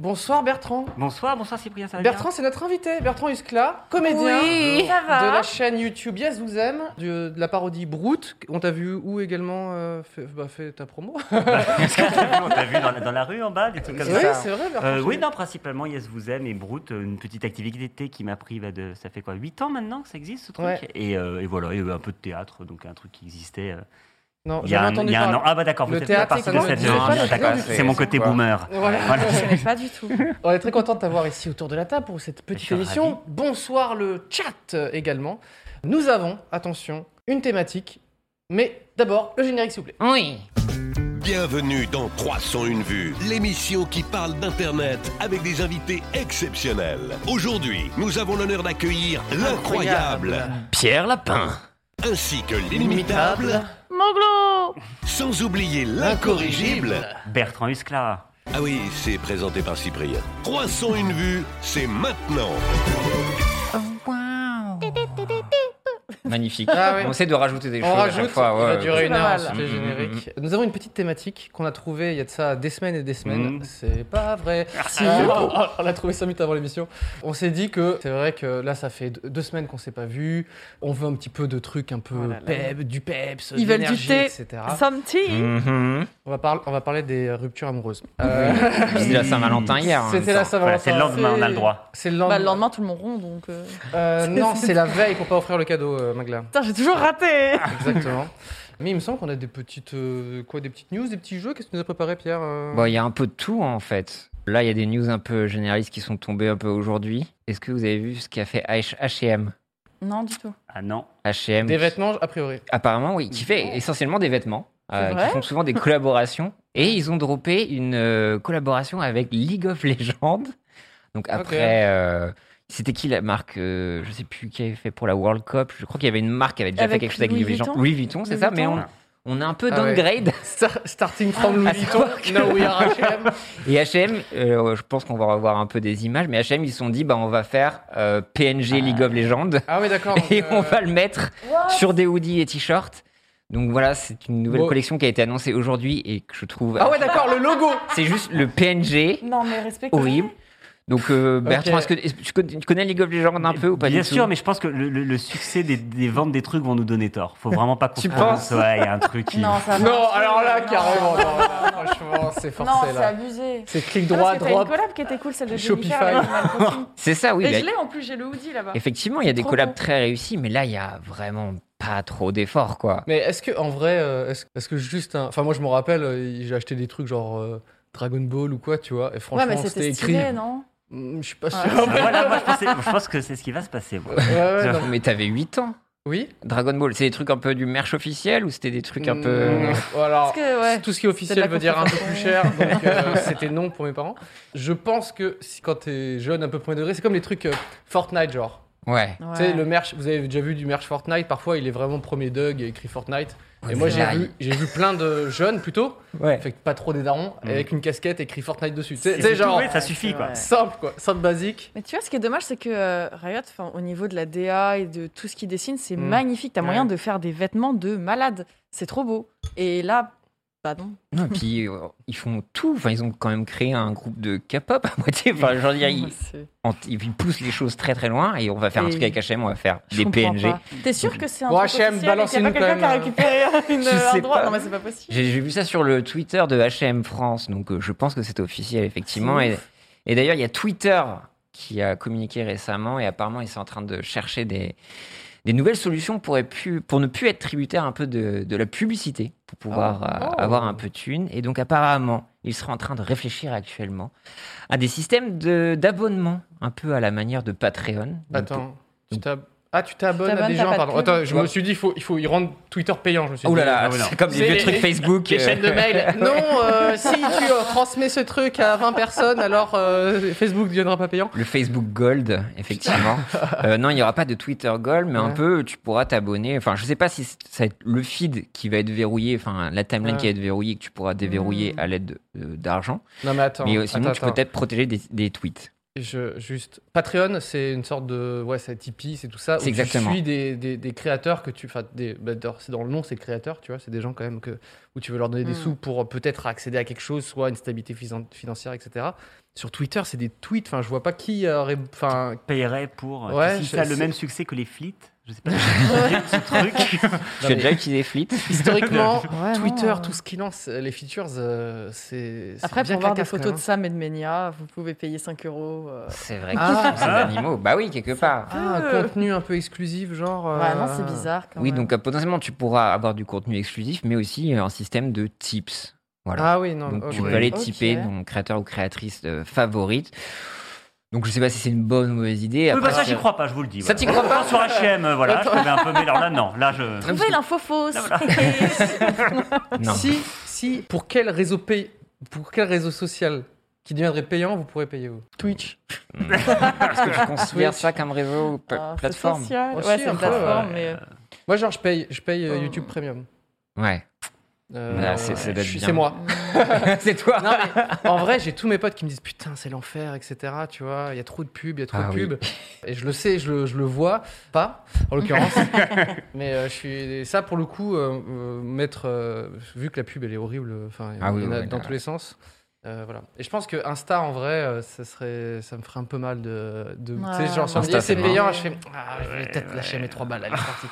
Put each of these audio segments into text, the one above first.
Bonsoir Bertrand. Bonsoir, bonsoir Cyprien, ça va bien Bertrand, c'est notre invité. Bertrand Huskla, comédien Oui, ça va. de la chaîne YouTube Yes Vous Aime, de, de la parodie Brute. On t'a vu où également euh, fait, bah, fait ta promo Qu'est-ce que t'as vu On t'a vu dans, la- dans la rue en bas, des trucs comme Oui, ça c'est vrai, Bertrand. Euh, oui, non, principalement Yes Vous Aime et Brute, euh, une petite activité qui m'a pris bah, de. Ça fait quoi 8 ans maintenant que ça existe ce truc Ouais. et, euh, et voilà, il y avait un peu de théâtre, donc un truc qui existait euh, Non, il y a, j'en ai un, entendu il y a un parler. an. Ah bah d'accord, vous Le êtes pas théâtre, partie ça de ne- cette c'est pas génération, du d'accord, tout, c'est mon c'est côté quoi. boomer. Voilà. Voilà. Je connais pas du tout. On est très content de t'avoir ici autour de la table pour cette Je petite suis émission. ravi. Bonsoir le chat euh, également. Nous avons, attention, une thématique, mais d'abord le générique s'il vous plaît. Oui. Bienvenue dans 301 vues, l'émission qui parle d'Internet avec des invités exceptionnels. Aujourd'hui, nous avons l'honneur d'accueillir l'incroyable Pierre Lapin. ainsi que l'inimitable, Manglo sans oublier l'incorrigible. Bertrand Huskla. Ah oui, c'est présenté par Cyprien. 301 vues, c'est maintenant. Magnifique. Ah ouais. On essaie de rajouter des On choses à rajoute, chaque fois. il va ouais. Mm-hmm. durer une C'est heure pas Mm, mal. ce générique. Nous avons une petite thématique qu'on a trouvée il y a de ça des semaines et des semaines. Mm. C'est pas vrai. Euh, on- on l'a trouvée 5 minutes avant l'émission. On s'est dit que c'est vrai que là, ça fait deux deux semaines qu'on s'est pas vu. On veut un petit peu de trucs un peu Oh là là. pep, du peps, Ils veulent du d'énergie, thé. etc. Some Hmm. tea Mhm. On va, parler, on va parler des ruptures amoureuses. Euh, C'était la Saint-Valentin hier. en C'était même la temps. Saint-Valentin. hein, Voilà, c'est le lendemain, on a le C'est- droit. C'est le Bah, lendemain. le lendemain, tout le monde rond, donc. euh. Euh, non, c'est la veille pour pas offrir le cadeau, euh, Magla. Putain, j'ai toujours raté Exactement. Mais il me semble qu'on a des petites euh, quoi, des petites news, des petits jeux. Qu'est-ce que tu nous as préparé, Pierre euh Bon, il y a un peu de tout en fait. Là, il y a des news un peu généralistes qui sont tombées un peu aujourd'hui. Est-ce que vous avez vu ce qu'a fait H- H&M Non, du tout. Ah non. H&M. Des qui- vêtements, a priori. Apparemment, oui. Qui fait essentiellement des vêtements. euh, C'est qui vrai font souvent des collaborations. Et ils ont droppé une euh, collaboration avec League of Legends. Donc après, euh, c'était qui la marque euh, Je sais plus qui avait fait pour la World Cup. Je crois qu'il y avait une marque qui avait déjà fait Avec quelque chose avec Louis League of Legends. Vuitton Louis Vuitton, c'est Louis ça. Mais Vuitton. on, on a un peu Ah ouais. downgrade. Star- starting from Louis À cette Vuitton. époque. Now we are H&M. Et H&M, euh, je pense qu'on va revoir un peu des images, mais H&M, ils se sont dit, bah, on va faire euh, PNG League of Legends Ah oui, d'accord. et donc, on euh, va le mettre sur des hoodies et t-shirts. Donc voilà, c'est une nouvelle Bon. collection qui a été annoncée aujourd'hui et que je trouve... Ah ouais, d'accord. Le logo. C'est juste le PNG, Non, mais respecte. horrible. Donc euh, Bertrand, Ok. est-ce que- est-ce que tu connais- tu connais League of Legends un peu ou pas Bien du tout sûr, mais je pense que le, le- le succès des, des ventes des trucs vont nous donner tort. Faut vraiment pas qu'on Tu penses Ouais, il y a un truc qui. Non, ça va. Non, alors là, Non, carrément. non, non, là, franchement, c'est Non, non, forcé c'est là. abusé. C'est clic Non, droit, parce que t'as droit. une collab qui était cool, celle de Shopify. Jennifer avec Animal Crossing. C'est ça, oui. Et bah, je l'ai en plus, j'ai le hoodie là-bas. effectivement, il y a des Trop collabs beau. très réussis, mais là, il y a vraiment pas trop d'efforts, quoi. Mais est-ce que en vrai, euh, est-ce est-ce que juste un. Enfin, moi, je me rappelle, euh, j'ai acheté des trucs genre euh, Dragon Ball ou quoi, tu vois. Et Ouais, franchement, mais c'était c'était écrit. stylé, non Ah. Mm, Je suis pas sûr. Ouais. Ah, Voilà, moi, je, pensais- je pense que c'est ce qui va se passer. moi. Ouais, ouais, non. Mais t'avais 8 ans Oui. Dragon Ball, c'est des trucs un peu du merch officiel ou c'était des trucs un peu. Mm, Alors, Parce que, ouais. tout ce qui est C'est de officiel la veut dire un peu plus cher, contrefaçon. donc euh, c'était non pour mes parents. Je pense que si, quand t'es jeune, un peu premier degré, c'est comme les trucs euh, Fortnite, genre. Ouais. Ouais. Tu sais, le merch, vous avez déjà vu du merch Fortnite, parfois il est vraiment premier Doug, il y a écrit Fortnite. Et moi j'ai Là, vu, j'ai vu plein de jeunes plutôt, Ouais. fait que pas trop des darons, Mm. avec une casquette écrit Fortnite dessus. Tu sais- C'est tu sais, tout, genre ouais, ça suffit quoi. Ouais. simple quoi, simple basique. Mais tu vois, ce qui est dommage, c'est que euh, Riot, enfin, au niveau de la DA et de tout ce qu'ils dessinent, c'est Mm. magnifique. T'as Ouais. moyen de faire des vêtements de malade. C'est trop beau. Et là, bah non. Non, et puis euh, ils font tout. Enfin, ils ont quand même créé un groupe de K-pop à moitié. Enfin, je veux dire, ils, C'est- en- ils poussent les choses très très loin et on va faire un Et- truc avec HM, on va faire je des comprends PNG. pas. T'es sûr que c'est un Bon, H&M, truc officiel et qu'il y a balancez-nous pas quand quelqu'un qui a même, récupéré une- Je un sais droit pas. Non, mais c'est pas possible. J'ai j'ai vu ça sur le Twitter de HM France, donc euh, je pense que c'est officiel effectivement. C'est Et, et d'ailleurs, il y a Twitter qui a communiqué récemment et apparemment ils sont en train de chercher des, des nouvelles solutions pour, être pu- pour ne plus être tributaire un peu de, de la publicité, pour pouvoir euh, Oh. avoir un peu de thunes. Et donc apparemment, Ils seraient en train de réfléchir actuellement à des systèmes de- d'abonnement, un peu à la manière de Patreon. Donc, Attends, tu t'ab- Ah, tu t'abonnes à t'abonnes, des t'as gens, pas de pardon. pub. Attends, je me Ouais. suis dit, il faut, il faut y rendre Twitter payant, je me suis Oh là dit. là, Ah ouais, non. c'est comme des C'est vieux les- trucs Facebook. Les euh, chaînes de mail. Non, euh, si tu euh, transmets ce truc à 20 personnes, alors euh, Facebook ne deviendra pas payant. Le Facebook Gold, effectivement. Euh, non, il n'y aura pas de Twitter Gold, mais un Ouais. peu, tu pourras t'abonner. Enfin, je sais pas si c- ça va être le feed qui va être verrouillé, enfin, la timeline Ouais. qui va être verrouillée, que tu pourras déverrouiller Hmm. à l'aide de- de- d'argent. Non, mais attends. Mais euh, sinon, attends, tu peux attends. peut-être protéger des, des tweets. Je, juste. Patreon, c'est une sorte de. Ouais, c'est Tipeee, c'est tout ça. où C'est exactement. Tu suis des, des, des créateurs que tu. Enfin, des- bah, d'ailleurs, c'est dans le nom, c'est créateurs, tu vois. C'est des gens quand même que, où tu veux leur donner des Mm. sous pour euh, peut-être accéder à quelque chose, soit une stabilité fisan- financière, etc. Sur Twitter, c'est des tweets. Enfin, je vois pas qui aurait. Enfin, paierait pour. euh, Ouais, si je- ça a le c'est- même succès que les flits, je sais pas si vous avez ce truc. bah, Tu mais- as déjà utilisé Fleet historiquement, Ouais, Twitter, non. tout ce qu'il lance, les features, euh, c'est. c'est hein. Après, bien pour voir des claquasse, quand photos de Sam et de Ménia, vous pouvez payer 5 euros. euh. C'est vrai que Ah. ce sont ces animaux. Bah oui, quelque part. même, hein. Ah, un contenu un peu exclusif, genre. euh, Vraiment, c'est bizarre quand Oui, même. donc euh, potentiellement, tu pourras avoir du contenu exclusif, mais aussi euh, un système de tips. Voilà. Ah oui, non. Donc tu ok. peux aller Ok. typer ton créateur ou créatrice euh, favorite. Donc je sais pas si c'est une bonne ou mauvaise idée. Oui, bah, ça, c'est- j'y crois pas, je vous le dis. Ça, t'y crois pas Sur HM, euh, voilà, je connais un peu, mais alors là, non. Là, je. Très- Trouvez l'info fausse Ah, Non. Si, si, pour quel réseau pay... pour quel réseau social qui deviendrait payant, vous pourrez payer vous Twitch. Mm. Est-ce que tu considères Twitch. ça comme réseau ou pla- Ah, c'est plateforme social. Oh, Ouais, si, c'est un une peu, plateforme, ouais. mais Moi, genre, je paye, je paye euh, Oh. YouTube Premium. Ouais. Euh, Là, Bah, c'est- ça doit être je suis- bien. c'est moi. c'est toi. Non, mais en vrai, j'ai tous mes potes qui me disent putain, c'est l'enfer, etc. Tu vois, il y a trop de pubs, il y a trop Ah de oui. pubs. Et je le sais, je le, je le vois, pas en l'occurrence. mais euh, je suis ça pour le coup, euh, euh, mettre euh, vu que la pub elle est horrible, enfin, Ah oui, il y en a oui, dans là. tous les sens. Euh, voilà. Et je pense que Insta en vrai, euh, ça serait, ça me ferait un peu mal de, de tu sais, Ouais, genre sur Insta, c'est c'est marrant. payant, je fais ah, je vais peut-être lâcher mes trois balles, allez, c'est parti.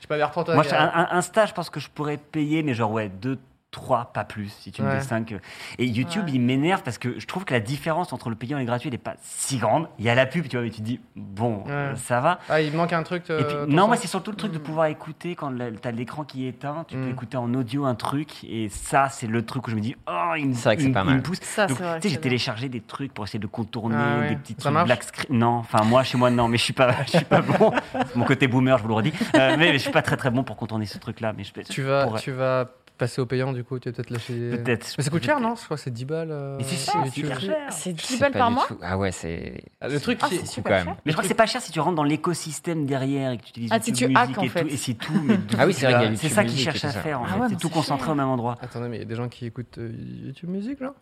Je peux vers toi, toi. Moi, Pierre. je- un, un- un stage, je pense que je pourrais payer, mais genre, ouais, 2, 3, pas plus, si tu me Ouais. dis 5. Et YouTube, Ouais. il m'énerve parce que je trouve que la différence entre le payant et le gratuit, elle n'est pas si grande. Il y a la pub, tu vois, mais tu te dis, bon, Ouais. euh, ça va. Ah, il manque un truc. Et puis, euh, ton non, moi, sens c'est surtout le truc de Mm. pouvoir écouter quand le- t'as l'écran qui est éteint, tu Mm. peux écouter en audio un truc, et ça, c'est le truc où je me dis, oh, il me, C'est vrai que c'est il me- pas il mal. me pousse. ça, c'est Donc, vrai. tu sais, j'ai c'est bien. téléchargé des trucs pour essayer de contourner Ah ouais. des petits Ça trucs marche black screen. Non, enfin moi chez moi non, mais je suis pas, je suis pas bon. Mon côté boomer, je vous le redis. Euh, mais je suis pas très très bon pour contourner ce truc-là. Mais je peux- Tu vas, pourrais. tu vas passer au payant du coup, tu vas peut-être lâcher. euh. peut-être. Mais ça coûte cher, non Je crois que c'est 10 balles. Mais c'est euh, Ah, cher, c'est YouTube. hyper cher. C'est Ah, Je 10 sais balles pas par du mois tout. Ah ouais, c'est. Ah, le truc Ah, qui est- c'est Beaucoup super quand cher. même. Mais je crois que c'est pas cher si tu rentres dans l'écosystème derrière et que tu utilises Ah, si YouTube tu Music hack, en et fait. tout. Et si tout, mais d'où Ah oui, tu c'est vrai, il y a vas. YouTube Bah, C'est ça qu'ils Music et cherchent tout à ça. faire. hein. en Ah fait. ouais, mais c'est tout c'est concentré cher. au même endroit. Attendez, mais il y a des gens qui écoutent euh, YouTube Music là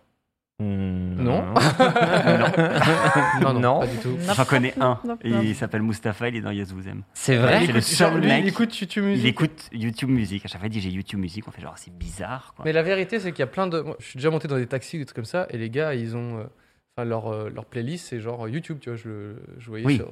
Mm, Non. Non. pas du tout. J'en connais un. N'importe. Et il s'appelle Mustapha. Il est dans Yes Vous Aime. C'est Ouais, vrai. c'est le seul Genre, lui, mec. il écoute YouTube Music. Il écoute YouTube Music. À chaque fois, il dit j'ai YouTube Music. On fait genre c'est bizarre. Quoi. Mais la vérité, c'est qu'il y a plein de. moi, je suis déjà monté dans des taxis, des trucs comme ça, et les gars, ils ont. euh, Enfin, leur, euh, leur playlist, c'est genre euh, YouTube, tu vois, je, le- je voyais Oui. sur-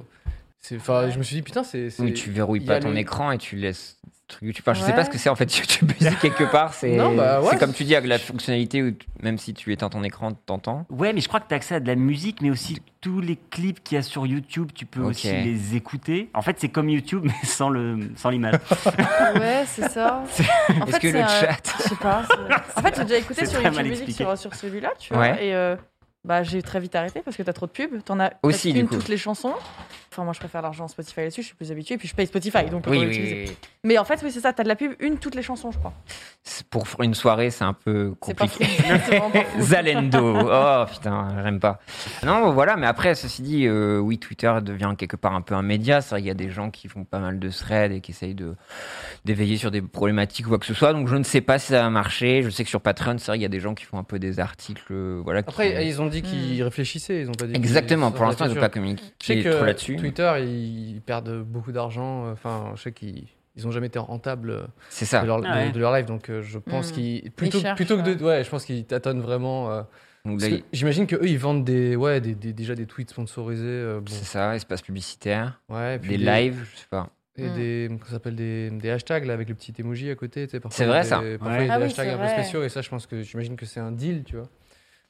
c'est- Enfin, je me suis dit, putain, c'est. c'est- Oui, tu verrouilles il y pas a ton le- écran et tu laisses. le truc YouTube. Enfin, je sais Ouais. pas ce que c'est en fait YouTube Music quelque part. C'est Non, bah ouais. c'est comme tu dis avec la fonctionnalité où tu- même si tu éteins ton écran, t'entends. Ouais, mais je crois que tu as accès à de la musique, mais aussi tous les clips qu'il y a sur YouTube, tu peux Ok. aussi les écouter. En fait, c'est comme YouTube, mais sans le sans l'image. Ouais, c'est ça. En Est-ce fait, que le c'est un- chat Je sais pas. c'est- En fait, j'ai déjà écouté c'est sur très YouTube mal Music expliqué. sur, sur celui-là, tu vois. Ouais. Et euh, bah, j'ai très vite arrêté parce que t'as trop de pubs. T'en as peut-être Aussi, du une coup. toutes les chansons. Enfin, moi, je préfère l'argent Spotify là-dessus. Je suis plus habituée. Puis je paye Spotify, donc on Oui, peut oui, l'utiliser. oui, oui. Mais en fait, oui, c'est ça. T'as de la pub une toutes les chansons, je crois. C'est- Pour une soirée, c'est un peu C'est pas compliqué. fou. C'est vraiment pas fou. Zalendo. Oh putain, j'aime pas. Non, voilà, mais après, ceci dit, euh, oui, Twitter devient quelque part un peu un média. C'est vrai, il y a des gens qui font pas mal de threads et qui essayent de d'éveiller sur des problématiques ou quoi que ce soit. Donc je ne sais pas si ça a marché. Je sais que sur Patreon, c'est vrai, il y a des gens qui font un peu des articles, euh, voilà. qui- Après, ils ont dit qu'ils réfléchissaient, ils ont pas dit. qu'ils- Exactement. sur Pour la l'instant, ils n'ont peinture. pas Je sais communiqué trop que là-dessus. Twitter, ils perdent beaucoup d'argent. Enfin, je sais qu'ils ils ont jamais été rentables euh, C'est ça. de, leur, de- Ah ouais. de leur live. Donc, euh, je pense Mm. qu'ils plutôt, cherchent, plutôt que de, ouais, je pense qu'ils tâtonnent vraiment. euh, Donc, parce là, que J'imagine que eux, ils vendent des, ouais, des, des- déjà des tweets sponsorisés, euh, bon, C'est ça, espace publicitaire, ouais, et puis des lives, je sais pas. et Mm. des, comment ça s'appelle des, des hashtags là avec le petit emoji à côté. tu sais, parfois, C'est il y a vrai, des- ça. Parfois, il y a Ouais. des Ah oui, hashtags c'est un peu vrai. spéciaux et ça, je pense que j'imagine que c'est un deal, tu vois.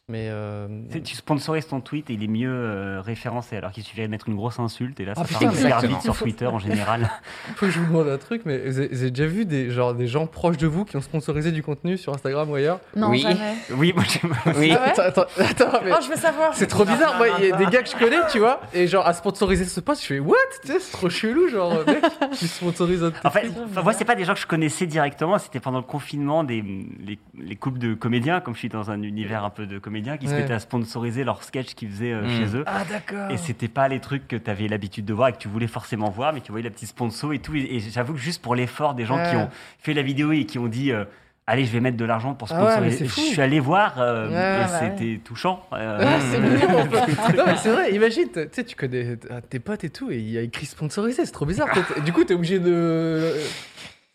Mais euh, C'est- Tu sponsorises ton tweet et il est mieux euh, référencé, alors qu'il suffirait de mettre une grosse insulte et là, ça Ah, part putain, en super exactement. vite sur Twitter en général. faut que je vous demande un truc, mais vous avez, vous avez déjà vu des, genre, des gens proches de vous qui ont sponsorisé du contenu sur Instagram ou ailleurs Non, Oui. jamais. oui, moi, j'ai- Oui. Ah ouais Attends, attends, attends, mais Oh, je veux savoir. c'est trop bizarre. Moi, il y a des gars que je connais, tu vois, et genre à sponsoriser ce poste, je fais what Tu sais, C'est trop chelou, genre, euh, mec, tu sponsorises un de tes En fait, trucs. enfin, moi, c'est pas des gens que je connaissais directement. C'était pendant le confinement des les, les couples de comédiens, comme je suis dans un univers un peu de comédiens, qui se Ouais. mettaient à sponsoriser leurs sketchs qu'ils faisaient euh, Mm. chez eux. Ah d'accord. Et c'était pas les trucs que tu avais l'habitude de voir et que tu voulais forcément voir, mais tu voyais la petite sponsor et tout. Et, et j'avoue que juste pour l'effort des gens qui Ouais. ont fait la vidéo et qui ont dit. euh, Allez, je vais mettre de l'argent pour Ah ouais, mais sponsoriser. c'est je fou. suis allé voir euh, Ouais, et bah ouais. c'était touchant. Euh, Mmh. Ah, c'est mignon, en fait. Non, mais c'est vrai, imagine, t- tu sais, tu connais t- tes potes et tout, et il y a écrit sponsorisé, c'est trop bizarre. Toi, t- Du coup, t'es obligé de.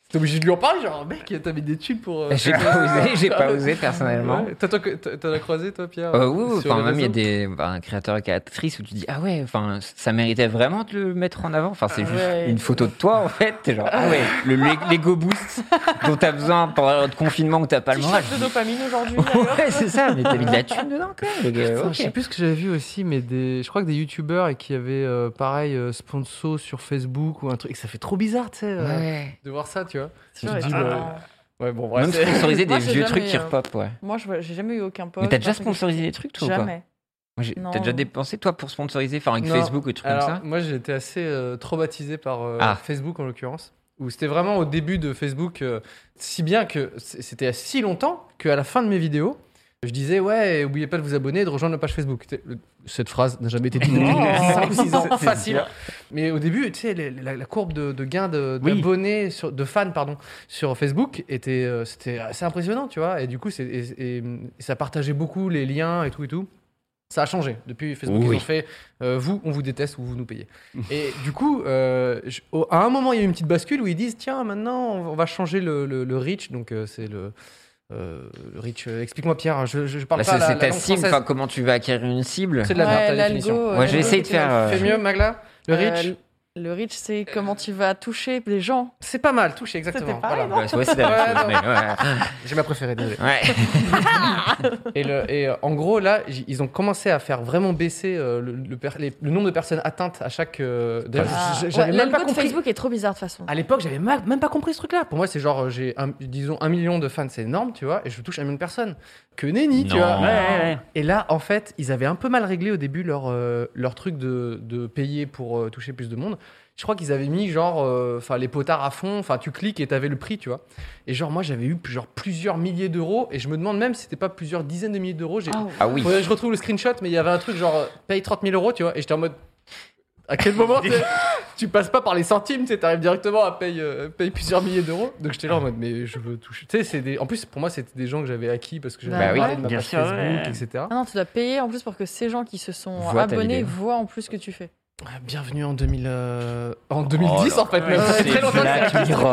T'es obligé de lui en parler, genre, mec, t'as mis des tuiles pour. euh, J'ai pas osé, j'ai pas osé personnellement. Ouais. T'as- T'en t'en- t'en as croisé, toi, Pierre Euh, oui, oui, sur enfin, les même il y a réseaux des bah, créateurs et créatrices où tu dis ah ouais, enfin ça méritait vraiment de le mettre en avant. Enfin Ah c'est juste ouais. une photo de toi en fait. T'es genre ah ouais, le le- l'ego boost dont t'as besoin pendant le confinement où t'as pas le Petit moral. shot de dopamine aujourd'hui. alors. ouais c'est ça, mais t'as mis de la Ah, thune dedans quand même. les gars. Putain, euh, Ok. Je sais plus ce que j'avais vu aussi, mais des, je crois que des youtubeurs et qui avaient euh, pareil euh, sponsor sur Facebook ou un truc. Et ça fait trop bizarre, tu sais, euh, Ouais. de voir ça, tu vois. Je Tu vois, dis, et- bah, Ouais, bon, bref. Même sponsoriser des Moi, j'ai vieux jamais, trucs qui euh, repopent, ouais. Moi, je vois- j'ai jamais eu aucun poste. Mais t'as déjà un truc que je- sponsorisé des trucs toi ou pas Jamais. Moi, j'ai- Non. T'as déjà dépensé toi pour sponsoriser, enfin avec Non. Facebook ou des trucs comme Alors, ça moi, j'ai été assez euh, traumatisé par euh, Ah. Facebook en l'occurrence. Où c'était vraiment au début de Facebook, euh, si bien que c- c'était à si longtemps qu'à la fin de mes vidéos, je disais ouais, et oubliez pas de vous abonner et de rejoindre la page Facebook. Tu sais, le- Cette phrase n'a jamais été dite depuis 5 6 ans, facile. Mais au début, tu sais, les- la, la courbe de, de gain de- Oui. d'abonnés, sur- de fans, pardon, sur Facebook était, euh, c'était assez impressionnant, tu vois. Et du coup, c'est, et- et- et ça partageait beaucoup les liens et tout et tout. Ça a changé depuis Facebook. Oui. Mmh. Ils ont fait euh, vous, on vous déteste ou vous nous payez. et du coup, euh, je- au- à un moment, il y a eu une petite bascule où ils disent tiens, maintenant, on, on va changer le, le, le reach. Donc, euh, c'est le. euh, le reach. euh, explique-moi, Pierre. Je, je, je parle Bah, pas c'est la- c'est la ta langue cible, française. enfin comment tu vas acquérir une cible. C'est de la merde, Ouais, ta l'algo, définition. euh, Moi j'ai l'algo essayé de qui l'a- faire. euh, Fais mieux, Magla. Le reach. Euh, le reach, c'est comment tu vas toucher les gens. C'est pas mal, touché, exactement. C'était pareil, Voilà. Ouais, ouais, Bah, c'est la même chose, Ouais, non. mais ouais. J'ai ma préférée, désolé. Ouais. Et, le- et, euh, en gros, là, j- ils ont commencé à faire vraiment baisser euh, le, le per- les- le nombre de personnes atteintes à chaque. euh, d'ailleurs, Ah. j- Ouais, J'avais même pas l'algo de compris. Ah, Facebook est trop bizarre de toute façon. À l'époque, j'avais ma- même pas compris ce truc-là. Pour moi, c'est genre, euh, j'ai un- disons un million de fans, c'est énorme, tu vois, et je touche un million de personnes. Que nenni, tu Non. vois. Ouais, ouais, ouais. Et là, en fait, ils avaient un peu mal réglé au début leur, euh, leur truc de, de payer pour euh, toucher plus de monde. Je crois qu'ils avaient mis genre euh, enfin les potards à fond, enfin tu cliques et t'avais le prix, tu vois. Et genre moi j'avais eu genre plusieurs milliers d'euros et je me demande même si c'était pas plusieurs dizaines de milliers d'euros. J'ai- Ah ouais. Ah oui. Faudrait que je retrouve le screenshot, mais il y avait un truc genre euh, paye 30 000 euros, tu vois. Et j'étais en mode à quel moment tu sais, tu passes pas par les centimes, tu sais, t'arrives directement à paye, euh, paye plusieurs milliers d'euros. Donc j'étais là en mode mais je veux toucher. Tu sais, c'est des... en plus pour moi c'était des gens que j'avais acquis parce que j'avais Bah oui, parlé de ma bien page sûr, Facebook, ouais. etc. Ah non, tu dois payer en plus pour que ces gens qui se sont Voient ta abonnés vidéo. voient en plus ce que tu fais. Ah, Bienvenue en 2000, euh, Oh en 2010 en fait. Ouais, même. Ça fait c'est très longtemps que là ça existe. qu'il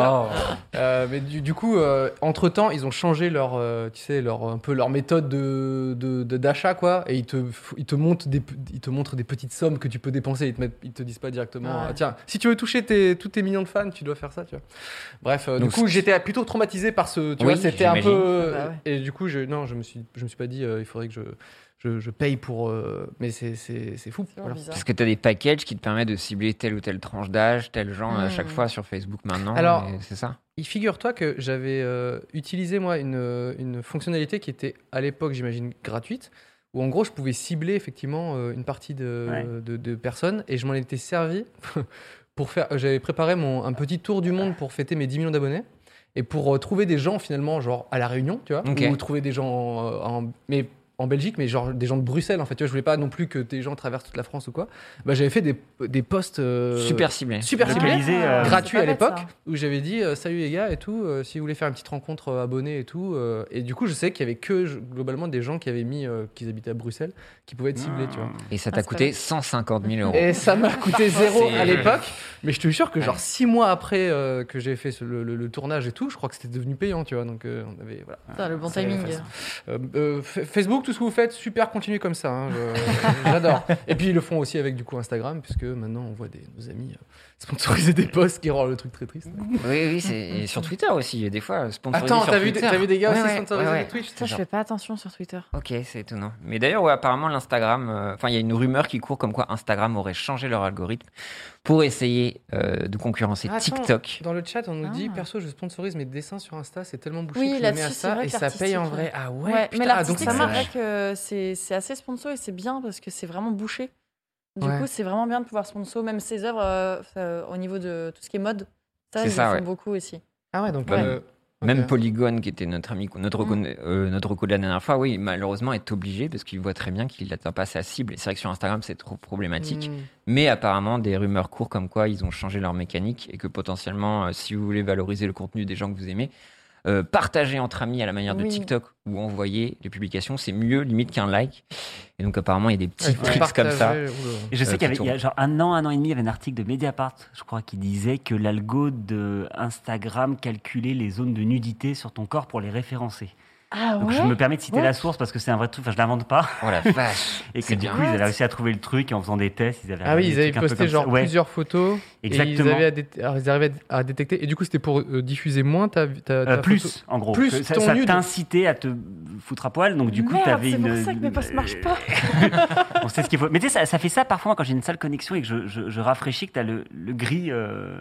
Euh, mais du, du coup, entre temps, ils ont changé leur, euh, tu sais, leur un peu leur méthode de de- de- d'achat quoi. Et ils te f- ils te montrent des pe- ils te montrent des petites sommes que tu peux dépenser. Ils te mettent- ils te disent pas directement. Ouais. ah, tiens, si tu veux toucher tes, tous tes millions de fans, tu dois faire ça. Tu vois. Bref, euh, Donc, du coup, c'est- j'étais plutôt traumatisé par ce. Tu Oui, vois, c'était un peu. Ah bah Et du coup, je non, je me suis je me suis pas dit euh, il faudrait que je je, je paye pour. euh, mais c'est c'est c'est fou. C'est vraiment Voilà. bizarre. Parce que tu as des packages qui te permettent de cibler telle ou telle tranche d'âge, tel genre à Hmm. chaque fois sur Facebook maintenant. Alors- et c'est ça Il figure-toi que j'avais euh, utilisé moi une, euh, une fonctionnalité qui était à l'époque, j'imagine, gratuite, où en gros je pouvais cibler effectivement euh, une partie de, Ouais. de- de personnes et je m'en étais servi pour faire. euh, J'avais préparé mon, un petit tour du monde pour fêter mes 10 millions d'abonnés et pour euh, trouver des gens finalement, genre à La Réunion, tu vois, Ok. ou trouver des gens euh, en. mais en Belgique, mais genre des gens de Bruxelles, en fait. Tu vois, je voulais pas non plus que des gens traversent toute la France ou quoi. Bah, j'avais fait des, des posts euh, Super ciblé. super ciblés Localisé, euh, gratuit C'est à pas bête, l'époque ça. où j'avais dit euh, salut les gars et tout euh, si vous voulez faire une petite rencontre euh, abonnés et tout euh, et du coup je sais qu'il y avait que je- globalement des gens qui avaient mis euh, qu'ils habitaient à Bruxelles qui pouvaient être ciblés tu vois Et ça Ah, t'a c'est coûté vrai. 150 000 euros. et ça m'a coûté zéro Oh. C'est- à l'époque mais je te jure que genre Ouais. six mois après euh, que j'ai fait ce- le, le- le tournage et tout je crois que c'était devenu payant tu vois donc euh, on avait voilà Putain, le bon C'est- timing. enfin, Euh, euh, F- Facebook tout ce que vous faites, super, continuez comme ça. hein, je- J'adore. Et puis ils le font aussi avec du coup Instagram, puisque maintenant on voit des, nos amis euh, sponsoriser des posts qui rendent le truc très triste. Oui, oui, c'est et sur Twitter aussi, des fois, euh, sponsorisé Attends, sur t'as vu, des- Twitter. t'as vu des gars Ouais, aussi ouais, sponsoriser ouais, des Twitch Putain, je fais pas attention sur Twitter. Ok, c'est étonnant. Mais d'ailleurs, ouais, apparemment, l'Instagram, euh, enfin, il y a une rumeur qui court comme quoi Instagram aurait changé leur algorithme pour essayer euh, de concurrencer Attends. TikTok. Dans le chat, on nous dit Ah. perso, je sponsorise mes dessins sur Insta, c'est tellement bouché Oui, que je me mets là-dessus, à c'est ça vrai et que ça paye en vrai. l'artistique, Ah ouais, Ouais, putain, mais ah, donc l'artistique, ça c'est marche. vrai que c'est c'est assez sponsor et c'est bien parce que c'est vraiment bouché. Du Ouais. coup, c'est vraiment bien de pouvoir sponsor, même ses œuvres euh, euh, au niveau de tout ce qui est mode. Ça, C'est ils ça, le font ouais. beaucoup aussi. Ah ouais, donc Bah, euh, Même ok. Mm. Polygon, qui était notre ami, notre reco, euh, notre reco de la dernière fois, oui, malheureusement, est obligé parce qu'il voit très bien qu'il n'atteint pas sa cible. Et c'est vrai que sur Instagram, c'est trop problématique. Hmm. Mais apparemment, des rumeurs courent comme quoi ils ont changé leur mécanique et que potentiellement, euh, si vous voulez valoriser le contenu des gens que vous aimez, euh, partager entre amis à la manière de Oui. TikTok ou envoyer les publications, c'est mieux limite qu'un like. Et donc apparemment, il y a des petits Ouais, tricks comme ça. partager, oula. Et je sais Euh, qu'il y avait, qui il y a genre un an, un an et demi, il y avait un article de Mediapart, je crois, qui disait que l'algo de Instagram calculait les zones de nudité sur ton corps pour les référencer. Ah Donc je me permets de citer Ouais. la source parce que c'est un vrai truc, enfin je l'invente pas. Oh la vache Et que C'est du bien. coup, ils avaient réussi à trouver le truc et en faisant des tests, ils avaient Ah oui, réalisé ils des avaient trucs un peu posté comme genre ça. Ouais, plusieurs photos. Et ils, Exactement. avaient à dé- alors, ils arrivaient à, à détecter. Et du coup, c'était pour euh, diffuser moins ta, ta, Euh, ta plus, photo. en gros. Plus Que ça ton ça nude. t'incitait à te foutre à poil, donc du coup, Merde, t'avais c'est une. euh, pour ça que mes posts marchent pas. On sait ce qu'il faut. Mais tu sais, ça, ça fait ça parfois quand j'ai une sale connexion et que je, je- je rafraîchis, que t'as le, le gris euh,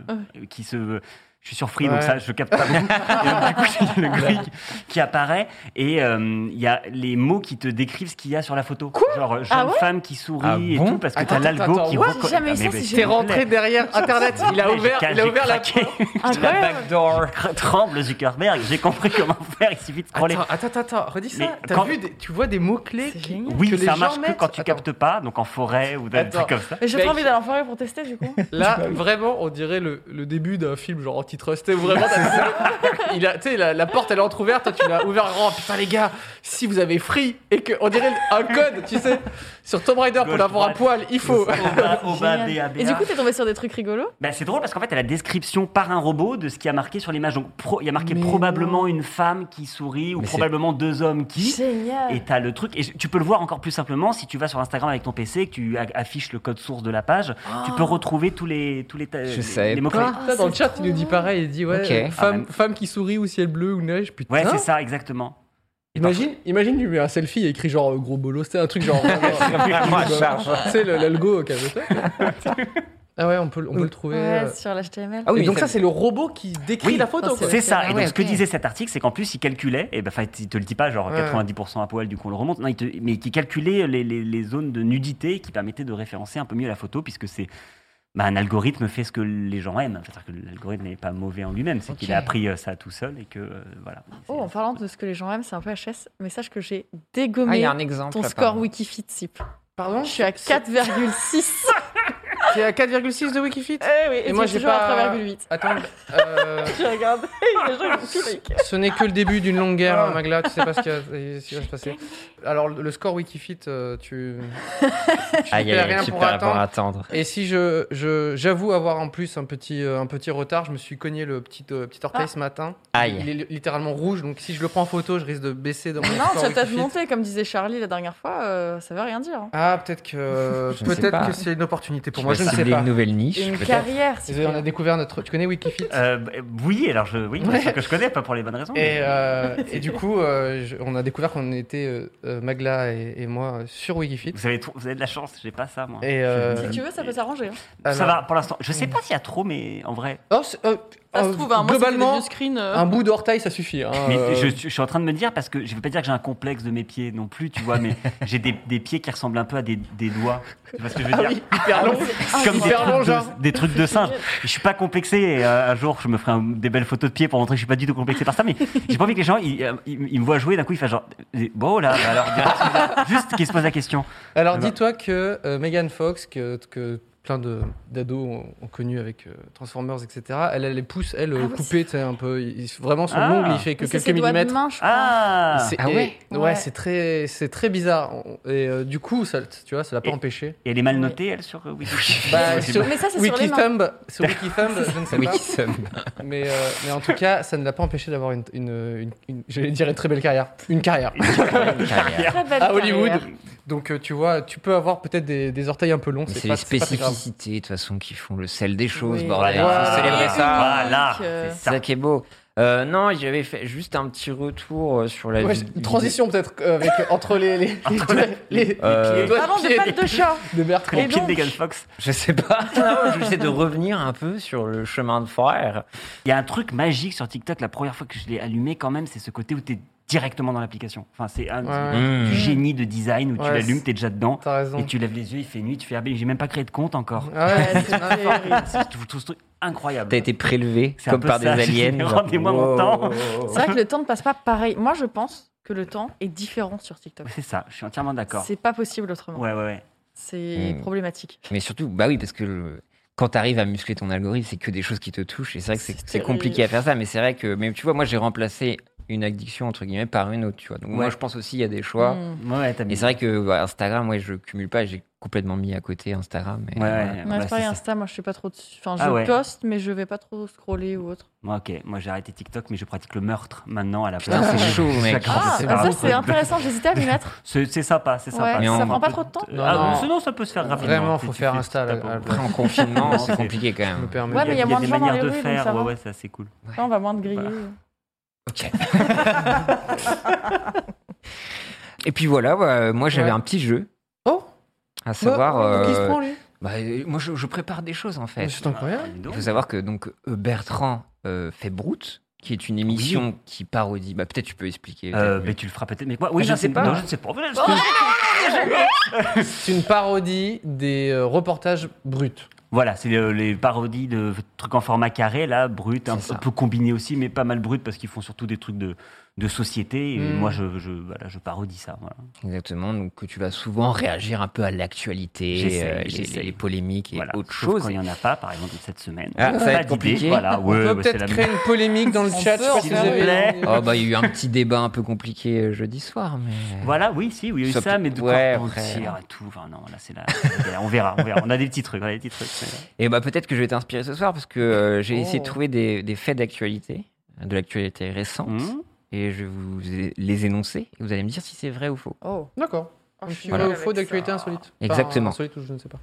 qui se. Je suis sur Free, Ouais. donc ça, je capte pas beaucoup. Et donc, du coup, il y a le gris qui, qui apparaît et euh, il y a les mots qui te décrivent ce qu'il y a sur la photo. Genre, euh, jeune Ah ouais femme qui sourit Ah et bon tout, parce que Attends, t'as l'algo attends, qui attends, what J'ai jamais eu Ah, ça, mais c'est T'es mais génial. s'il vous rentré plaît. derrière Internet. Il a J'ai ouvert, ca- il a j'ai ouvert la craqué. porte. Incroyable. Backdoor Cre- Tremble Zuckerberg, j'ai compris comment faire, il suffit de scroller. Attends, attends, attends, redis Mais ça. T'as quand- vu des- tu vois des mots-clés C'est qui- génial. Oui, que les ça gens marche que mettent. quand tu Attends. captes pas, donc en forêt ou dans des Attends. trucs comme ça. Mais j'ai Mec. pas envie d'aller en forêt pour tester du coup. Là, vraiment, on dirait le, le début d'un film genre antitrust. T'sais, Vraiment, t'as- il a, tu sais, la, la porte elle est entrouverte, toi tu l'as ouvert grand. Oh, Putain, les gars, si vous avez free et que on dirait un code, tu sais, sur Tomb Raider pour Gauche, l'avoir à droite. poil, il faut. Au bas, au bas, Génial. BA, BA. Et du coup, t'es tombé sur des trucs rigolos Bah, c'est drôle parce qu'en fait, elle a la description par un robot de ce qui a marqué sur l'image. Donc, pro- il y a marqué Mais probablement une femme qui sourit ou Mais c'est- probablement deux hommes qui. Et Génial. t'as le truc. Et je- tu peux le voir encore plus simplement si tu vas sur Instagram avec ton PC et que tu a- affiches le code source de la page. Tu peux retrouver tous les, tous les, ta- Je les- savais les mots-clés. pas. Ça, dans le chat, il nous dit pareil. Il dit ouais, Ok. euh, Ah, femme, même. femme qui sourit ou ciel bleu ou neige. Putain. Ouais, c'est ça, exactement. Et Imagine, imagine, lui met un selfie et écrit genre euh, gros bolos, c'est un truc genre. euh, Vraiment à charge. tu sais, le- l'algo qui avait ça. Ah ouais, on peut, on peut le trouver. euh. Ouais, sur l'HTML. Ah oui, et donc, ça- ça, c'est le robot qui décrit Oui, la photo. c'est quoi. C'est ça. Ah Et donc, ouais, ce que ok. disait cet article, c'est qu'en plus, il calculait, et ben, enfin, il te le dit pas, genre Ouais. 90% à poil, du coup, on le remonte. Non, il te- mais qui calculait les, les- les zones de nudité qui permettaient de référencer un peu mieux la photo, puisque c'est. bah, un algorithme fait ce que les gens aiment. Enfin, C'est-à-dire que l'algorithme n'est pas mauvais en lui-même, c'est qu'il a appris euh, ça tout seul et que. euh, voilà. Oh, en parlant de ce que les gens aiment, c'est un peu HS, mais sache que j'ai Ah, il y dégommé a un exemple. ton score apparemment. Wikifit, Sip. Pardon Je suis à 4,6. T'es à 4,6 de Wikifit Eh oui, Et et moi, moi j'ai toujours à pas- 3,8. Attends, euh, J'ai regardé, les gens ils sont tous les cas. ce n'est que le début d'une longue guerre, hein, Magla, tu sais pas ce qui va, ce qui va se passer. Alors, le score Wikifit, euh, tu. tu Aïe, perds aïe, aïe, rien tu pour perds attendre. pour attendre. Et si je je- j'avoue avoir en plus un petit euh, un petit retard, je me suis cogné le petit euh, petit orteil Ah. ce matin. Aïe. Il est li- littéralement rouge, donc si je le prends en photo, je risque de baisser dans mon Non, score tu vas peut-être Wikifit. monter, comme disait Charlie la dernière fois, euh, ça veut rien dire. hein. Ah, peut-être que Je ne sais peut-être pas. que c'est une opportunité pour Tu moi, vas je ne sais cibler pas. une nouvelle niche. Une peut-être. carrière, Cyprien. On a découvert notre tu connais Wikifit Euh, bah, oui, alors je. Oui, bien Ouais. sûr que je connais, pas pour les bonnes raisons. Et, mais- Ah. euh, et du coup, euh, je- on a découvert qu'on était euh, euh, Magla et, et moi euh, sur Wikifit. Vous, avez, trop- vous avez de la chance, j'ai pas ça, moi. Et euh, oh, Si tu veux, ça peut s'arranger. hein. Ça alors- va, pour l'instant. Je sais pas s'il y a trop, mais en vrai. Oh, c'est- euh, Ça euh, se trouve, à un moment, c'était des globalement, vieux screens. euh. un bout d'orteil, ça suffit. hein, Mais euh. je, je suis en train de me dire, parce que je ne veux pas dire que j'ai un complexe de mes pieds non plus, tu vois, mais j'ai des, des pieds qui ressemblent un peu à des, des doigts. Tu vois ce que je veux dire Ah hyper long. Ah, C'est Comme des hyper long, trucs, genre. de, des trucs de singe. Je suis pas complexé. et, euh, un jour, je me ferai un- des belles photos de pieds pour montrer que je suis pas du tout complexé par ça. Mais j'ai pas envie que les gens, ils, euh, ils- ils me voient jouer d'un coup, ils fassent genre, euh, bon là, bah alors, dis-moi ce que c'est. juste qu'ils se posent la question. Alors Eh ben. dis-toi que euh, Megan Fox, que, que plein de- d'ados ont, ont connu avec euh, Transformers, etc. Elle, elle les pousse, elle, Ah euh, oui, coupée, tu sais, un peu. Il- vraiment, son Ah. ongle, il fait que Mais c'est quelques ses doigts de millimètres. main, je crois. Ah C'est- Ah et- ouais Ouais, Ouais. c'est très, c'est très bizarre. On- Et euh, du coup, ça, tu vois, ça l'a pas Et- empêché. Et elle est mal notée, elle, sur euh, Wikipédia Bah, C'est sur- Mais ça, c'est sur les mains. Wikithumb, sur Wikithumb, je ne sais Oui, pas. Mais, euh, mais en tout cas, ça ne l'a pas empêché d'avoir une, une, une- une- j'allais dire une très belle carrière. Une carrière. carrière. Très belle À Hollywood. carrière. Donc euh, tu vois, tu peux avoir peut-être des, des orteils un peu longs. C'est pas- les pas très grave. spécificités, de toute façon, qui font le sel des choses, Oui. bordel. Voilà. Faut célébrer ça. Voilà, Donc, euh, c'est C'est ça. ça qui est beau. Euh, non, j'avais fait juste un petit retour euh, sur la Ouais, vie- une transition peut-être euh, avec, entre les, les, les, les- les Euh, doigts Parlons de de pied pattes de chat. de Bertrand. Et Les pieds de donc- Megan Fox. Je sais pas. Non, J'essaie de revenir un peu sur le chemin de fer. Il y a un truc magique sur TikTok, la première fois que je l'ai allumé, quand même, c'est ce côté où tu es directement dans l'application. Enfin, c'est un Ouais, du Mm. Mmh. génie de design où tu Ouais, l'allumes, c'est- tu es déjà dedans. T'as raison. Et tu lèves les yeux, il fait nuit, tu fais Ah, ben, j'ai même pas créé de compte encore. Ah ouais. Ouais, c'est terrible. C'est- Je trouve ce truc incroyable. T'as été prélevé C'est un comme peu par ça, des j'ai dit, aliens. genre, rendez-moi mon wow. temps. C'est vrai que le temps ne passe pas pareil. Moi, je pense que le temps est différent sur TikTok. Ouais, C'est ça, je suis entièrement d'accord. C'est pas possible autrement. Ouais, ouais, ouais. C'est Mm. problématique. Mais surtout, bah oui, parce que le- quand t'arrives à muscler ton algorithme, c'est que des choses qui te touchent. Et c'est vrai que c'est- C'est c'est terrible. compliqué à faire ça. Mais c'est vrai que, mais tu vois, moi j'ai remplacé une addiction entre guillemets par une autre. Tu vois. Donc moi Ouais. je pense aussi il y a des choix. Mm. Ouais, ouais, t'as Et mis. c'est vrai que bah, Instagram, ouais, je cumule pas. J'ai complètement mis à côté Instagram. mais Ouais, ouais, voilà. ouais, Ouais, bah, c'est c'est pareil, ça. Insta, moi je suis pas trop dessus. Enfin, je Ah ouais. poste, mais je vais pas trop scroller ou autre. Moi, ok, moi j'ai arrêté TikTok, mais je pratique le meurtre maintenant à la Putain, place. c'est chaud, mec. Chacun Ah, ses bah ça parents. c'est intéressant, j'hésitais à m'y mettre. C'est c'est sympa, c'est sympa. Ouais, Mais ça on- prend pas trop de temps. Ah, Non, non. Sinon, ça peut se faire rapidement. Vraiment, Tu- faut tu faire fais- Insta, tu là, tapes- là, Après en confinement, Non, c'est c'est- compliqué quand Je même. me permets. Ouais, mais il y a moins de des gens dans manières les de rues, donc faire. ça Ouais, va. ouais, ça c'est cool. Là, on va moins de griller. Ok. Et puis voilà, bah, moi j'avais Ouais. un petit jeu, Oh, à savoir. bah, donc il se euh, prend, lui. bah, euh, moi je, je prépare des choses en fait. Mais C'est incroyable. Ah, dis Il donc. faut savoir que donc euh, Bertrand euh, fait Brout, qui est une émission qui parodie. Bah peut-être tu peux expliquer. Euh, peut-être mieux. mais tu le feras peut-être. Mais quoi Oui, Ah, je non, sais c'est- pas. Non, je ne sais pas. Voilà, je- C'est une parodie des euh, reportages bruts. Voilà, c'est le- les parodies de trucs en format carré, là, brut, un C'est ça. peu combiné aussi, mais pas mal brut parce qu'ils font surtout des trucs de, de société. Et Hmm. Mm. moi, je, je, voilà, je parodie ça. Voilà. Exactement. Donc que tu vas souvent réagir un peu à l'actualité, J'essaye, euh, les, j'essaye. les polémiques et voilà. autre Sauf chose. quand il n'y en a pas, par exemple, cette semaine. Ah, ça va Pas être d'idée, compliqué. Voilà, On ouais, peut bah, c'est peut-être la créer une polémique dans le On chat. peut je sais pas en si faire vous avez- une. Oh bah il y a eu un petit débat un peu compliqué euh, jeudi soir, mais. Voilà, oui, si, oui, oui, Ça ça, peut- mais de ouais, quoi après. mentir et tout. Enfin, non, là, c'est la. c'est la- on verra, on verra. On a des petits trucs, on a des petits trucs. mais- Et bah peut-être que je vais t'inspirer ce soir parce que euh, j'ai Oh. essayé de trouver des, des faits d'actualité, de l'actualité récente, Hmm et je vais vous les énoncer. Et vous allez me dire si c'est vrai ou faux. Oh, D'accord. Oh, Un je petit suis Voilà. nulle euh, faux avec d'actualité ça. insolite. Exactement. Enfin, insolite ou je ne sais pas.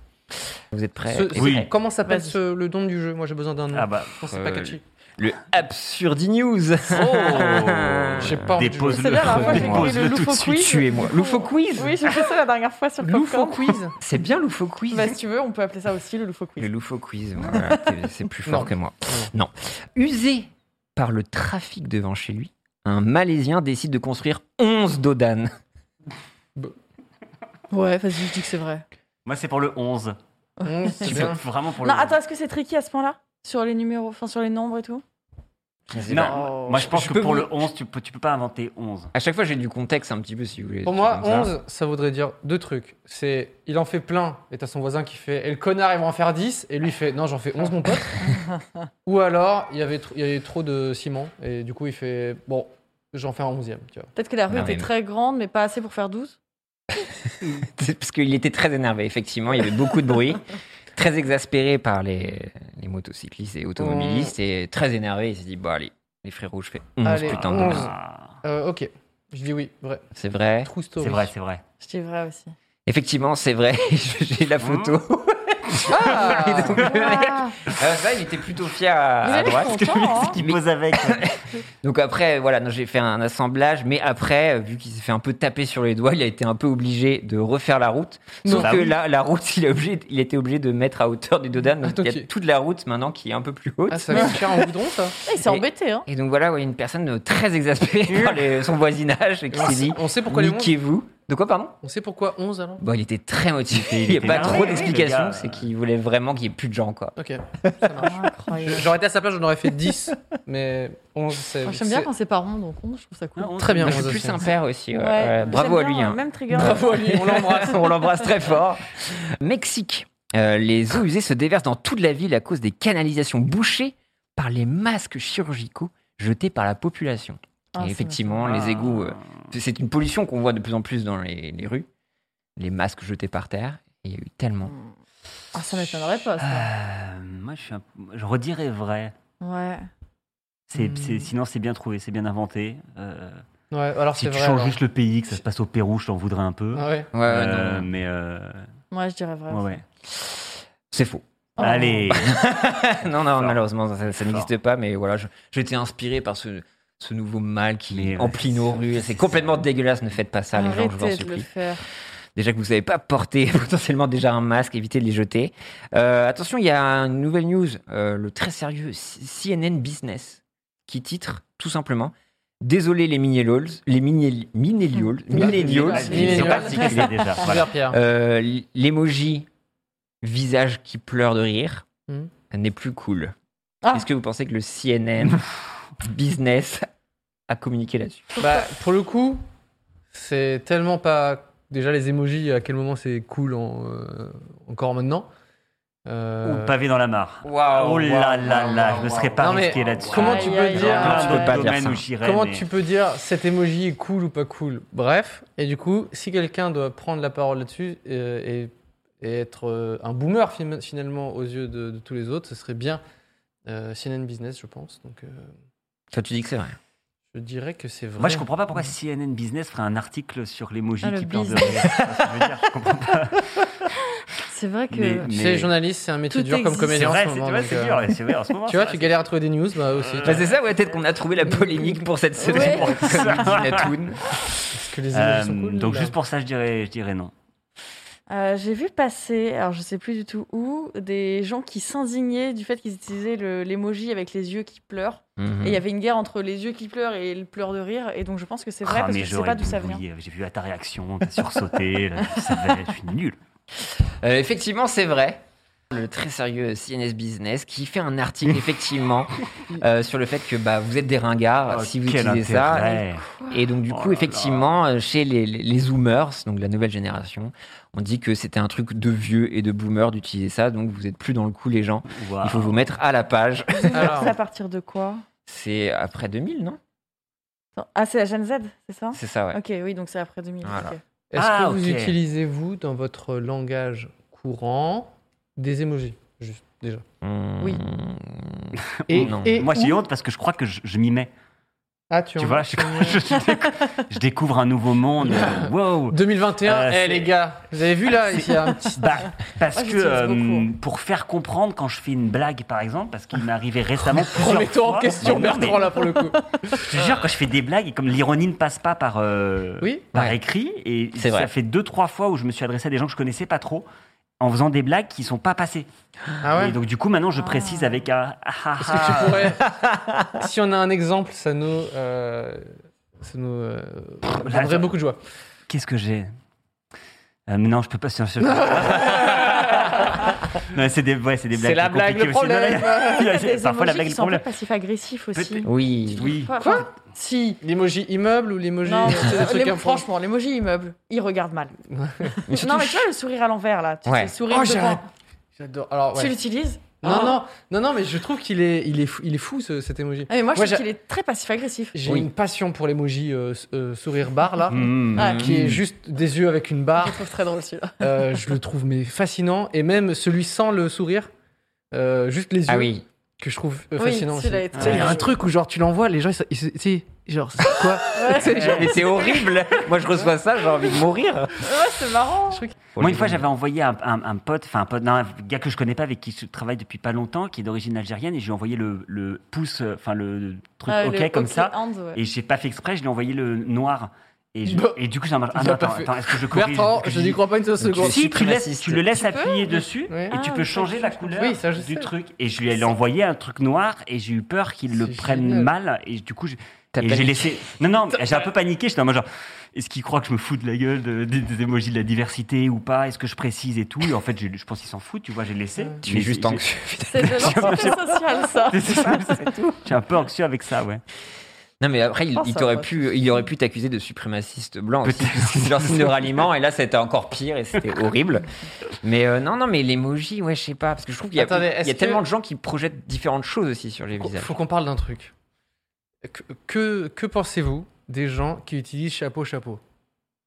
Vous êtes prêts Ce- Et ce- Oui. prêts Comment s'appelle Vas-y. ce- le don du jeu Moi j'ai besoin d'un nom. Ah bah. Non, c'est Euh, pas catchy. Le Absurdi News. Oh. Euh, J'ai pas envie de jouer. Dépose C'est le, bien, la dernière fois, j'ai dépose écrit le le tout de Loufo suite. Quiz. Tuez-moi. Loufo Quiz Oui, j'ai fait ça la dernière fois sur le Loufo popcorn. Oh. quiz. C'est bien Loufo Quiz Bah, si tu veux, on peut appeler ça aussi le Loufo Le Quiz. Loufo Quiz, voilà, t'es- c'est plus fort Non. que moi. Non. Usé par le trafic devant chez lui, un Malaisien décide de construire 11 dodanes. Ouais, vas-y, je dis que c'est vrai. Oh Moi, c'est pour le 11. Mmh, Je c'est suis bien. vraiment pour Non, le 11. attends, est-ce que c'est tricky à ce point-là Sur les numéros, enfin sur les nombres et tout Ah, Non, moi, je pense Je que peux pour vous- le 11, tu peux, tu peux pas inventer 11. À chaque fois, j'ai du contexte un petit peu, si vous voulez. Pour des moi, trucs comme ça. 11, ça voudrait dire deux trucs. C'est il en fait plein et t'as son voisin qui fait et le connard, il va en faire 10 et lui il fait non, j'en fais 11, mon pote. Ou alors, il y avait tr- il y avait trop de ciment et du coup, il fait bon, j'en fais un 11e. Tu vois. Peut-être que la rue Non, était mais- très grande, mais pas assez pour faire 12. C'est Parce qu'il était très énervé, effectivement. Il y avait beaucoup de bruit. Très exaspéré par les, les motocyclistes et automobilistes. Et très énervé, il s'est dit Bon, allez, les frérots, je fais 11 Allez, putains de 11. dodanes. Ah, Euh, ok, je dis oui, vrai. C'est vrai. True story. c'est vrai, c'est vrai. Je dis vrai aussi. Effectivement, c'est vrai. j'ai la photo. Ah Et donc, le mec, Ah, euh, ça, il était plutôt fier à, Vous à avez droite. content, hein Qui pose avec. Donc après, voilà, non, j'ai fait un assemblage, mais après, euh, vu qu'il s'est fait un peu taper sur les doigts, il a été un peu obligé de refaire la route. Sauf Non. que Bah oui. là, la route, il, a obligé, il était obligé de mettre à hauteur du dodan. Donc Attends, il y a qui- toute la route maintenant qui est un peu plus haute. Ah, ça va se faire en goudron, ça Il s'est Et- embêté, hein Et donc voilà, ouais, une personne euh, très exaspérée par les- son voisinage et qui on, s'est sait, dit on sait pourquoi les 11 Niquez-vous. De quoi, pardon On sait pourquoi 11 alors Bon, il était très motivé. Il Il n'y a était pas énervé, trop oui, le d'explications. gars. C'est qu'il voulait vraiment qu'il n'y ait plus de gens, quoi. Ok. Incroyable. J'aurais été à sa place, j'en aurais fait 10, mais 11, c'est. Moi, J'aime bien quand c'est par rond, donc on, je trouve ça Ah, cool. Très bien. Moi, je suis onze plus aussi. sympa aussi. ouais. Ouais, Ouais, j'aime bravo à bien, lui. hein. Même trigger. Bravo à lui, on l'embrasse. On l'embrasse très fort. Mexique. Euh, les eaux usées se déversent dans toute la ville à cause des canalisations bouchées par les masques chirurgicaux jetés par la population. Ah, Et c'est effectivement, les égouts, euh, c'est une pollution qu'on voit de plus en plus dans les, les rues. Les masques jetés par terre, il y a eu tellement. Ah, ça m'étonnerait pas, ça. Euh, moi, je, suis un- je redirais vrai. Ouais. C'est, Hmm. c'est- sinon, c'est bien trouvé, c'est bien inventé. Euh, Ouais, alors si Ah, c'est tu vrai. changes alors. juste le pays, que ça se passe au Pérou, je t'en voudrais un peu. Ah ouais. Ouais, ouais, non, Euh, non. mais euh, Moi, je dirais vrai. ouais, ouais. c'est faux. Oh. Allez, non, non, Fort. malheureusement, ça, ça Fort. n'existe pas, mais voilà, je- j'ai été inspiré par ce, ce nouveau mal qui Mais ouais, emplit nos c'est- rues. C'est c'est- complètement dégueulasse, ne faites pas ça, les gens, je vous en Arrêtez de le supplie. faire. Déjà que vous savez pas porter potentiellement déjà un masque, évitez de les jeter. Euh, attention, il y a une nouvelle news, euh, le très sérieux C- CNN Business, qui titre tout simplement Désolé les millennials, les minéli- millennials, millennials, Millennials. je sais pas si- il est déjà. Voilà. Super, Pierre. euh, l- l'emoji visage qui pleure de rire Mhm. n'est plus cool. Hmm. Ah. Est-ce que vous pensez que le CNN Business a communiqué là-dessus Euh. Bah, pour le coup, c'est tellement pas. Déjà, les emojis, à quel moment c'est cool en, euh, encore maintenant Ou Euh, pavé dans la mare. Waouh, oh là waouh, là là, waouh, je me waouh, serais pas waouh. Non, mais risqué là-dessus. comment tu peux dire- Plein Tu d'autres peux pas dire domaines ça. où j'irais, Comment mais- tu peux dire cet emoji est cool ou pas cool Bref, et du coup, si quelqu'un doit prendre la parole là-dessus euh, et, et être euh, un boomer fi- finalement aux yeux de, de tous les autres, ce serait bien euh, CNN Business, je pense. Donc, euh, Toi, tu dis que c'est vrai. je dirais que c'est vrai. Moi, je comprends pas pourquoi CNN Business ferait un article sur l'emoji Ah, le qui pleure de business. rire. C'est ce que je veux dire, je comprends pas. C'est vrai que. Mais- Tu mais- sais, journaliste, c'est un métier Tout dur comme existe. C'est comédien. en vrai, ce c'est moment, tu vois, donc, c'est euh, dur. C'est vrai, en ce moment. Tu vois, c'est tu vrai, galères à trouver des news, bah aussi. Euh, Bah, c'est ça, ouais, peut-être qu'on a trouvé la polémique pour cette semaine. Ouais. Pour Christina Toon. Parce que les c'est- emojis sont Euh, cool, donc là. juste pour ça, je dirais, je dirais non. Euh, J'ai vu passer, alors je sais plus du tout où, des gens qui s'indignaient du fait qu'ils utilisaient le- l'emoji avec les yeux qui pleurent. Mhm. Et il y avait une guerre entre les yeux qui pleurent et le pleur de rire. Et donc je pense que c'est vrai Ah, parce mais que je sais j'aurais pas d'où dû ça vient. bouillir. J'ai vu à ta réaction, t'as sursauté, là, je savais, je suis nul. Euh, effectivement, c'est vrai. Le très sérieux CNS Business qui fait un article, effectivement, euh, sur le fait que bah, vous êtes des ringards Ah, Oh, si vous quel utilisez ça. intérêt. Et donc, du Oh coup, là effectivement, euh, chez les, les- les Zoomers, donc la nouvelle génération, on dit que c'était un truc de vieux et de boomers d'utiliser ça. Donc, vous êtes plus dans le coup, les gens. Waouh. Il faut vous mettre à la page. Alors, C'est à partir de quoi C'est après 2000, non Attends. Ah, c'est la Gen Z, c'est ça C'est ça, ouais. Ok, oui, donc c'est après 2000. Voilà. ok. Est-ce Ah, que vous ok. utilisez, vous, dans votre langage courant, des emojis Juste, déjà. Mmh. Oui. Et, Non. et Moi, ou- j'ai honte parce que je crois que je, je m'y mets. Ah, tu, Tu en- vois, je, je- je décou- je découvre un nouveau monde. euh, Wow 2021, Euh, eh c'est- les gars, vous avez vu là, il y a un petit. Bah, parce Moi, que j'utilise euh, beaucoup. pour faire comprendre quand je fais une blague, par exemple, parce qu'il m'est arrivé récemment plusieurs Remettons fois- en question Mais non, mais Bertrand là pour le coup. Je te jure quand je fais des blagues, et comme l'ironie ne passe pas par euh, Oui. par Ouais. écrit, et C'est ça vrai. fait deux trois fois où je me suis adressé à des gens que je connaissais pas trop en faisant des blagues qui sont pas passées. Ah Et ouais donc du coup maintenant je Ah. précise avec un ah, ah, Est-ce que ah. tu pourrais. si on a un exemple, ça nous. euh, Ça nous. euh, là, donnerait attends. beaucoup de joie. Qu'est-ce que j'ai Euh, mais non, je peux pas. C'est un- c'est- Non, c'est des, ouais, c'est des blagues. C'est la compliquées blague, le aussi. Non, non, problème il y a- Peut-être des Parfois la emojis blague qui du sont un peu problème. passifs-agressifs aussi. Oui. Oui. Enfin, Quoi enfin, Si. L'emoji immeuble ou l'emoji. Non, euh, tu sais, des trucs les- un peu- franchement, l'emoji immeuble, il regarde mal. Mais surtout, non, mais tu vois le sourire à l'envers là, tu Ouais. sais, sourire Oh, devant. J'adore. Alors, Tu ouais. l'utilises Non, non, non, non, mais je trouve qu'il est, il est, fou- il est fou ce- cet emoji. Ah, mais moi, je Moi, trouve j'ai- qu'il est très passif-agressif. J'ai Oui. Mm. une passion pour l'emoji euh, s- euh, sourire barre là, Mmh. Ouais. qui est juste des yeux avec une barre. Je le trouve très drôle celui-là. Euh, je le trouve mais fascinant et même celui sans le sourire, euh, juste les yeux Ah oui. que je trouve euh, Oui, fascinant. aussi. celui-là est Tu sais, Il y a très- un truc où genre tu l'envoies, les gens ils, se- ils se- tu sais, genre c'est quoi Ouais, Tu sais, genre, Mais c'est horrible. Moi, je reçois ça, j'ai envie de mourir. Ouais, c'est marrant. Moi, une fois, j'avais envoyé un, un- un pote, enfin un pote, non, un gars que je connais pas, avec qui je travaille depuis pas longtemps, qui est d'origine algérienne, et je lui ai envoyé le, le pouce, euh, enfin le truc Ah, OK le comme hockey ça, hand, ouais. et j'ai pas fait exprès, je lui ai envoyé le noir. Et, je- Bah, et du coup, j'ai un marche. Ah il non, a pas attends, fait. attends, est-ce que je corrige Bertrand, Est-ce que je n'y crois pas une seule Donc, tu seconde. sais- Si, tu, laisses, suprémaciste. tu le laisses Tu peux appuyer dessus Oui. et Ah, tu ça, peux changer je- la je- couleur oui, ça, je du sais. truc. Et je lui ai envoyé un truc noir et j'ai eu peur qu'il le C'est prenne génial. mal. Et du coup, je- T'as et j'ai paniqué. laissé. Non, non, mais j'ai un peu paniqué. J'étais en mode genre, est-ce qu'il croit que je me fous de la gueule de- des, des émojis de la diversité ou pas Est-ce que je précise et tout Et en fait, j'ai- je pense qu'il s'en fout, tu vois, j'ai laissé. Tu es juste anxieux. anxieux. C'est de l'anxiété sociale, ça. Je suis un peu anxieux avec ça, ouais. Non, mais après, il, Ah, il ça, t'aurait ouais. pu, il aurait pu t'accuser de suprémaciste blanc. aussi. Peut-être. C'est leur signe de ralliement, et là, c'était encore pire, et c'était horrible. Mais euh, non, non, mais l'emoji, ouais, je sais pas, parce que je trouve qu'il y a, Attendez, il y est-ce a que- tellement de gens qui projettent différentes choses aussi sur les Il visages. faut qu'on parle d'un truc. Que, que, que pensez-vous des gens qui utilisent chapeau, chapeau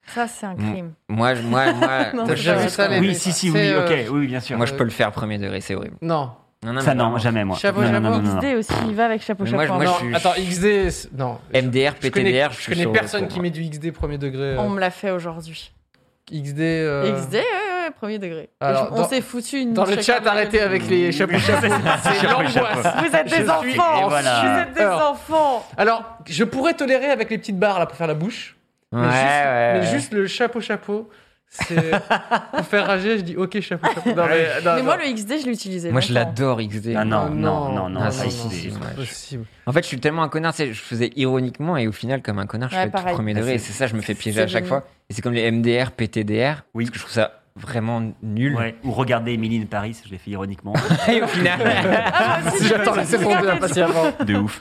Ça, c'est un Mm. crime. Moi, je- moi, moi, Non, moi, c'est je- vrai. ça, les- Oui, si, si, oui, c'est, ok, euh, oui, bien sûr. moi, je peux le faire premier degré, c'est horrible. Non. Non, non, Ça, mais non, vraiment. jamais, moi. Chapeau, Non, non, chapeau. non, non, non. XD aussi, il va avec chapeau Mais chapeau. moi, moi, hein. Non, je suis- Attends, XD, c'est- non. MDR, Je connais, PTDR, je connais suis personne sur- qui met du XD premier degré. euh, On me l'a fait aujourd'hui. XD. euh, XD, ouais, ouais, premier degré. Alors, Je- on dans- s'est foutu une. Dans le chacun chat, de- arrêtez avec les chapeaux, chapeaux. C'est l'angoisse. Vous êtes Je des suis- enfants. et voilà. Vous êtes des Alors. enfants. Alors, je pourrais tolérer avec les petites barres là pour faire la bouche. Ouais, mais, juste, ouais, mais ouais. juste le chapeau chapeau, c'est pour faire rager, je dis ok chapeau chapeau. Non, mais, non, Mais moi, Ah, non. le XD, je l'utilisais. Moi, je longtemps. l'adore, XD. Ah, non. non, non, ça, c'est- c'est pas ouais, je- possible. En fait, je suis tellement un connard, c'est- je faisais ironiquement et au final, comme un connard, je Ouais, fais tout pareil. premier Ah, degré. c'est- Et c'est ça, je me fais piéger c'est à chaque génial. fois. Et c'est comme les MDR, PTDR. Oui. Parce que je trouve ça vraiment nul. Ouais. Ou regardez Emily in Paris, je l'ai fait ironiquement. Et au final. Ah, bah, si, Si j'attends je- la seconde regardez, là, patiemment. de ouf.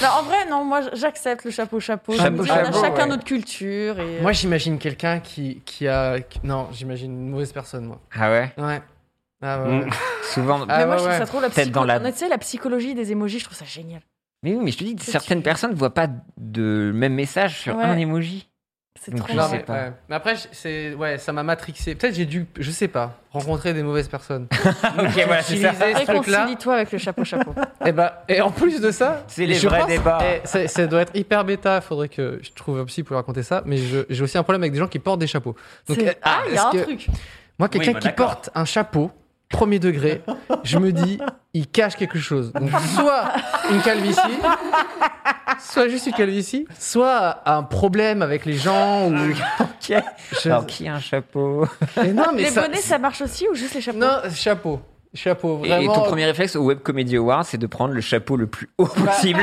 Non, en vrai, non, moi j'accepte le chapeau chapeau. Je Chapeau, me dis, on a chapeau, chacun ouais. notre culture. Et... Moi, j'imagine quelqu'un qui, qui a. qui- Non, j'imagine une mauvaise personne, moi. ah ouais Ouais. Ah ouais. Mm, ouais. Souvent. mais Ah, moi, ouais, je trouve ouais. ça trop la, Peut-être psycho- dans la- Non, tu sais, la psychologie des émojis, je trouve ça génial. Mais oui, mais je te dis, que certaines tu fais personnes ne voient pas de même message sur Ouais. un emoji. C'est Donc, trop je Non, sais mais, marrant. pas. ouais. Mais après, je- c'est ouais, ça m'a matrixé. Peut-être j'ai dû, je sais pas, rencontrer des mauvaises personnes. ok, voilà, c'est Utiliser ça. ce truc-là. Réconcilie-toi avec le chapeau chapeau. Et bah, et en plus de ça, C'est les je vrais pense- débats. eh, ça, ça doit être hyper bêta. Faudrait que je trouve un psy pour raconter ça. Mais je- j'ai aussi un problème avec des gens qui portent des chapeaux. Donc, C'est- eh, ah, il y a est-ce un que- truc. Moi, quelqu'un bah, qui d'accord. porte un chapeau, premier degré, je me dis, il cache quelque chose. Donc, soit une calvitie, soit juste une calvitie, soit un problème avec les gens. Ou... Ok. Je- Alors, qui a un chapeau Mais non, mais Ah. Les ça- bonnets, ça marche aussi ou juste les chapeaux Non, chapeau. Chapeau, Et- vraiment. Et ton premier réflexe au Web Comedy Award, c'est de prendre le chapeau le plus haut Bah. possible.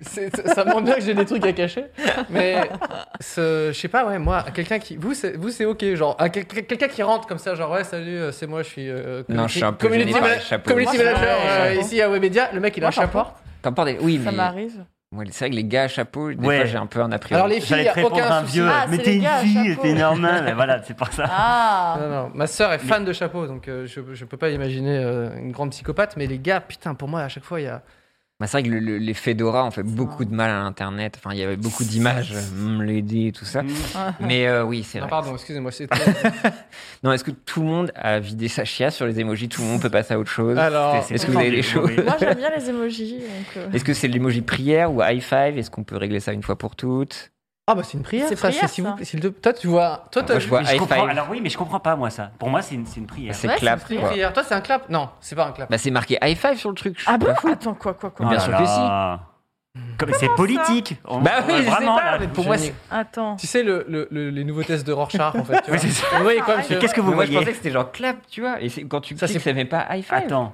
C'est- Ça montre bien que j'ai des trucs à cacher. Mais ce- je sais pas, ouais, moi, quelqu'un qui. Vous, c'est vous, c'est ok. Genre, un- quel- quelqu'un qui rentre comme ça, genre, ouais, salut, euh, c'est moi, je suis. euh, Non, je suis un peu community, gêné par mana- les chapeaux. community Moi, c'est manager vrai, euh, chapeau. ici à Webedia. Le mec, il a Moi, un j'en chapeau. porte. T'en portes des- Oui, Ça mais. m'arrive. Ouais, c'est vrai que les gars à chapeau, des Ouais. fois, j'ai un peu un a priori. Alors, les filles, J'allais y te a répondre aucun à un souci. vieux. Ah, mais c'est t'es les une gars, fille, chapeau. t'es normal. Mais voilà, c'est pour ça. Ah Non, non, ma sœur est fan de chapeaux, donc euh, je, je peux pas imaginer euh, une grande psychopathe, mais les gars, putain, pour moi, à chaque fois, il y a. Bah, c'est vrai que le- le- les fedoras ont fait beaucoup de mal à l'internet. Enfin, il y avait beaucoup d'images, mm, lady et tout ça. Mais euh, oui, c'est Non, vrai. pardon, excusez-moi, c'est. Non, est-ce que tout le monde a vidé sa chiasse sur les emojis Tout le monde peut passer à autre chose Alors, Est-ce que vous avez des choses Moi, j'aime bien les émojis. donc, euh, Est-ce que c'est l'emoji prière ou high five Est-ce qu'on peut régler ça une fois pour toutes Ah, bah, c'est une prière, C'est ça, prière, c'est s'il ça. vous plaît. s'il te- Toi, tu vois. Toi, Moi, t'as je vois Mais je high comprends- five. Alors oui, mais je comprends pas moi ça. Pour moi, c'est une, c'est une prière. Ah, C'est Ouais, clap. c'est une une quoi. prière. Toi, c'est un clap Non, c'est pas un clap. Bah, c'est marqué high five sur le truc. je Ah suis bon pas fou. Attends, quoi, quoi, quoi bien sûr que si. Oh Comme c'est politique. On- Ah Bah oui, ouais, je sais vraiment. pas, là. mais pour moi, Génial. c'est. Attends. Tu sais, le, le- le- les nouveaux tests de Rorschach, en fait. Tu vois. Oui, c'est ça. Vous voyez quoi, monsieur Qu'est-ce que vous Ah, Mais moi, je voyez pensais que c'était genre clap, tu vois. Et c'est- quand tu Ça, cliques, c'est- ça met pas high five. Attends.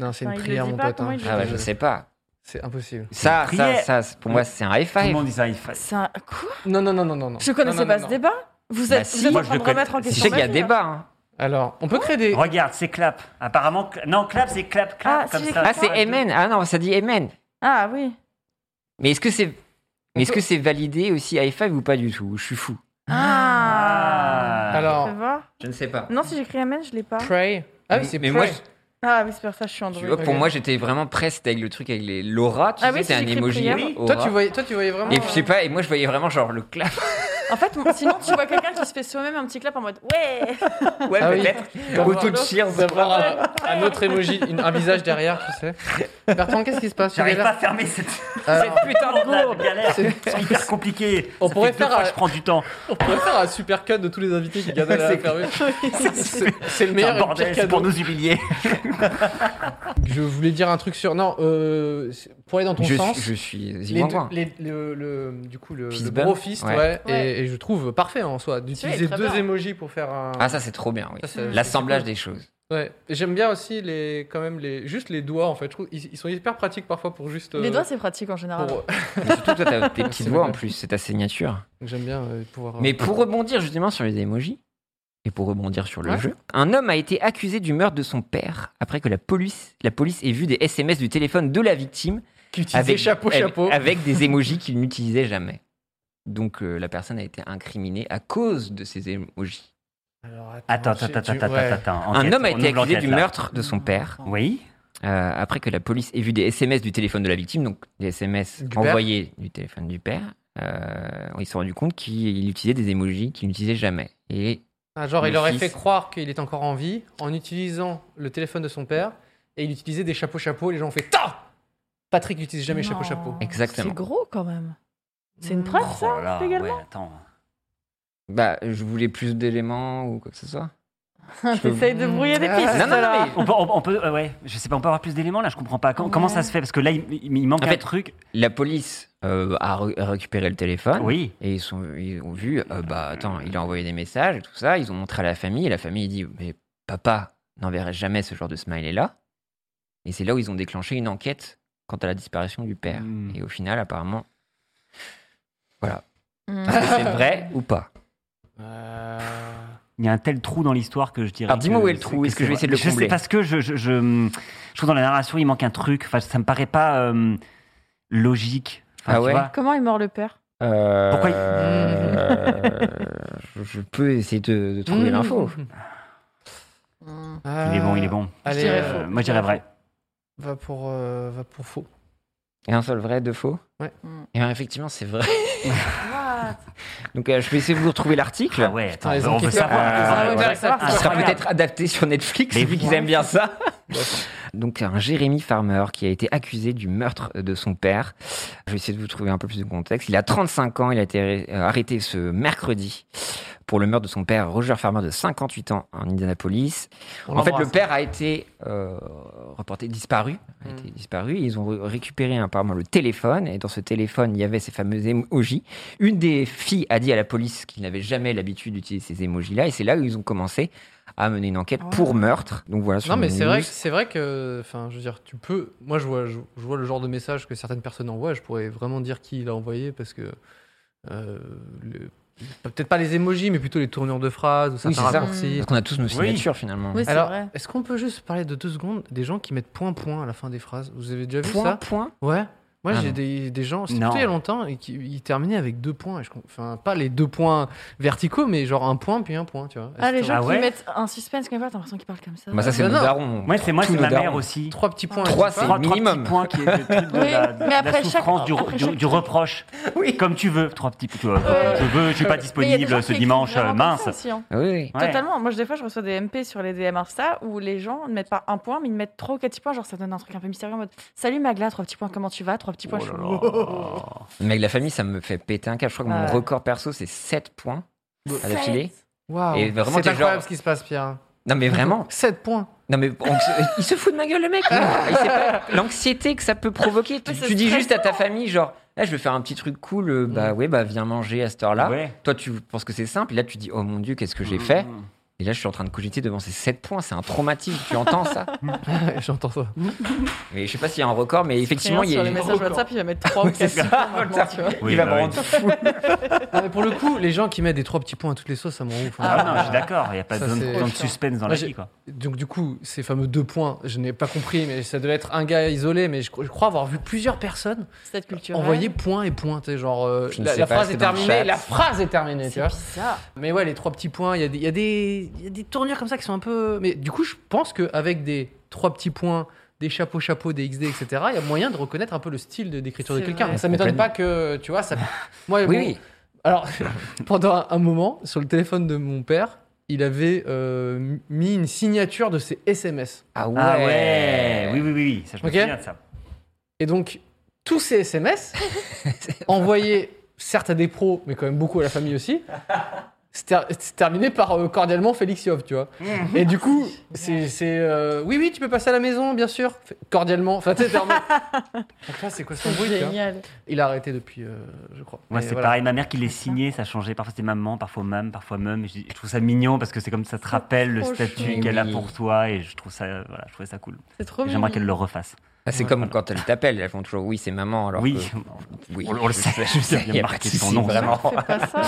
Non, c'est une Non, il le prière, dit mon pas, pote. comment hein. il le Ah bah, je sais pas. C'est impossible. Ça, une ça, prière. ça, c'est- pour moi, c'est un high Tout le five. monde dit ça. il fa- C'est un... Quoi Non, non, non, non, non. non. Je connaissais Non, non, pas non, ce non. débat Vous êtes, Bah, si, vous êtes moi, en je train le de connais. remettre en Je question sais qu'il y a ma vie, là. débat. hein. Alors, on peut créer des. Regarde, c'est clap. Apparemment, cl- non, clap, c'est clap, clap, Ah, si, comme j'ai ça. Ah, c'est MN. Ah non, ça dit MN. Ah oui. Mais est-ce que c'est mais est-ce peut- que c'est validé aussi high five ou pas du tout Je suis fou. Ah, Ah. Je Alors, vais voir. Je ne sais pas. Non, si j'écris Amen, je l'ai pas. pray. Ah oui, c'est mais pray. moi, Ah oui, c'est pour ça, je je- suis tu Android. vois, pour Ok. moi, j'étais vraiment presse c'était avec le truc avec les l'aura. Tu Ah sais, oui, c'est si un j'écris emoji. euh, prière. Oui. aura. Toi, tu voyais, toi, tu voyais vraiment. Et je sais pas. Et moi, je voyais vraiment genre le clap. En fait, mon- sinon, tu vois quelqu'un qui se fait soi-même un petit clap en mode Ouais Ouais, Ah oui. peut-être. D'avoir- Auto cheers. D'avoir un, un autre emoji, une- un visage derrière, tu sais. Bertrand, qu'est-ce qui se passe Euh, J'arrive Il est pas là. à fermer cette, Alors, cette putain de gourde. gourde. galère. C'est- C'est hyper compliqué. On Ça pourrait fait deux faire fois un- que je prends du temps. On pourrait faire un super cut de tous les invités qui gagnent à la fermer. C'est c'est le C'est meilleur un et le pire bordel, c'est cadeau. pour nous humilier. Je voulais dire un truc sur. Non, euh, c'est- pour aller dans ton Je, sens. suis- je suis les Zimbabwe. deux- les- le, le- du coup, le, Fist le bump, bro fist, ouais. ouais, Ouais. Et, et je trouve parfait hein, en soi d'utiliser Celui-là est très deux bien. emojis pour faire un. Ah, ça c'est trop bien. Oui. Ça, c'est- L'assemblage des choses. Ouais. Et J'aime bien aussi les, quand même les, juste les doigts en fait. Je trouve ils, ils sont hyper pratiques parfois pour juste. euh, Les doigts, c'est pratique en général. pour- euh, Et surtout, toi, t'as tes petites C'est voix en vrai. plus. C'est ta signature. J'aime bien euh, pouvoir. euh, Mais pour rebondir justement sur les emojis, et pour rebondir sur le Ouais. jeu, un homme a été accusé du meurtre de son père après que la police, la police ait vu des SMS du téléphone de la victime qui utilisait chapeau, avec- chapeau. Avec des émojis qu'il n'utilisait jamais. Donc euh, la personne a été incriminée à cause de ces émojis. Alors, Attends, j'ai- attends, attends, tu- attends, ouais. attends. Un enquête, homme a on été ouvre accusé l'enquête, du là. meurtre de son père Oh. Oui. euh, après que la police ait vu des SMS du téléphone de la victime, donc des SMS Du père. envoyés du téléphone du père. euh, ils se sont rendus compte qu'il utilisait des émojis qu'il n'utilisait jamais. Et Ah, genre, il Le aurait fils. fait croire qu'il est encore en vie en utilisant le téléphone de son père et il utilisait des chapeaux chapeaux. Les gens ont fait Ta Patrick n'utilise jamais chapeau chapeau. Exactement. C'est gros quand même. C'est une preuve, ça, Oh là, légalement ouais, attends. bah, je voulais plus d'éléments ou quoi que ce soit. T'essayes de brouiller Ah, des pistes. non, non, non, là. mais- On peut, on- on peut- euh, ouais, je sais pas, on peut avoir plus d'éléments là, je comprends pas. Com- Ouais. Comment ça se fait Parce que là, il, il- il manque En un fait- truc. La police euh, a, re- a récupéré le téléphone. Oui. Et ils, sont, ils ont vu, euh, bah attends, il a envoyé des messages et tout ça. Ils ont montré à la famille et la famille dit, mais papa n'enverrait jamais ce genre de smiley-là. Et c'est là où ils ont déclenché une enquête quant à la disparition du père. Hmm. Et au final, apparemment, Mm. est-ce que c'est vrai ou pas Il y a un tel trou dans l'histoire que je dirais. Alors, dis-moi que- où est le trou, est-ce que je vais essayer de le Je sais combler parce que je, je, je, je trouve dans la narration il manque un truc. Enfin, ça me paraît pas euh, logique. Enfin, Ah tu ouais vois. Comment il mord le père Pourquoi il- Euh, je- Je peux essayer de, de trouver Mmh. l'info. Ah, Il est bon, il est bon. Allez, dirais euh, faux. moi, je dirais vrai. Va pour, euh, va pour faux. Et un seul vrai, deux faux Ouais. Mm. Et ben, effectivement, c'est vrai. Donc euh, je vais essayer de vous retrouver l'article. Ah ouais, attends, les on veut enquêteurs- savoir. Ah, ouais, on veut savoir. ouais, savoir, Il sera Incroyable. peut-être adapté sur Netflix, Mais vu qu'ils ouais. aiment bien ça. Donc un Jérémy Farmer qui a été accusé du meurtre de son père. Je vais essayer de vous trouver un peu plus de contexte. Il a 35 ans, il a été arrê- euh, arrêté ce mercredi pour le meurtre de son père, Roger Farmer, de 58 ans, en Indianapolis. On en fait, le l'embrasse. père a été euh, reporté disparu. A Mm. été disparu. Ils ont re- récupéré apparemment le téléphone, et dans ce téléphone, il y avait ces fameux emojis. Une des filles a dit à la police qu'il n'avait jamais l'habitude d'utiliser ces emojis-là, et c'est là où ils ont commencé à mener une enquête Ouais. pour meurtre. Donc voilà. sur Oh. Non, mais les c'est vrai, news. que- c'est vrai que, enfin, je veux dire, tu peux. Moi, je vois, je, je vois le genre de message que certaines personnes envoient. Je pourrais vraiment dire qui l'a envoyé parce que. euh, le- Peut-être pas les émojis, mais plutôt les tournures de phrases ou Oui, certains c'est ça. raccourcis. Parce qu'on a tous nos Oui. signatures finalement. Oui, c'est Alors, vrai. est-ce qu'on peut juste parler de deux secondes des gens qui mettent point point à la fin des phrases Vous avez déjà vu Point, ça point. Ouais. Moi, Ah j'ai non. des, des gens, c'était Non. plutôt il y a longtemps, et qui ils terminaient avec deux points. et je com- enfin, pas les deux points verticaux, mais genre un point puis un point, tu vois. Ah, les C'était- gens Ah ouais qui mettent un suspense comme ça, t'as l'impression qu'ils parlent comme ça. Bah, ça c'est Ah, nos non. darons. Moi, c'est moi, Tous c'est nos ma mère darons. aussi. Trois petits points. Trois, je sais pas. c'est- Trois, trois minimum. petits points qui est le truc de Oui, la, mais de la après chaque- souffrance du, après du- chaque- du reproche. Oui. Comme tu veux. Trois petits. tu vois, Ouais. Je veux, je suis pas Mais il y a des gens disponible ce qui dimanche. écrivent euh, vraiment comme Mince. ça aussi, hein. Ah Oui, oui. Ouais. Totalement. Moi, je- des fois, je reçois des MP sur les DM Insta où les gens ne mettent pas un point, mais ils mettent trois ou quatre petits points. Genre, ça donne un truc un peu mystérieux en mode Salut Magla, trois petits points, comment tu vas Trois petits points, Oh je là suis- là. Mais avec la famille, ça me fait péter un câble. Je crois que mon Ouais. record perso, c'est 7 points à l'affilée. Waouh. Et vraiment, C'est t'es incroyable genre- ce qui se passe, Pierre. Non, mais vraiment. 7 points. Non, mais on se- il se fout de ma gueule, le mec. Ah. Il sait pas l'anxiété que ça peut provoquer. Tu, Mais c'est tu dis juste à ta famille, genre, là, je vais faire un petit truc cool. euh, Bah, ouais, bah, viens manger à cette heure-là. Mm. Ouais. Mm. Toi, tu penses que c'est simple. Et là, tu dis, oh mon Dieu, qu'est-ce que j'ai fait Et là, je suis en train de cogiter devant ces 7 points. C'est un traumatisme. Tu entends ça J'entends ça. Mais je sais pas s'il y a un record, mais effectivement, il, y Sur a- les messages WhatsApp, il va mettre trois ou quatre ça. petits points maintenant, tu vois. Oui, il va bah me oui. rendre fou. Non, Ah, mais pour le coup, les gens qui mettent des trois petits points à toutes les sauces, ça m'en ouf. hein. Ah non, je suis d'accord, il n'y a pas Ça, de zone c'est- de suspense dans la Moi, j'ai- vie. Quoi. Donc du coup, ces fameux deux points, je n'ai pas compris, mais ça devait être un gars isolé, mais je, cro- je crois avoir vu plusieurs personnes Cette culture. envoyer point et point, tu sais, genre euh, Je ne la, sais la pas, phrase c'est est dans le chat. terminée, la phrase est terminée, tu C'est vois. bizarre. Mais ouais, les trois petits points, il y, a des- il y, a des- il y a des tournures comme ça qui sont un peu... Mais du coup, je pense qu'avec des trois petits points, des chapeaux, chapeaux, des XD, etc., il y a moyen de reconnaître un peu le style de- d'écriture de C'est quelqu'un. vrai. Ça m'étonne Complètement. pas que, tu vois, ça... Moi, Oui, bon, oui. alors, pendant un- un moment, sur le téléphone de mon père, il avait euh, mis une signature de ses SMS. Ah ouais. Ah ouais, oui, oui, oui, oui, ça je me Ok. souviens de ça. Et donc, tous ces SMS, envoyés certes à des pros, mais quand même beaucoup à la famille aussi, c'est ter- c'est terminé par euh, cordialement Félix Yov, tu vois. Et du coup, c'est. c'est, euh, oui, oui, tu peux passer à la maison, bien sûr. Fait- Cordialement. Enfin, tu sais, t'es en mode, Donc là, c'est quoi son C'est bruit tu vois génial. Il a arrêté depuis, euh, je crois. Moi, Mais c'est voilà. pareil, ma mère qui les signait, ça changeait. Parfois c'était maman, parfois même, parfois même. Je, je trouve ça mignon parce que c'est comme ça te rappelle le trop statut chou. qu'elle a Oui. pour toi et je trouve ça, euh, voilà, je trouvais ça cool. C'est trop bien. J'aimerais qu'elle le refasse. Ah, c'est comme quand elles t'appellent, elles font toujours oui, c'est maman. Alors oui, que- oui, On- on le je sait, je sais, il y a il y a marqué marqué son son nom. vraiment. Fais pas ça.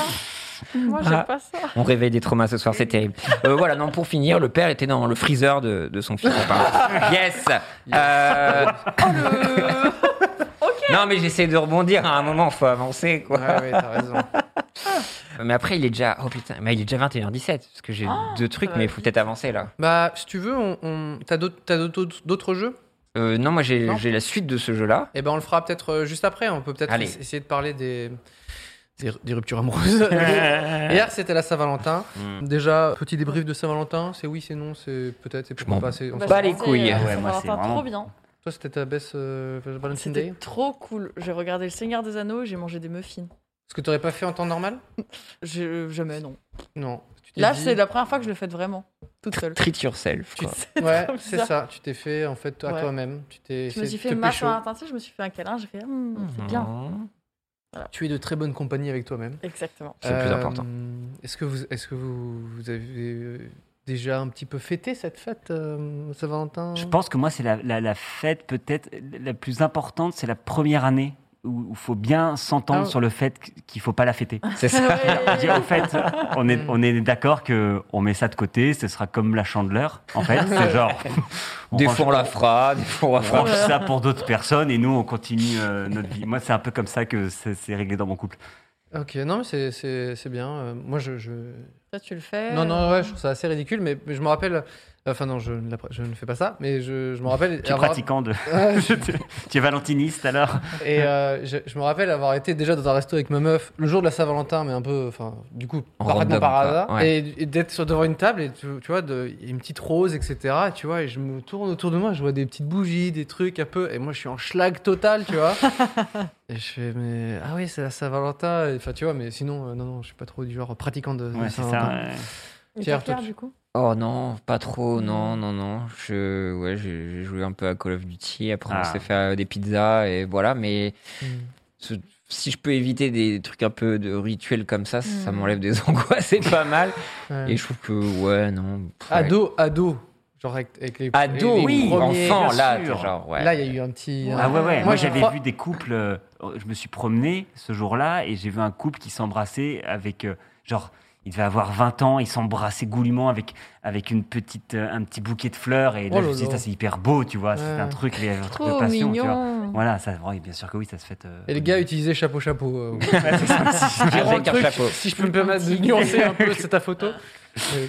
Moi, Ah. j'aime pas ça. On réveille des traumas ce soir, c'est terrible. Euh, voilà, non, pour finir, le père était dans le Oh freezer de, de son fils. Pardon. Yes Euh, Non, mais j'essaie de rebondir. hein, À un moment, faut avancer, quoi. Ouais, ouais, t'as raison. Mais après, il est déjà. Oh putain, mais il est déjà 21h17. Parce que j'ai deux trucs, va mais il faut peut-être avancer là. Bah, si tu veux, on, on- t'as d'autres- t'as d'autres d'autres jeux Euh, non, moi j'ai Non. j'ai la suite de ce jeu-là. Eh ben, on le fera peut-être euh, juste après. On peut peut-être Allez. ess- essayer de parler des, des, des ruptures amoureuses. Hier, c'était la Saint-Valentin. Mm. Déjà, petit débrief de Saint-Valentin. C'est oui, c'est non, c'est peut-être, c'est pourquoi m'en pas. c'est- on Bah, s'en- bat j'ai les pensé, couilles. euh, Ah Ouais, ça moi, m'a c'est pas vraiment- trop bien. Toi, c'était ta baisse euh, Valentine's Day C'était trop cool. J'ai regardé le Seigneur des Anneaux et j'ai mangé des muffins. Ce que t'aurais pas fait en temps normal Je- Jamais, non. Non. Tu t'es Là, dit- c'est la première fois que je le fais vraiment, toute seule. Treat yourself. Tu- quoi. Ouais, trop c'est bizarre. ça. Tu t'es fait en fait à Ouais. toi-même. Tu t'es Je me essayé suis de fait te ma pécho. Saint-Valentin, je me suis fait un câlin, j'ai fait Hum, c'est bien. Mhm. Tu es de très bonne compagnie avec toi-même. Exactement. C'est le plus Euh, important. Est-ce que vous, est-ce que vous, vous avez euh, déjà un petit peu fêté cette fête euh, Saint-Valentin Je pense que moi, c'est la, la- la fête peut-être la plus importante, c'est la première année où il faut bien s'entendre Ah ouais. sur le fait qu'il faut pas la fêter. C'est ça. Dire, au fait, on Mm. est, on est d'accord que on met ça de côté, ce sera comme la chandeleur, en fait. C'est genre. on Des range- fois on la fera, des fois on la on fera. range ça pour d'autres personnes et nous, on continue euh, notre vie. Moi, c'est un peu comme ça que c'est c'est réglé dans mon couple. Ok, non mais c'est, c'est, c'est bien. Euh, moi je, je- Toi, tu le fais. non non ouais, je trouve ça assez ridicule, mais, mais je me rappelle. Enfin non, je ne, l'appre- je ne fais pas ça, mais je, je me rappelle. Tu es avoir- pratiquant de. Ouais, tu es valentiniste alors Et euh, je, je me rappelle avoir été déjà dans un resto avec ma meuf le jour de la Saint-Valentin, mais un peu, enfin, du coup, En parfaitement random, par quoi. hasard. Ouais. hein. Et, et d'être sur- devant une table, et tu, tu vois, de, il y a une petite rose, etc. Et tu vois, et je me tourne autour de moi, je vois des petites bougies, des trucs un peu. Et moi, je suis en schlag total, tu vois. et je fais, mais ah oui, c'est la Saint-Valentin. Et, Enfin, tu vois, mais sinon, euh, non, non, je suis pas trop du genre pratiquant de, de Ouais, c'est ça. Saint-Valentin. ouais. Et Pierre, Pierre, Pierre toi, tu- du coup Oh non, pas trop, non, non, non. Je, ouais, j'ai j'ai joué un peu à Call of Duty, après Ah. on s'est fait euh, des pizzas et voilà, mais Mm. ce- si je peux éviter des trucs un peu de rituels comme ça, ça Mm. m'enlève des angoisses, c'est pas mal. Ouais. Et je trouve que, ouais, non. pff, ouais. Ado, ado. Genre avec, avec les. Ado, les- les oui, premiers- enfant, bien là, sûr. t'es genre, ouais. Là, il y a eu un petit. Ouais. Ah ouais, ouais. Ouais. Moi, Moi, je j'avais crois- vu des couples. euh, je me suis promené ce jour-là et j'ai vu un couple qui s'embrassait avec. euh, genre, il devait avoir 20 ans, ils s'embrassaient goulûment avec, avec une petite, euh, un petit bouquet de fleurs. Et Oh là, je là me suis dit, là. ça, c'est hyper beau, tu vois. Ouais. C'est un truc, il y avait un truc de Trop passion, tu vois. mignon. Voilà, ça, oui, bien sûr que oui, ça se fait. euh, Et le gars utilisait chapeau-chapeau. euh, Ouais, c'est ça. Jérôme, Avec un truc, chapeau. Si je peux me permettre de nuancer un peu, c'est ta photo. Oui.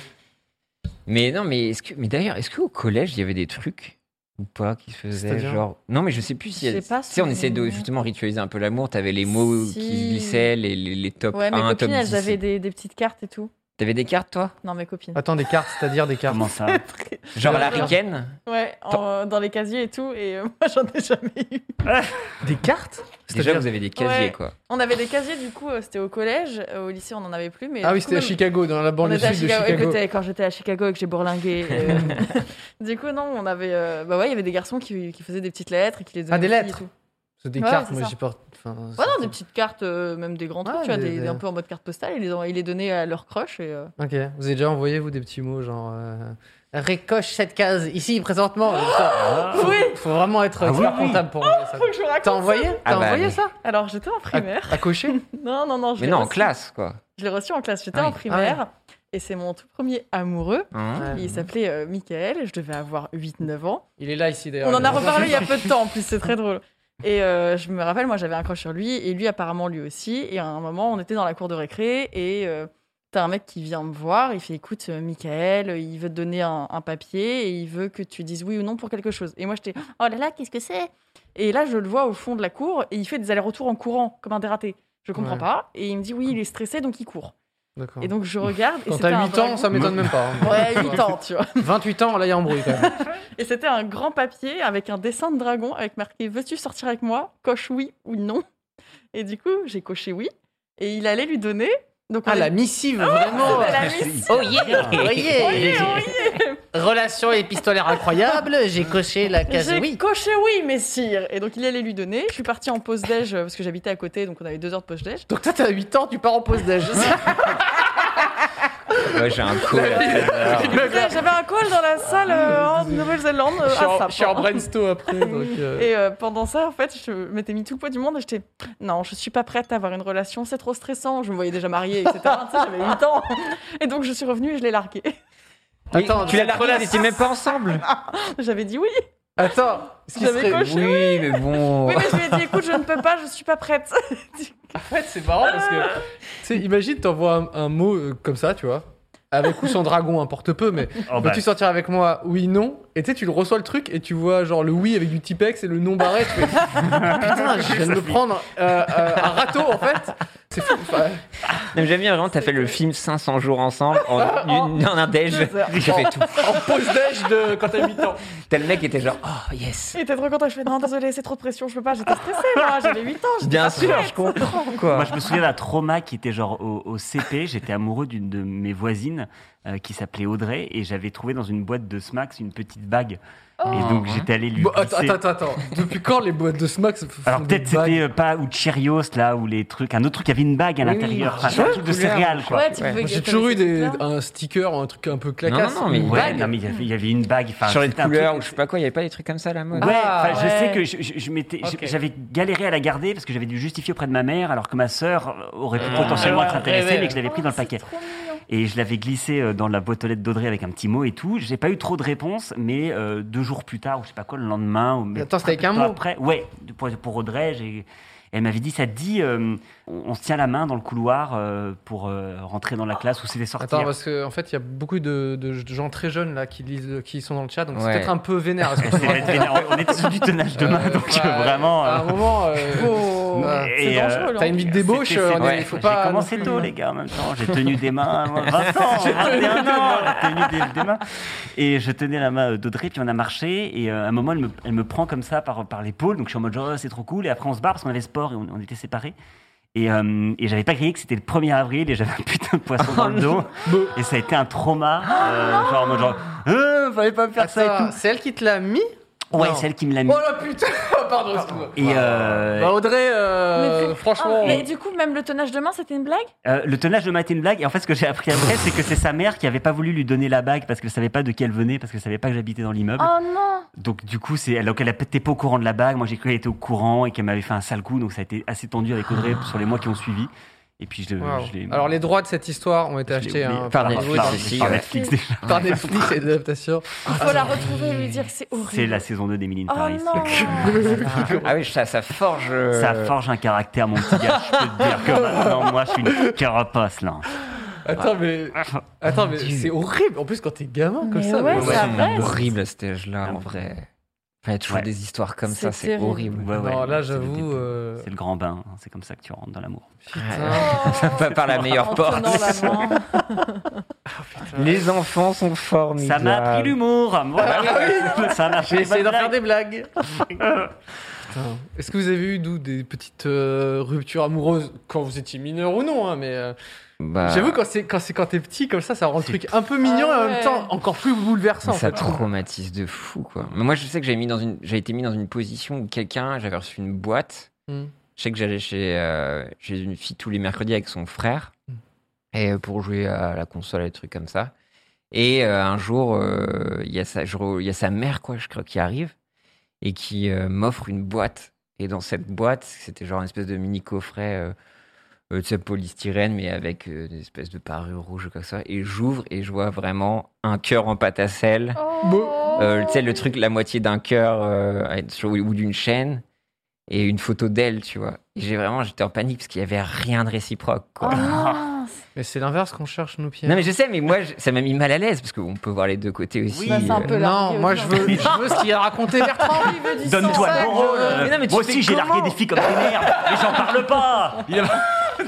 Mais non, mais est-ce que, mais d'ailleurs, est-ce qu'au collège, il y avait des trucs ou pas qui se faisaient C'est-à-dire genre non mais je sais plus si Je sais pas tu sais on si- essayait de justement ritualiser un peu l'amour t'avais les mots Si. qui glissaient les, les, les top Ouais, mes 1 top copines, 10 elles avaient des, des petites cartes et tout. t'avais des cartes toi Non, mes copines. Attends, des cartes, c'est-à-dire des cartes. Comment ça genre Genre- la ricaine Ouais, en- euh, dans les casiers et tout, et euh, moi, j'en ai jamais eu. Des cartes déjà C'est-à-dire- vous avez des casiers Ouais. quoi On avait des casiers, du coup, euh, c'était au collège. euh, Au lycée, on n'en avait plus. Mais Ah du oui, coup, c'était à même- Chicago, dans la On banlieue était à sud de Chicago, et que Chicago. t'es- quand j'étais à Chicago et que j'ai bourlingué. euh, du coup, non, on avait. euh, bah ouais, il y avait des garçons qui, qui faisaient des petites lettres et qui les donnaient. Ah, des aux filles et lettres. tout. C'est des Ouais, cartes, c'est moi ça. j'y porte. enfin, Ouais, c'est- non, des petites cartes, euh, même des grands trucs, Ouais, tu vois, des- des, des- un peu en mode carte postale. Ils les, ont, ils les donnaient à leur crush. Et, euh, Ok, vous avez déjà envoyé vous des petits mots genre. euh, Récoche cette case ici présentement. Ça, faut, Ah. Oui. faut vraiment être Ah oui, expert oui. comptable pour envoyer ça. Faut que je vous raconte T'as envoyé Ah. Ah T'as bah, envoyé mais- ça Alors, j'étais en primaire. À cocher Non, non, non. Je mais l'ai non en reçu- classe quoi Je l'ai reçu en classe. J'étais Ah en oui. primaire. Et c'est mon tout premier amoureux. Hein Ouais. Il s'appelait euh, Michael. Je devais avoir 8-9 ans. Il est là ici d'ailleurs. On en a reparlé il y a peu de temps, en plus, c'est très drôle. Et euh, je me rappelle, moi, j'avais un crush sur lui, et lui, apparemment, lui aussi. Et à un moment, on était dans la cour de récré, et euh, t'as un mec qui vient me voir, il fait Écoute, euh, Michael, euh, il veut te donner un, un papier, et il veut que tu dises oui ou non pour quelque chose. Et moi, j'étais Oh là là, qu'est-ce que c'est Et là, je le vois au fond de la cour, et il fait des allers-retours en courant, comme un dératé. Je comprends Ouais. pas. Et il me dit Oui, il est stressé, donc il court. D'accord. Et donc, je regarde. et Quand c'était t'as un 8 ans, dragon. ça m'étonne même pas. hein. Ouais, 8 ans, tu vois. 28 ans, là il y a un bruit quand même. Et c'était un grand papier avec un dessin de dragon avec marqué Veux-tu sortir avec moi Coche oui ou non. Et du coup, j'ai coché oui. Et il allait lui donner. Donc on Ah, est- la missive, vraiment euh, C'était la C'est- miss. Oh, c'est- Oui, oui, Relation épistolaire incroyable, j'ai coché la J'ai coché oui, messire. Et donc il allait lui donner. Je suis partie en pause déj parce que j'habitais à côté, donc on avait deux heures de pause déj. Donc toi, t'as 8 ans, tu pars en pause Ah, d'âge. moi j'ai un coup là, Et puis, J'avais un call dans la salle euh, en Nouvelle-Zélande. euh, à Sap, hein. brainstorm après. Donc, euh, Et euh, pendant ça, en fait, je m'étais mis tout le poids du monde et j'étais non, je suis pas prête à avoir une relation, c'est trop stressant. Je me voyais déjà mariée, etc. Tu sais, J'avais 8 ans. Et donc, je suis revenue et je l'ai largué. Mais Attends, tu l'as largué, ils étaient même pas ensemble J'avais dit oui. Attends, Ce qui J'avais serait- coché. Oui, mais bon. Oui, mais je lui ai dit, écoute, je ne peux pas, je suis pas prête. En fait, c'est marrant parce que. Tu sais, imagine, t'envoies un, un mot euh, comme ça, tu vois. Avec ou sans dragon, importe peu, mais Oh, bah, Veux-tu sortir avec moi Oui, non. Et tu sais, tu le reçois le truc et tu vois genre le oui avec du Tipex et le non barré. Tu fais, putain, je viens de me prendre euh, euh, un râteau en fait. C'est fou. Enfin, Non, J'aime bien vraiment, t'as fait le film 500 jours ensemble en, une- en un déj. J'ai fait tout. en pause déj de quand t'as 8 ans. T'as le mec qui était genre, oh yes. Il était trop content. Je fais non, désolé, c'est trop de pression, je peux pas, j'étais stressée, moi, j'avais 8 ans. j'étais Bien pas sûr, prête. je comprends quoi. Moi, je me souviens d'un trauma qui était genre au, au CP. J'étais amoureux d'une de mes voisines euh, qui s'appelait Audrey et j'avais trouvé dans une boîte de Smax une petite bague. Oh. et donc, ouais. j'étais allé lui. Bon, attends, glisser- attends, attends, attends. Depuis quand les boîtes de Smack se f- font Alors, des peut-être bagues c'était euh, pas ou Cheerios là ou les trucs. Un autre truc, il y avait une bague à Oui, oui, l'intérieur. je Enfin, un vois, truc de couleur, céréales je quoi. Ouais, tu Ouais. pouvais J'ai gueuler, toujours eu c'est des, Ah, clair. un sticker, un truc un peu clacasse. Non, non, non, mais Une ouais, bague. non, mais il y avait- il y avait une bague. enfin, Sur les c'était un couleurs truc- ou je sais pas quoi, il y avait pas des trucs comme ça à la mode. Ouais, Ah, enfin, je ouais. sais que je- je- je m'étais- Ok. je- j'avais galéré à la garder parce que j'avais dû justifier auprès de ma mère alors que ma sœur aurait pu Euh, potentiellement Ah, ouais, être intéressée ouais, mais que je l'avais pris dans le Oh, paquet. C'est trop mignon. Et je l'avais glissé euh, dans la boîte aux lettres d'Audrey avec un petit mot et tout. J'ai pas eu trop de réponses, mais euh, deux jours plus tard, ou je sais pas quoi, le lendemain. Ou, mais Attends, c'était avec peu de un temps mot Après, ouais, pour, pour Audrey, j'ai- Elle m'avait dit, ça te dit, euh, on on se tient la main dans le couloir euh, pour euh, rentrer dans la classe ou c'était hein. sortir. Attends, parce qu'en en fait, il y a beaucoup de, de gens très jeunes là qui, lisent, qui sont dans le chat, donc c'est Ouais. peut-être un peu vénère. ce que tu C'est- racontes. on était sur du tenage de main, Euh, donc bah, euh, vraiment. À un euh, moment. euh, Oh, euh, et, C'est euh, dangereux, là. T'as une vie de débauche, C'était- euh, c'était- on est- ouais. il faut pas. J'ai non commencé plus, tôt, hein. les gars, en même temps. J'ai tenu des mains, moi, 20 ans, 21 ans, j'ai tenu des, des mains. Et je tenais la main euh, d'Audrey, puis on a marché. Et euh, à un moment, elle me, elle me prend comme ça par, par l'épaule. Donc je suis en mode genre, Oh, c'est trop cool. Et après, on se barre parce qu'on avait sport et on, on était séparés. Et, euh, et j'avais pas crié que c'était le 1er avril et j'avais un putain de poisson dans Oh le dos. Et ça a été un trauma. euh, genre en mode genre, Euh, fallait pas me faire ça Attends, c'est elle qui te l'a mis et tout. Ouais, non. c'est elle qui me l'a mis. Oh la putain Pardon, excuse-moi. Et euh, Bah Audrey, euh, Mais c'est- franchement, Ah, mais du coup, même le tonnage de main, c'était une blague Euh, le tonnage de main était une blague. Et en fait, ce que j'ai appris après, c'est que c'est sa mère qui avait pas voulu lui donner la bague parce qu'elle savait pas de qui elle venait, parce qu'elle savait pas que j'habitais dans l'immeuble. Oh non Donc, du coup, c'est alors qu'elle n'était pas au courant de la bague. Moi, j'ai cru qu'elle était au courant et qu'elle m'avait fait un sale coup. Donc, ça a été assez tendu avec Audrey sur les mois qui ont suivi. Et puis, je, l'ai- wow. je l'ai. Ah. alors les droits de cette histoire ont été je l'ai achetés oublié. hein, par par, Netflix par- aussi, par ouais. Netflix déjà. par Netflix et l'adaptation. Il faut la retrouver et lui dire que c'est horrible. Ah, C'est la saison 2 d'Emily in Oh Paris. non Ah oui, ça, ça forge. euh, Ça forge un caractère, mon petit gars. Je peux te dire que maintenant, moi, je suis une carapace, là. Ah. Attends mais, Ah. attends mais c'est horrible. En plus quand t'es gamin comme Mais ça. ouais, mais- ouais, ça c'est reste. horrible à cet âge-là, en vrai. Enfin, il y a toujours Ouais. des histoires comme ça, C'est c'est terrible. horrible. Ouais, ouais, non là c'est le j'avoue, début. euh, C'est le grand bain. hein. C'est comme ça que tu rentres dans l'amour. putain. Pas par la meilleure En tenant porte. Oh. la main. Les enfants sont Ça formidables. m'a appris l'humour. Voilà. Ça m'a Ah J'ai fait essayé bonne d'en faire blague. des blagues. Putain. Est-ce que vous avez eu d'où des petites euh, ruptures amoureuses quand vous étiez mineur ou non hein, Mais euh, Bah, j'avoue quand c'est quand c'est quand t'es petit comme ça, ça rend le truc un peu mignon et Ah en même ouais. temps encore plus bouleversant. en ça fait. traumatise de fou, quoi. Mais moi, je sais que j'ai mis dans une, j'ai été mis dans une position où quelqu'un, j'avais reçu une boîte. Mm. Je sais que j'allais chez, euh, chez une fille tous les mercredis avec son frère Mm. et euh, pour jouer à la console et des trucs comme ça. Et euh, un jour, euh, il y a sa, je re- il y a sa mère, quoi, je crois, qui arrive et qui euh, m'offre une boîte. Et dans cette boîte, c'était genre une espèce de mini coffret. euh, euh, tu sais, polystyrène, mais avec euh, une espèce de parure rouge ou quoi que ce soit. Et j'ouvre et je vois vraiment un cœur en pâte à sel. Oh. Bon. Euh, tu sais, le truc, la moitié d'un cœur euh, sur- ou d'une chaîne. Et une photo d'elle, tu vois. Et j'ai vraiment, j'étais en panique parce qu'il n'y avait rien de réciproque, Oh quoi. non Mais c'est l'inverse qu'on cherche, nous, Pierre. Non, mais je sais, mais moi, je- ça m'a mis mal à l'aise parce qu'on peut voir les deux côtés aussi. Oui, bah, c'est un euh. peu- non, moi, je veux, je veux ce qu'il a raconté, Bertrand. Oh, Il veut du Donne-toi sang le sec. bon rôle. Mais non, mais tu Moi fais aussi, j'ai largué comment des filles comme des merdes, mais j'en parle pas. Il a-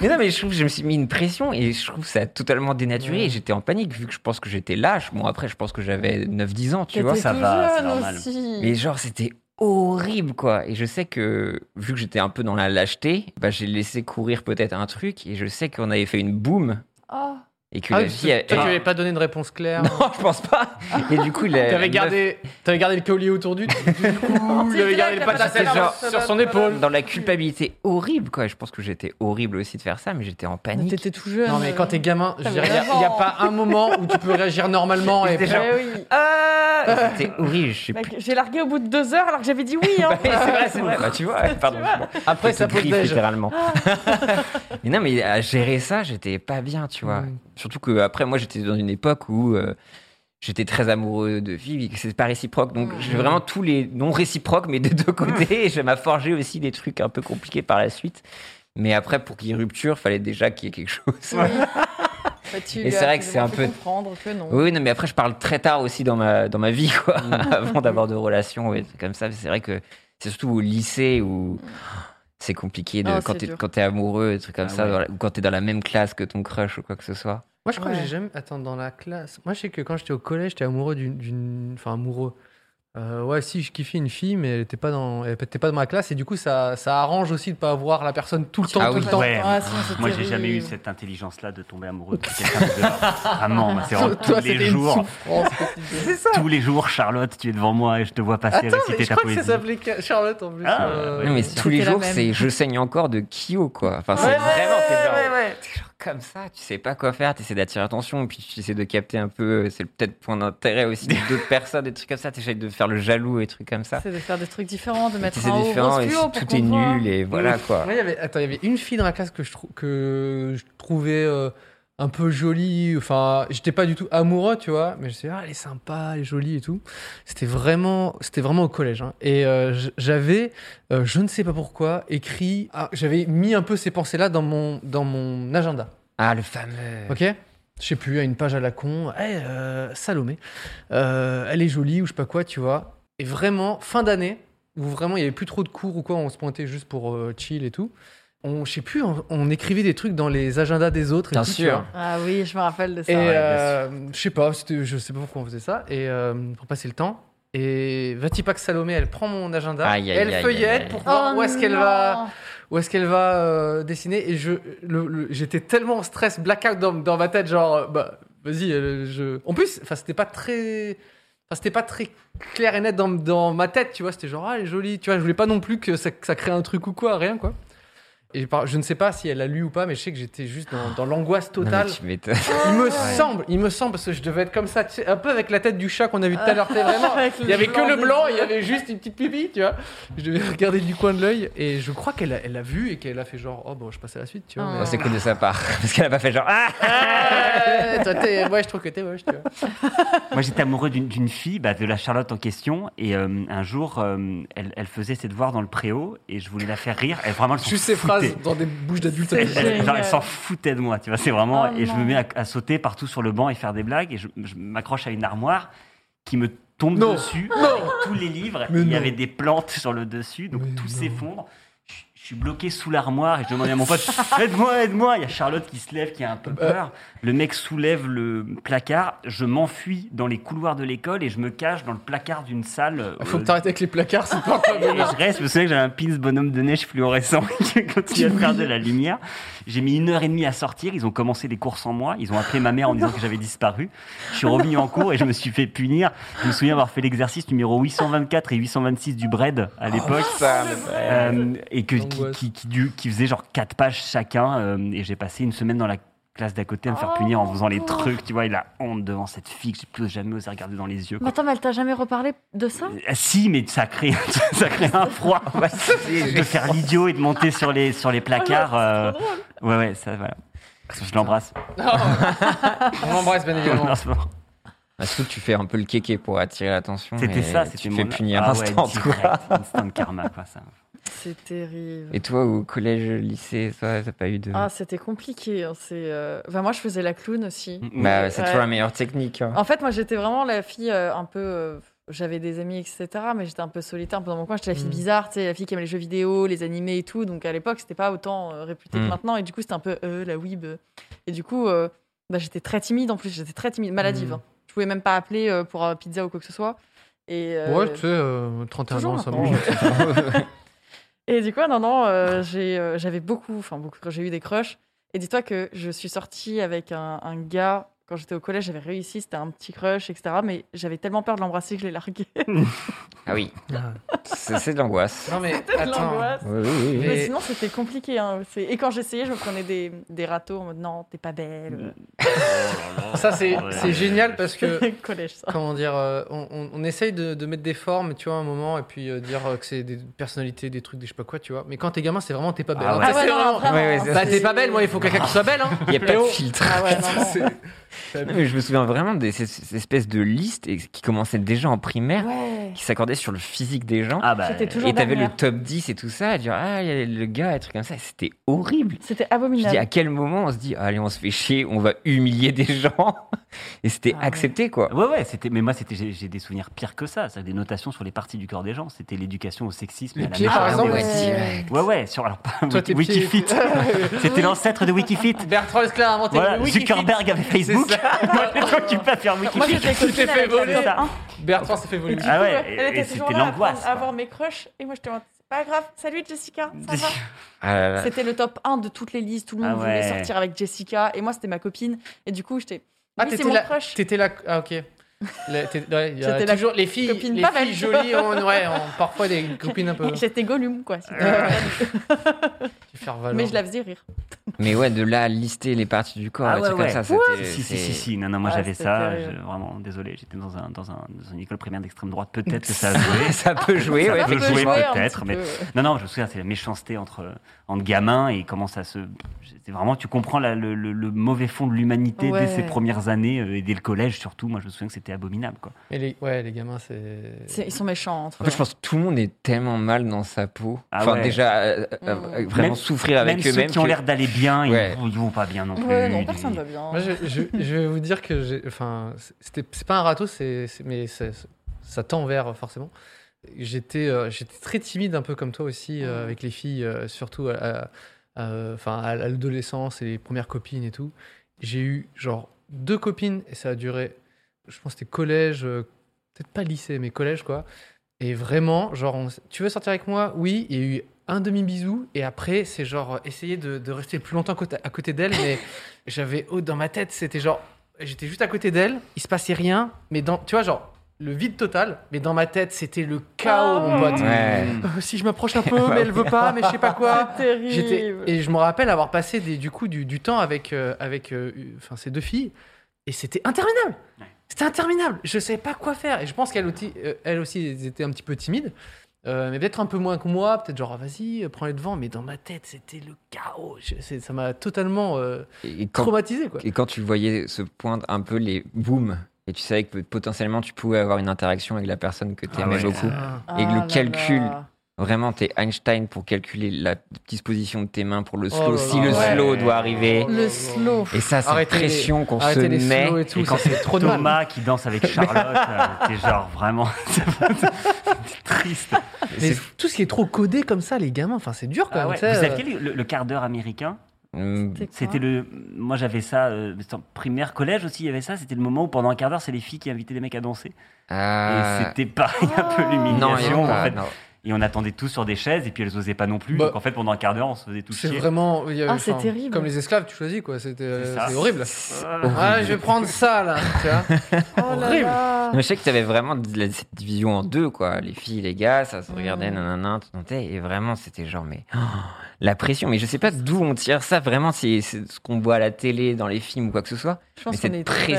Mais non, mais je trouve que je me suis mis une pression et je trouve ça totalement dénaturé. Et j'étais en panique vu que je pense que j'étais lâche. Bon, après, je pense que j'avais 9-10 ans, tu T'étais vois. ça tout va, c'est jeune normal. aussi. Mais genre, c'était horrible, quoi. Et je sais que, vu que j'étais un peu dans la lâcheté, bah, j'ai laissé courir peut-être un truc. Et je sais qu'on avait fait une boum. Oh. Et que Ah oui, la parce que fille. elle- toi, tu n'avais pas donné de réponse claire. Non, je pense pas. Et du coup, la. Tu avais la gardé, t'avais gardé le collier autour du du cou, C'est il avait clair gardé que le patacel t'as pas sur, fait sur ça. son meuf, épaule. Dans la culpabilité horrible, quoi. Je pense que j'étais horrible aussi de faire ça, mais j'étais en panique. T'étais tout jeune. Non, mais quand t'es gamin, il T'avais n'y a, raison. pas un moment où tu peux réagir normalement. Et... C'était genre- Eh oui. Ah C'était horrible, je sais plus. Mec, J'ai largué au bout de deux heures alors que j'avais dit oui. Hein. Bah, c'est vrai, c'est vrai. Bah, tu vois, pardon. Après, ça pose griffe, déj. littéralement. mais non, mais à gérer ça, j'étais pas bien, tu vois. Ah. Mm. Surtout que après, moi, j'étais dans une époque où euh, j'étais très amoureux de filles, que c'est pas réciproque. Donc Mm. j'ai vraiment tous les non réciproques, mais des deux côtés. Et ça m'a forgé aussi des trucs un peu compliqués par la suite. Mais après, pour qu'il y ait rupture, fallait déjà qu'il y ait quelque chose. Bah, tu Et lui c'est as vrai que plus ou c'est moins un fait peu- comprendre que non. Mm. Oui, non, mais après, je parle très tard aussi dans ma, dans ma vie, quoi, avant d'avoir de relations et des trucs comme ça. C'est vrai que c'est surtout au lycée où c'est compliqué de, Ah, quand Mm. c'est t'es dur. quand t'es amoureux, des trucs comme Ah ça, ouais. dans la- ou quand t'es dans la même classe que ton crush ou quoi que ce soit. Moi, je crois que Ouais. j'ai jamais. Attends, dans la classe. Moi, je sais que quand j'étais au collège, j'étais amoureux d'une- d'une. Enfin, amoureux. Euh, ouais, si, je kiffais une fille, mais elle était pas dans, elle était pas dans ma classe. Et du coup, ça, ça arrange aussi de pas voir la personne tout le temps, Ah tout oui. le temps. Ouais. Ah, sinon, c'est Moi, j'ai jamais eu terrible. cette intelligence-là de tomber amoureux de quelqu'un de dehors. Vraiment, moi, c'est vraiment Toi, tous les c'était une jours. souffrance quotidienne. Tous les jours, Charlotte, tu es devant moi et je te vois passer Attends, mais réciter je ta crois que poésie. ça s'appelait Ca- Charlotte en plus. Ah, euh, ouais. Non, mais C'était tous les la jours, même. c'est je saigne encore de Kyo, quoi. Enfin, c'est Ouais, ouais, vraiment, t'es genre, ouais, ouais. t'es genre comme ça, tu sais pas quoi faire, t'essaies d'attirer l'attention, et puis tu essaies de capter un peu, euh, c'est peut-être le point d'intérêt aussi d'autres personnes, des trucs comme ça, t'essayes de faire le jaloux et des trucs comme ça. C'est de faire des trucs différents, de mettre T'essaies un haut différent, rose et plus c'est- haut pour tout est qu'on voit. nul, et voilà, quoi. Moi, il y avait, attends, il y avait une fille dans la classe que je, trou- que je trouvais euh, un peu jolie. Enfin, j'étais pas du tout amoureux, tu vois, mais je me suis dit, ah, elle est sympa, elle est jolie et tout. C'était vraiment, c'était vraiment au collège. hein. Et euh, j- j'avais, euh, je ne sais pas pourquoi, écrit, ah, j'avais mis un peu ces pensées-là dans mon, dans mon agenda. Ah, le fameux. Ok Je sais plus, à une page à la con. Eh, euh, Salomé, euh, elle est jolie ou je sais pas quoi, tu vois. Et vraiment, fin d'année, où vraiment il y avait plus trop de cours ou quoi, on se pointait juste pour euh, chill et tout. On, je sais plus, on, on écrivait des trucs dans les agendas des autres. et Bien tout, tu sûr. vois. Ah oui, je me rappelle de ça. Et ouais. euh, je sais pas, c'était- je sais pas pourquoi on faisait ça. Et euh, pour passer le temps. Et Vatipak Salomé, elle prend mon agenda, Aïe, aïe, elle aïe, feuillette aïe, aïe. pour voir Oh où est-ce qu'elle va, non. où est-ce qu'elle va euh, dessiner et je le- le- j'étais tellement en stress blackout dans, dans ma tête genre euh, bah vas-y euh, je en plus enfin c'était pas très enfin c'était pas très clair et net dans, dans ma tête tu vois c'était genre ah elle est jolie tu vois je voulais pas non plus que ça, que ça crée un truc ou quoi rien quoi et par- je ne sais pas si elle a lu ou pas mais je sais que j'étais juste dans, dans l'angoisse Non, mais totale tu m'étonnes. il me semble il me semble parce que je devais être comme ça tu sais, un peu avec la tête du chat qu'on a vu tout à l'heure t'es vraiment Avec il y avait que le des blanc, yeux. il y avait juste une petite pipi, tu vois. Je devais regarder du coin de l'œil et je crois qu'elle a, elle a vu et qu'elle a fait genre oh bon je passe à la suite, tu vois. Ah. Bon, mais- c'est cool de sa part, parce qu'elle a pas fait genre Ah Ah, toi, t'es- ouais, je trouve que t'es moche, tu vois. Moi, j'étais amoureux d'une- d'une fille, bah, de la Charlotte en question, et euh, un jour, euh, elle, elle faisait ses devoirs dans le préau, et je voulais la faire rire. Elle vraiment, elle s'en Juste ces foutait. phrases dans des bouches d'adultes. C'est Elle, elle- Génial. genre, elle s'en foutait de moi, tu vois. C'est vraiment, Oh et je me non. mets à, à sauter partout sur le banc et faire des blagues, et je, je m'accroche à une armoire qui me tombe Non. dessus. Non tous les livres, Mais il y non. avait des plantes sur le dessus, donc Mais tout non. s'effondre. Je, je suis bloqué sous l'armoire et je demandais à mon pote aide-moi, aide-moi. Il y a Charlotte qui se lève, qui a un peu Bah. peur. Le mec soulève le placard. Je m'enfuis dans les couloirs de l'école et je me cache dans le placard d'une salle. euh, Ah, Faut que t'arrêtes avec les placards, c'est pas et je reste, je me souviens que j'avais un pince bonhomme de neige fluorescent qui continue à faire de la lumière. J'ai mis une heure et demie à sortir, ils ont commencé les courses en moi, ils ont appelé ma mère en disant que j'avais disparu. Je suis revenu en cours et je me suis fait punir. Je me souviens avoir fait l'exercice numéro 824 et 826 du bread à l'époque. Euh, et que, qui, L'angoisse. qui, qui du- qui faisait genre 4 pages chacun. euh, et j'ai passé une semaine dans la classe d'à côté à me faire punir en faisant les trucs, tu vois, et la honte devant cette fille que j'ai plus jamais osé regarder dans les yeux. Mais quoi. attends, mais elle t'a jamais reparlé de ça Ah, Si, mais ça crée, ça crée un froid. ouais. de faire l'idiot et de monter sur les, sur les placards. Ah euh, ouais, ouais, ça, voilà. Je l'embrasse. On l'embrasse, bien évidemment. Non, c'est bon. Bah, Surtout que tu fais un peu le kéké pour attirer l'attention. C'était et ça, Tu c'était te mon. fais punir Ah ouais, instant, quoi. direct, instant karma, quoi, ça. C'est terrible. Et toi, au collège, lycée, toi, t'as pas eu de. Ah, c'était compliqué. hein, C'est, euh, enfin, moi, je faisais la clown Mm. aussi. bah, c'est ouais. Oh. toujours la meilleure technique. hein. En fait, moi, j'étais vraiment la fille euh, un peu. euh, J'avais des amis, etc. Mais j'étais un peu solitaire, un peu dans mon coin. J'étais la fille Mm. bizarre, tu sais, la fille qui aimait les jeux vidéo, les animés et tout. Donc à l'époque, c'était pas autant euh, réputé Mm. que maintenant. Et du coup, c'était un peu euh, la weeb. euh. Et du coup, euh, bah, j'étais très timide en plus. J'étais très timide, maladive. Mm. hein. Je pouvais même pas appeler euh, pour un pizza ou quoi que ce soit. Et, euh, Ouais, tu sais, euh, 31 ans, toujours ça maintenant. mange. Et du coup, non, non, euh, j'ai, euh, j'avais beaucoup, enfin beaucoup, j'ai eu des crushs. Et dis-toi que je suis sortie avec un, un gars, quand j'étais au collège, j'avais réussi, c'était un petit crush, etc. Mais j'avais tellement peur de l'embrasser que je l'ai largué. Ah oui. Ah. C'est c'est de l'angoisse. Non, mais C'était de l'angoisse. Oui, oui, oui. Mais Et- sinon, c'était compliqué. hein. C'est- Et quand j'essayais, je me prenais des, des râteaux en mode non, t'es pas belle. euh, Ça, c'est c'est génial parce Mm, que. Collège, ça. Comment dire, euh, on, on- on essaye de, de mettre des formes, tu vois, un moment, et puis euh, dire euh, que c'est des personnalités, des trucs, des je sais pas quoi, tu vois. Mais quand t'es gamin, c'est vraiment t'es pas belle. Ah hein. ouais. Ça, c'est non, vraiment- non, vraiment, Ouais, ouais, hein, ça, Bah, c'est- t'es pas belle, moi, il faut quelqu'un qui soit belle, hein. Il n'y a pas de Léo. filtre. Ah ouais, non, non. C'est- Non, mais je me souviens vraiment de ces, ces espèces de listes et- qui commençaient déjà en primaire, Ah Ouais. qui s'accordaient sur le physique des gens. Ah bah, J'étais toujours et t'avais le dernière. top 10 et tout ça, et dire, ah, il y a le gars, et trucs comme ça. et C'était horrible. C'était Je dis, abominable. à quel moment on se dit, allez, on se fait chier, on va humilier des gens Et c'était Ah ouais. accepté, quoi. Ouais, ouais, c'était, mais moi, c'était, j'ai, j'ai des souvenirs pires que ça. C'est-à-dire des notations sur les parties du corps des gens. C'était l'éducation au sexisme. et Les à la pieds, par marge- exemple. ouais. direct. Ouais, ouais, sur alors, pas Toi, Wiki- t'es Wikifit. pieds- C'était l'ancêtre de Wikifit. Bertrand Esclin a inventé Voilà, le Wikifit. Zuckerberg avait Facebook. C'est Moi, je m'occupe pas de faire Moi, Wikifit. Tu j'étais t'es copine fait avec la voler. meuf, hein. Bertrand s'est fait voler. Ah ouais, Elle et- était et toujours c'était là à l'angoisse, prendre- quoi. à avoir mes crushs. Et moi, j'étais en mode, c'est pas grave. Salut Jessica, ça va Ah là là. C'était le top 1 de toutes les listes. Tout le monde Ah ouais. voulait sortir avec Jessica. Et moi, c'était ma copine. Et du coup, j'étais. Ah, oui, c'est t'étais mon là. crush. T'étais là. Ah, ok. La- t'es- ouais, il y a J'étais la toujours les filles, copine les pas mal. filles jolies, on, ouais, on- parfois des copines un peu. hein. Euh, J'étais Gollum, quoi. si tu veux. Tu fais valoir. Mais je la faisais rire. Mais ouais, de là à lister les parties du corps, Ah et ouais, trucs ouais. comme ça, c'était. Si, c'est- si, si, si, non, non, moi Ah, j'avais c'était ça, terrible. je- vraiment, désolé, j'étais dans, un, dans, un, dans une école primaire d'extrême droite, peut-être que ça a joué. ça peut jouer, ouais. peut Tu peux jouer, jouer un peut-être, petit mais- peu. euh, Non, non, je me souviens, c'est la méchanceté entre, entre gamins et comment ça se. C'est vraiment, tu comprends la- le, le- le mauvais fond de l'humanité Ouais. dès ses premières années euh, et dès le collège surtout. Moi, je me souviens que c'était abominable. Quoi. Et les, ouais, les gamins, C'est- c'est. Ils sont méchants entre En eux. fait, je pense que tout le monde est tellement mal dans sa peau. Ah enfin, ouais. déjà, euh, euh, Mm. euh, vraiment Même- souffrir Même avec ceux eux-mêmes. qui ont que- l'air d'aller bien, ils- Ouais. ils vont pas bien non plus. Ouais, non, Ils- personne va bien. Moi, je, je, je vais vous dire que j'ai. Enfin, c'était, c'est pas un râteau, c'est, c'est- mais c'est- ça tend vers, forcément. J'étais, euh, j'étais très timide, un peu comme toi aussi, euh, Mhm. avec les filles, euh, surtout à, à- à- enfin, à l'adolescence et les premières copines et tout. J'ai eu genre deux copines et ça a duré, je pense que c'était collège, euh, peut-être pas lycée, mais collège quoi. Et vraiment, genre, on s- tu veux sortir avec moi Oui, il y a eu un demi-bisou et après, c'est genre euh, essayer de, de rester le plus longtemps côté- à côté d'elle, mais j'avais haut dans ma tête, c'était genre, j'étais juste à côté d'elle, il se passait rien, mais dans, tu vois, genre, le vide total, mais dans ma tête, c'était le chaos, mon pote. Ouais. Mm. Euh, si je m'approche un peu, mais elle veut pas, mais je sais pas quoi. Ah, C'est J'étais terrible. et je me rappelle avoir passé des, du coup du, du temps avec euh, avec euh, enfin ces deux filles et c'était interminable. Ouais. C'était interminable. Je savais pas quoi faire et je pense qu'elle aussi euh, elle aussi elles étaient un petit peu timides. euh, mais peut-être un peu moins que moi, peut-être genre ah, vas-y, euh, prends les devants, mais dans ma tête c'était le chaos. Je- c'est- ça m'a totalement euh, Et quand, traumatisé quoi. et quand tu voyais se poindre un peu les booms, et tu savais que potentiellement tu pouvais avoir une interaction avec la personne que tu aimais ouais. beaucoup, Ah. et le là calcul. là. vraiment t'es Einstein pour calculer la disposition de tes mains pour le slow, Oh là si là. le Ouais. slow doit arriver. Oh là là. Le slow. Et ça, c'est la Arrêtez les- pression qu'on se Arrêtez les met. slow et tout, Et quand ça c'est fait trop de mal. Thomas qui danse avec Charlotte, euh, t'es genre vraiment t'es triste. Mais C'est- tout ce qui est trop codé comme ça, les gamins, enfin c'est dur quand Ah même. ouais. tu sais, Vous euh, saviez le, le quart d'heure américain Hum, C'est quoi C'était le, moi j'avais ça, euh, c'était en primaire, collège aussi, il y avait ça. C'était le moment où pendant un quart d'heure, c'est les filles qui invitaient les mecs à danser. ah. Et c'était pareil, un Oh. Non, il peu y a l'humiliation. en pas, fait. non. Ah. Et on attendait tous sur des chaises, et puis elles osaient pas non plus. Bah, donc en fait, pendant un quart d'heure, on se faisait tout C'est chier. vraiment. il y a- Ah, c'est enfin, terrible. Comme les esclaves, tu choisis quoi. C'était C'est euh, ça. c'est horrible. C'est Ah, horrible. Ouais, je vais prendre ça là. Tu vois Oh là Horrible. là. Mais je sais que t'avais vraiment de la- cette division en deux, quoi. Les filles, les gars, ça se regardait, Mm. nanana, tout tentait. Et vraiment, c'était genre, mais oh, la pression. Mais je sais pas d'où on tire ça. Vraiment, c'est c'est ce qu'on voit à la télé, dans les films ou quoi que ce soit. Je pense Mais cette qu'on est pression,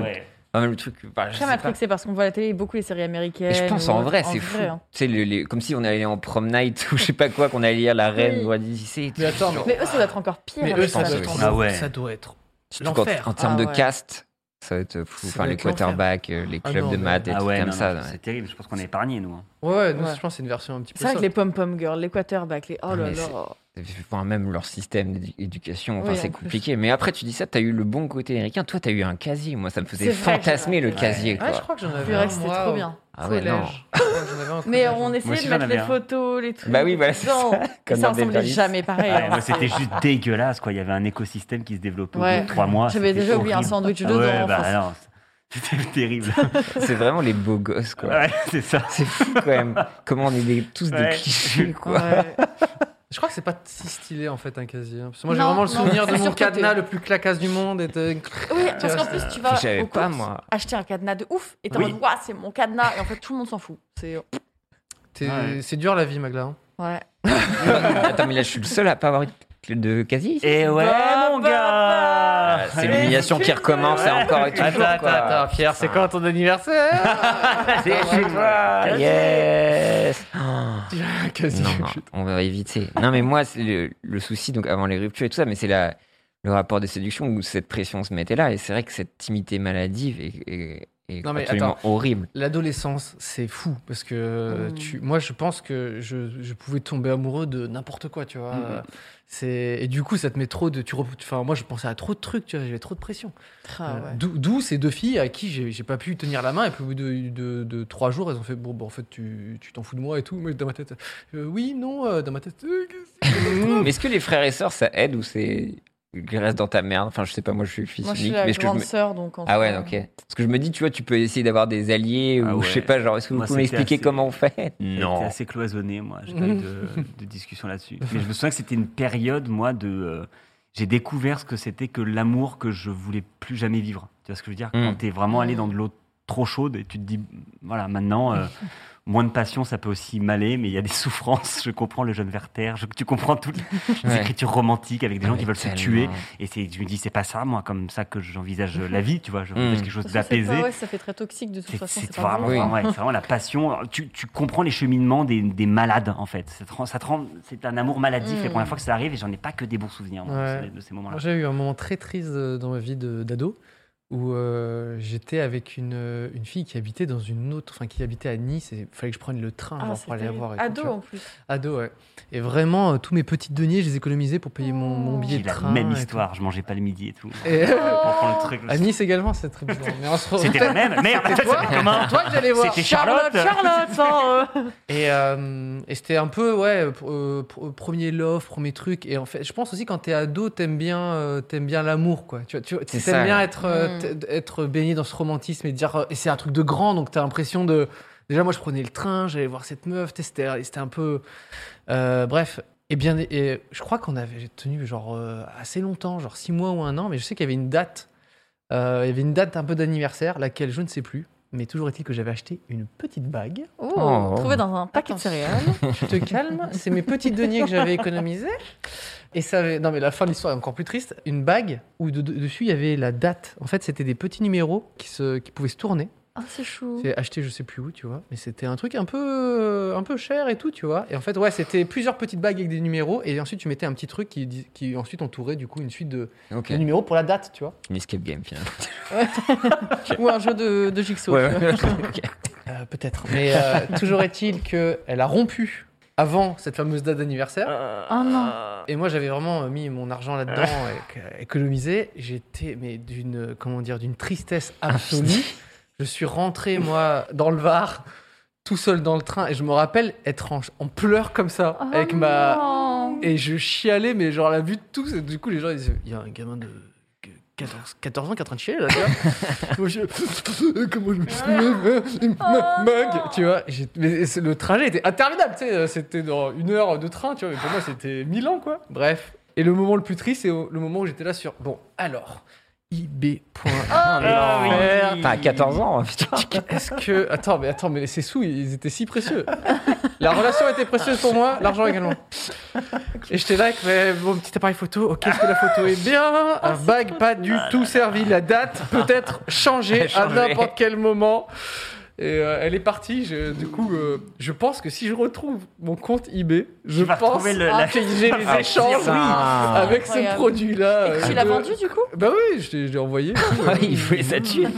euh, très- Ah ouais. Enfin, même le truc, bah, je sais Très pas. matrixé parce qu'on voit à la télé beaucoup les séries américaines. Et je pense en ou vrai, autre, c'est fou. hein. Tu sais, le- les- comme si on allait en prom night ou je sais pas quoi, qu'on allait lire La Reine Oui. ou Odyssée. et tout. Mais attends, mais, Mais eux, ça doit être encore pire. hein, mais avec eux, ça ça. doit, je être, pense. Ah ouais. ça doit être. Surtout qu'en- L'enfer. En termes Ah de ouais. cast, ça va être Ça fou. Enfin, doit les être l'enfer. quarterbacks, euh, les Ah clubs non, de mais- maths, des Ah trucs ouais, comme non, ça. non, ouais. c'est terrible. Je pense qu'on est épargnés, nous. hein. Ouais, ouais, nous, Ouais. je pense que c'est une version un petit peu. C'est vrai que soft. les pom-pom girls, les quarterbacks, les. Oh là Mais là. Enfin, même leur système d'édu- d'éducation, enfin, Oui, c'est en plus. compliqué. Mais après, tu dis ça, t'as eu le bon côté américain. Toi, t'as eu un casier. Moi, ça me faisait C'est vrai que fantasmer j'avais le un casier. Ouais, quoi. Ah, je crois que j'en avais. Purée, un, c'était moi, trop au bien. Ah ouais, non. collège. Ouais, j'en avais un au Mais collège, on ouais. essayait aussi, de j'en mettre avais les un. photos, les trucs. Bah oui, voilà, c'est dedans. ça. Et Comme dans ça ressemblait Beverly Hills. jamais pareil. Ouais, hein. moi, c'était juste dégueulasse, quoi. Il y avait un écosystème qui se développait au Ouais. bout de trois mois. J'avais c'était déjà oublié un horrible. sandwich Ah dedans. Ouais, enfin, bah non, c'était terrible. C'est vraiment les beaux gosses, quoi. Ouais, c'est ça. C'est fou, quand même. Comment on est des- tous des Ouais. clichés, c'est- quoi. ouais. Je crois que c'est pas si stylé en fait un casier. hein. Parce que moi j'ai Non, vraiment le non, souvenir c'est de mon surcoté. cadenas le plus clacasse du monde. Et de- Oui, parce qu'en plus, tu vas J'avais au pas, Cops moi. acheter un cadenas de ouf et t'es en Oui. mode, Ouah, c'est mon cadenas. Et en fait, tout le monde s'en fout. C'est T'es- Ouais. C'est dur la vie, Magla. hein. Ouais. Attends, mais là, je suis le seul à pas avoir eu de casier. ici. Et ouais, Bah, mon bah, gars Ah, C'est l'humiliation qui recommence et encore et toujours. Attends, attends, quoi. attends. Pierre, c'est quand ton anniversaire C'est chez toi Ah, Yes Ah. Quasi. non, non, on va éviter. Non, mais moi, c'est le, le souci, donc avant les ruptures et tout ça, mais c'est la, le rapport de séduction où cette pression se mettait là. Et c'est vrai que cette timidité maladive est, est- est Non, mais absolument horrible. L'adolescence, c'est fou parce que Mm. tu, moi, je pense que je, je pouvais tomber amoureux de n'importe quoi, tu vois. Mmh. Mm. C'est et du coup, ça te met trop de, tu, rep- enfin, moi, je pensais à trop de trucs, tu vois, j'avais trop de pression. Euh, Ah, ouais. D'où d'où ces deux filles à qui j'ai j'ai pas pu tenir la main et puis au bout de, de- de trois jours, elles ont fait bon, bah, en fait, tu tu t'en fous de moi et tout. Mais dans ma tête, euh, oui, non, euh, dans ma tête. euh, qu'est-ce que- Mais est-ce que les frères et sœurs, ça aide ou c'est. Tu restes dans ta merde Enfin, je sais pas, moi, je suis fils Moi, je suis unique, la mais ce que je grande me- sœur, donc euh, en Ah ouais, soi, ok. Parce que je me dis, tu vois, tu peux essayer d'avoir des alliés Ah ou ouais. je sais pas, genre, est-ce que vous Moi, pouvez c'était m'expliquer assez- comment on fait C'était assez cloisonné, moi. J'ai pas eu de, de discussion là-dessus. Mais je me souviens que c'était une période, moi, de. euh, j'ai découvert ce que c'était que l'amour que je voulais plus jamais vivre. Tu vois ce que je veux dire Mm. Quand t'es vraiment allé dans de l'eau trop chaude et tu te dis, voilà, maintenant, euh, moins de passion, ça peut aussi m'aller, mais il y a des souffrances. Je comprends le jeune Werther, je- tu comprends toutes les Ouais. Ah, écritures romantiques avec des gens Mais qui veulent se tellement. tuer. Et c'est- je me dis, c'est pas ça, moi, comme ça que j'envisage la vie, tu vois. Mm. J'envisage quelque chose Parce que c'est d'apaisé. pas- ouais, ça fait très toxique de toute C'est façon. c'est pas vraiment, bon. Oui. ouais, c'est vraiment la passion. Tu, tu comprends les cheminements des, des malades, en fait. Ça te rend- ça te rend- c'est un amour maladif. Mm. La première fois que ça arrive, et j'en ai pas que des bons souvenirs moi, Ouais. de ces- de ces moments-là. Moi, J'ai eu un moment très triste euh, dans ma vie de- d'ado où euh, j'étais avec une, euh, une fille qui habitait dans une autre, enfin qui habitait à Nice et il fallait que je prenne le train Ah, genre, c'est pour aller la terrible. voir. et tout, tu Ado vois. en plus. Ado, ouais. Et vraiment, euh, tous mes petits deniers, je les économisais pour payer mon, mon Oh. billet J'ai de la train. même et tout. histoire. Je mangeais pas le midi et tout. Et- euh, Je comprends le truc. à Nice également, c'est très bizarre. Mais on se re- C'était la même. Merde, C'était toi, comment toi que j'allais voir. C'était Charlotte. Charlotte, sans eux. Et, euh, et c'était un peu, ouais, pr- euh, pr- premier love, premier truc. Et en fait, je pense aussi quand t'es ado, t'aimes bien, euh, t'aimes bien l'amour, quoi. Tu, vois- tu vois, C'est t'aimes ça, bien ouais. être, euh, Mm. t- être baigné dans ce romantisme et dire, euh, et c'est un truc de grand, donc t'as l'impression de. Déjà, moi, je prenais le train, j'allais voir cette meuf, t'sais, c'était c'était un peu. euh, bref. Et bien, et je crois qu'on avait tenu genre euh, assez longtemps, genre six mois ou un an, mais je sais qu'il y avait une date. euh, il y avait une date un peu d'anniversaire, laquelle je ne sais plus. Mais toujours est-il que j'avais acheté une petite bague. Oh, Oh. trouvé dans un paquet de céréales. Tu te calmes, c'est mes petits deniers que j'avais économisés. Et ça avait... Non, mais la fin de l'histoire est encore plus triste. Une bague où de- de- dessus il y avait la date. En fait, c'était des petits numéros qui, se... qui pouvaient se tourner. Ah, c'est chou. C'est acheté, je sais plus où, tu vois. Mais c'était un truc un peu... euh, un peu cher et tout, tu vois. Et en fait, ouais, c'était plusieurs petites bagues avec des numéros. Et ensuite, tu mettais un petit truc qui, dis- qui ensuite entourait du coup une suite de, Ok, de numéros pour la date, tu vois. une escape game finalement. Ou un jeu de, de jigsaw. Ouais, ouais. Euh, Peut-être. Mais euh, toujours est-il qu'elle a rompu avant cette fameuse date d'anniversaire. Oh non. Et moi, j'avais vraiment euh, mis mon argent là-dedans, et que- économisé. J'étais, mais d'une, euh, comment dire, d'une tristesse absolue. je suis rentré, moi, dans le Var, tout seul dans le train, et je me rappelle être en, en pleurs comme ça, avec ma. Oh. Et je chialais, mais genre la vue de tous, et du coup, les gens, ils disaient, il y a un gamin de. 14, 14 ans qui est en train de chialer là, tu vois. Moi, je- Comment je me suis Ma- Mug, tu vois. J'ai- Mais c'est- le trajet était interminable, tu sais. euh, C'était dans une heure de train, tu vois. Mais pour moi, c'était mille ans, quoi. Bref. Et le moment le plus triste, c'est au- le moment où j'étais là sur. Bon, alors, ib. Ah, mais non. Enfer. T'as 14 ans, hein, putain. Est-ce que. Attends, mais attends, mais ces sous, ils étaient si précieux. La relation était précieuse pour moi, l'argent également. Et j'étais là avec mes- mon petit appareil photo. Ok, est-ce que la photo est bien Ah, Un bague pas du tout servi. La date peut-être changée à Changée. n'importe quel moment. Et euh, elle est partie. Je- du coup, euh, je pense que si je retrouve mon compte eBay, je vas pense retrouver le- ah, la- que j'ai les Ah, échanges Ah. putain. avec ce Incroyable. produit-là. Et euh, tu l'as de- vendu du coup Bah oui, je l'ai- je l'ai envoyé. Ah, Euh, il voulait ça tuer.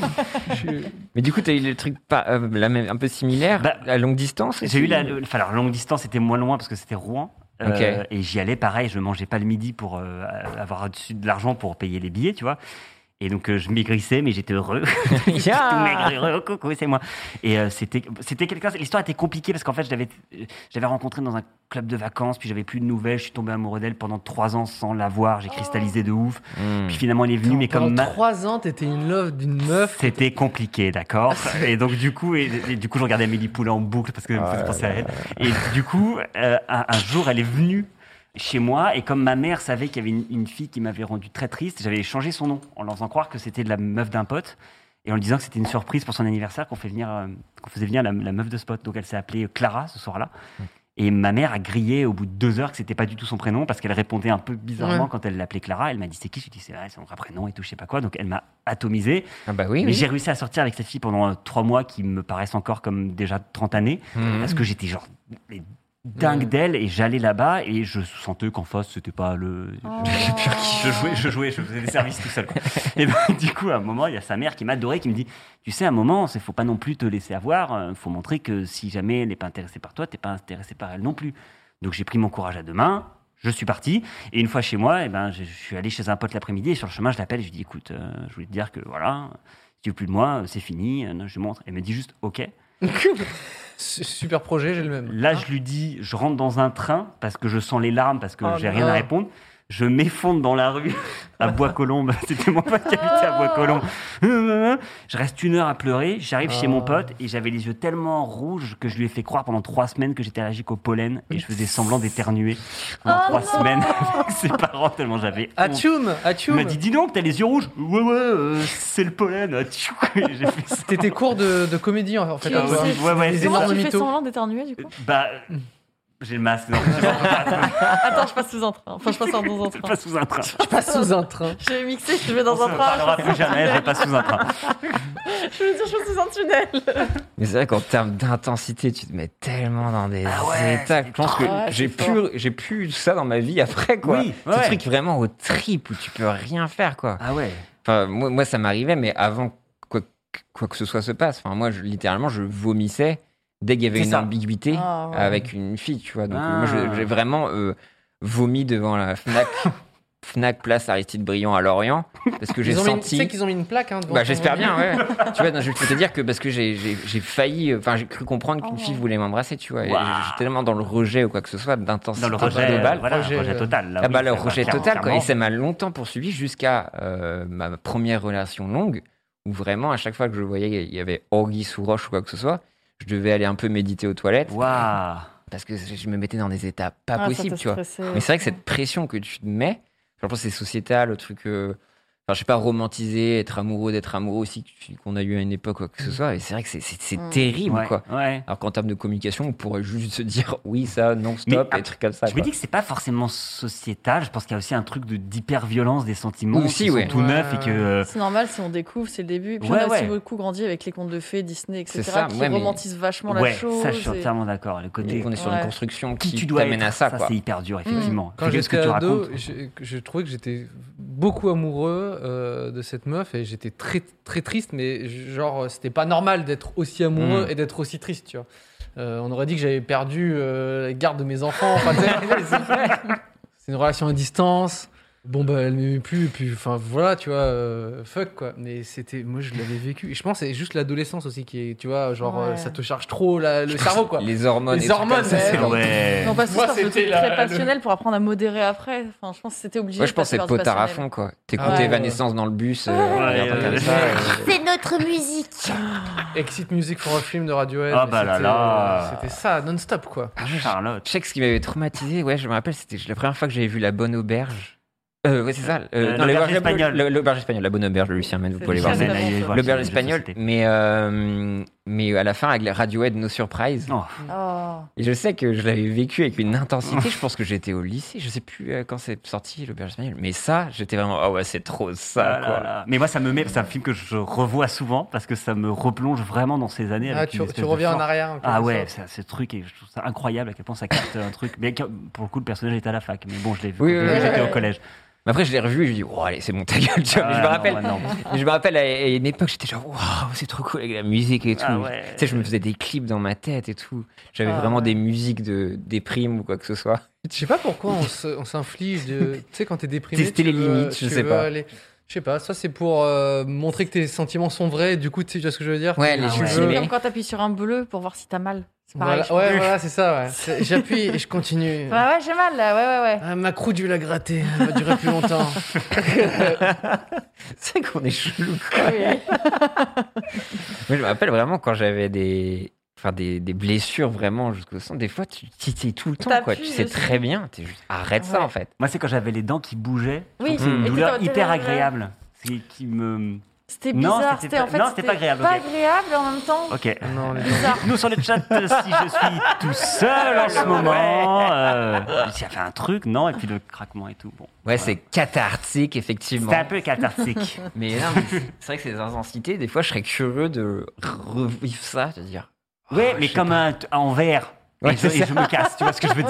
Je suis- Mais du coup, t'as eu le truc pas, euh, la même, un peu similaire, Bah, à longue distance et J'ai tout eu la, le- enfin, alors, longue distance, c'était moins loin parce que c'était Rouen. Euh, et j'y allais pareil, je mangeais pas le midi pour euh, avoir au-dessus de l'argent pour payer les billets, tu vois. Et donc euh, je maigrissais, mais j'étais heureux. Yeah. Tout maigre, heureux. Oh, coucou, c'est moi. Et euh, c'était, c'était quelqu'un. L'histoire était compliquée parce qu'en fait, je l'avais, j'avais rencontré dans un club de vacances, puis j'avais plus de nouvelles. Je suis tombé amoureux d'elle pendant trois ans sans la voir. J'ai cristallisé de ouf. Hmm. Puis finalement, elle est venue, mais Pendant comme ma- 3 ans, t'étais une love d'une meuf. c'était compliqué, d'accord. Et donc du coup, et, et du coup, je regardais Amélie Poulain en boucle parce que je pensais à elle. Et du coup, euh, un, un jour, elle est venue chez moi et comme ma mère savait qu'il y avait une, une fille qui m'avait rendu très triste, j'avais changé son nom en leur faisant croire que c'était de la meuf d'un pote. et en lui disant que c'était une surprise pour son anniversaire qu'on fait venir, euh, qu'on faisait venir la, la meuf de Spot. Donc elle s'est appelée Clara ce soir-là. Et ma mère a grillé au bout de deux heures que c'était pas du tout son prénom parce qu'elle répondait un peu bizarrement Ouais. quand elle l'appelait Clara. Elle m'a dit c'est qui Je lui ai dit c'est ouais, c'est mon vrai prénom et tout, je sais pas quoi. Donc elle m'a atomisé. Ah bah oui. Mais oui. j'ai réussi à sortir avec cette fille pendant euh, trois mois qui me paraissent encore comme déjà 30 années Mhm. parce que j'étais genre mais dingue Mhm. d'elle et j'allais là-bas et je sentais qu'en face c'était pas le Oh. je jouais je jouais je faisais des services tout seul quoi. et ben, du coup à un moment il y a sa mère qui m'adorait qui me dit tu sais à un moment c'est faut pas non plus te laisser avoir euh, faut montrer que si jamais elle n'est pas intéressée par toi t'es pas intéressé par elle non plus donc j'ai pris mon courage à deux mains je suis parti et une fois chez moi et ben je, je suis allé chez un pote l'après-midi et sur le chemin je l'appelle et je lui dis écoute euh, je voulais te dire que voilà si tu veux plus de moi euh, c'est fini euh, non, je lui montre elle me dit juste ok Su- Super projet, j'ai le même. Là, je lui dis, je rentre dans un train parce que je sens les larmes, parce que Oh j'ai non. rien à répondre. Je m'effondre dans la rue à Bois-Colombes. C'était mon pote qui habitait Ah. à Bois-Colombes. Je reste une heure à pleurer. J'arrive chez mon Ah. pote et j'avais les yeux tellement rouges que je lui ai fait croire pendant trois semaines que j'étais allergique au pollen et je faisais semblant d'éternuer pendant Oh trois non. semaines avec ses parents tellement j'avais Hein honte. Atchoum, Il Atchoum. m'a dit, dis donc, t'as les yeux rouges. Ouais, ouais, euh, c'est le pollen. Atchou. Et j'ai fait ça. T'étais cours de, de comédie en en fait. Qui à toi. existe. Ouais, ouais, Des c'est Comment énormes tu fais mythos. semblant d'éternuer du coup Bah, j'ai le masque. non, je sors pas. Attends, je passe sous un train. Enfin, je passe en- dans un Je train. passe sous un train. Je passe sous un train. J'ai mixé, je vais On dans un se train. parlera je plus passe sous un jamais, je tunnel. passe sous un train. Je veux dire, je passe sous un tunnel. Mais c'est vrai qu'en termes d'intensité, tu te mets tellement dans des Ah ouais, états. Je pense que trop- Ouais, j'ai c'est fort. plus, j'ai plus ça dans ma vie après quoi. Oui, Ce ouais. truc vraiment au trip où tu peux rien faire quoi. Ah ouais. Enfin, moi, moi, ça m'arrivait, mais avant que quoi, que- quoi que ce soit se passe. Enfin, moi, je- littéralement, je vomissais dès qu'il y avait C'est une ça. ambiguïté Ah, ouais. avec une fille, tu vois. Donc, Ah. moi, je- j'ai vraiment euh, vomi devant la Fnac, Fnac Place Aristide Briand à Lorient, parce que j'ai Ils ont mis une- Tu senti. sais qu'ils ont mis une plaque. Hein, devant Bah, ton- j'espère bien, ouais. tu vois, non, je peux te dire que parce que j'ai- j'ai j'ai failli, euh, enfin, j'ai cru comprendre qu'une Oh. fille voulait m'embrasser, tu vois. et Waouh. J'étais tellement dans le rejet ou quoi que ce soit, d'intensité Dans le rejet, globale. voilà, Rejet, rejet, euh, total. là, Ah oui, bah le ça va, rejet clairement, total quoi. Et clairement. ça m'a longtemps poursuivi jusqu'à euh, ma première relation longue où vraiment à chaque fois que je voyais il y avait orgie sous roche ou quoi que ce soit, je devais aller un peu méditer aux toilettes Waouh. parce que je me mettais dans des états pas Ah, ça possibles t'a tu vois. stressé. Mais c'est vrai que cette pression que tu te mets, je pense que c'est sociétal, le truc, euh, enfin je sais pas romantiser, être amoureux, d'être amoureux aussi qu'on a eu à une époque quoi que ce soit. Et c'est vrai que c'est- c'est c'est Mm. terrible Ouais, quoi. ouais. Alors qu'en termes de communication, on pourrait juste se dire oui ça non stop Mais, et trucs comme ça. Je me quoi. dis que c'est pas forcément sociétal. Je pense qu'il y a aussi un truc de d'hyper-violence des sentiments Aussi, qui ouais. sont tout Ouais. neufs et que. euh, C'est normal si on découvre, c'est le début. Puis Ouais, on a aussi ouais. beaucoup grandi avec les contes de fées, Disney, etc. C'est ça, qui ouais, mais- romantisent vachement la ouais, chose. ça je suis et- entièrement d'accord. Le côté Bah, on est sur Ouais. une construction qui, qui tu dois t'amène être, à ça, quoi. c'est hyper dur effectivement. Quand C'est ce que j'étais tu ado, racontes. je, je trouvais que j'étais beaucoup amoureux euh, de cette meuf et j'étais très très triste, mais genre c'était pas normal d'être aussi amoureux Hmm. Mm. et d'être aussi triste, tu vois. Euh, on aurait dit que j'avais perdu euh, la garde de mes enfants. Enfin, tu sais, c'est une relation à distance. Bon bah elle m'aimait plus et puis enfin voilà tu vois euh, fuck quoi mais c'était moi je l'avais vécu et je pense que c'est juste l'adolescence aussi qui est tu vois genre euh, Ouais. ça te charge trop la- le cerveau quoi Les hormones. Les et trucs hormones, comme ça, c'est ouais. long. Ouais. Mais on passe tous Moi, par ce c'était truc la- très le- passionnel pour apprendre à modérer après. Enfin, je pense que c'était obligé. Moi, de je pense passer être par ce potard à passionnel. fond, quoi. T'écoutais Ouais. Evanescence dans le bus, euh, Ouais, un truc ouais. comme ça. euh, C'est notre musique. Exit Music for a Film de Radiohead Ah mais bah là c'était- euh, là. c'était ça non stop quoi Charlotte. Ah, Je sais que ce qui m'avait traumatisé, ouais, je me rappelle, c'était la première fois que j'avais vu La Bonne Auberge. Euh, ouais, c'est ça. euh, Euh, non, l'auberge la- espagnole. la- L'auberge espagnole, La Bonne Auberge de Lucien Mène, vous C'est pouvez aller Lucien voir. Mène. ça. L'auberge J'ai- j'ai espagnole, sauté. mais, euh, mais à la fin, avec les Radiohead, No Surprise. Non. Oh. Et je sais que je l'avais vécu avec une intensité. Je pense que j'étais au lycée. Je sais plus euh, quand c'est sorti, l'auberge espagnole. Mais ça, j'étais vraiment. Ah ouais, c'est trop ça, Ah là quoi. là. Mais moi, ça me met. C'est un film que je revois souvent parce que ça me replonge vraiment dans ces années. Ah, avec tu, une tu espèce de reviens en force. arrière en Ah quelque ouais, sorte. ça, ce truc, et je trouve ça incroyable à quel point ça capte un truc. Mais que- pour le coup, le personnage était à la fac, mais bon, je l'ai vu Oui, quand oui, oui. j'étais Ouais. au collège. Mais après, je l'ai revu et je lui ai dit, oh, allez, c'est bon, ta gueule, tu vois. Ah, Mais je me non, rappelle, ouais, non. mais je me rappelle à à une époque, j'étais genre, waouh, c'est trop cool avec la musique et tout. Ah ouais. Tu sais, je me faisais des clips dans ma tête et tout. J'avais Ah vraiment ouais. des musiques de déprime ou quoi que ce soit. je sais pas pourquoi on se- on s'inflige de tu sais quand t'es déprimé Tester tu les veux- limites, je tu sais veux pas. aller- je sais pas ça c'est pour euh, montrer que tes sentiments sont vrais et du coup tu sais tu vois ce que je veux dire Ouais, les Ah jeux ouais. C'est filmés. comme quand t'appuies sur un bleu pour voir si t'as mal. C'est pareil. Voilà, je ouais voilà c'est ça ouais. C'est- j'appuie et je continue crois. Ouais, ouais, j'ai mal là. Ouais, ouais, ouais. Ah, ma croûte, la gratter, elle va durer plus longtemps. C'est qu'on est chelou. Oui. Moi, je me rappelle vraiment quand j'avais des. Enfin, des, des blessures vraiment jusqu'au sang. Des fois, tu titilles tout le temps, quoi. Tu T'appuies sais dessus. très bien. T'es juste, arrête ça, Ouais. en fait. Moi, c'est quand j'avais les dents qui bougeaient. Oui, Je trouve que c'est Mm. une et douleur t'étais- hyper agréable. C'est qui me. C'était Non, c'était bizarre. C'était pas- en fait. non, c'était pas agréable, Pas ok. agréable et en même temps. Ok. Non, les gens. Bizarre. Nous sur le chat, euh, si je suis tout seul en ce moment, euh, s'il y a fait un truc, non, et puis le craquement et tout. Bon, Ouais, c'est cathartique, effectivement. c'était un peu cathartique. Mais non, mais c'est c'est vrai que ces intensités, des fois, je serais curieux de revivre ça, de dire. Ouais, Oh, mais je comme un t- en verre. Ouais, et, je, c'est et ça. je me casse, tu vois ce que je veux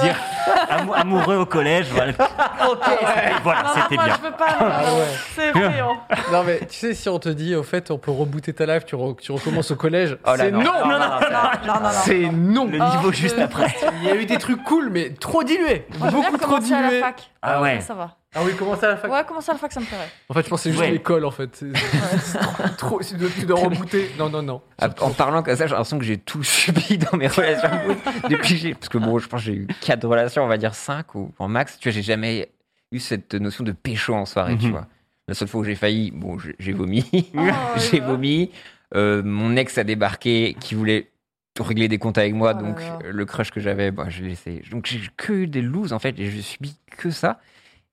dire Amou- Amoureux au collège, voilà. Et voilà, Non, non, Ah, c'était moi, bien. je veux pas. Ah ouais. C'est hein. effrayant. Non, mais tu sais, si on te dit, au fait, on peut rebooter ta life, tu, re- tu recommences au collège, Oh là, c'est non, non, non, ça- Non, non, non. C'est non Le Oh, niveau je- juste après. Il y a eu des trucs cool, mais trop dilués Moi, j'aime bien Beaucoup trop commencer à la dilués fac. Ah ouais. Ça va. Ah oui, comment ça à la fac Ouais, commencer à la fac, ça me plairait. En fait, je pensais juste Ouais. à l'école, en fait. C'est- c'est trop- trop- tu dois, tu dois rebooter. Non, non, non. Ah, En parlant comme ça, j'ai l'impression que j'ai tout subi dans mes relations amoureuses. Depuis que j'ai- parce que bon, je pense que j'ai eu quatre relations, on va dire cinq ou en max. Tu vois, j'ai jamais eu cette notion de pécho en soirée, tu Mhm. vois. La seule fois où j'ai failli, bon, j'ai- j'ai vomi. là j'ai là. vomi. Euh, mon ex a débarqué qui voulait régler des comptes avec moi, Oh là donc là. euh, le crush que j'avais, bah, je l'ai laissé. Donc j'ai que eu des looses en fait, et je subis que ça.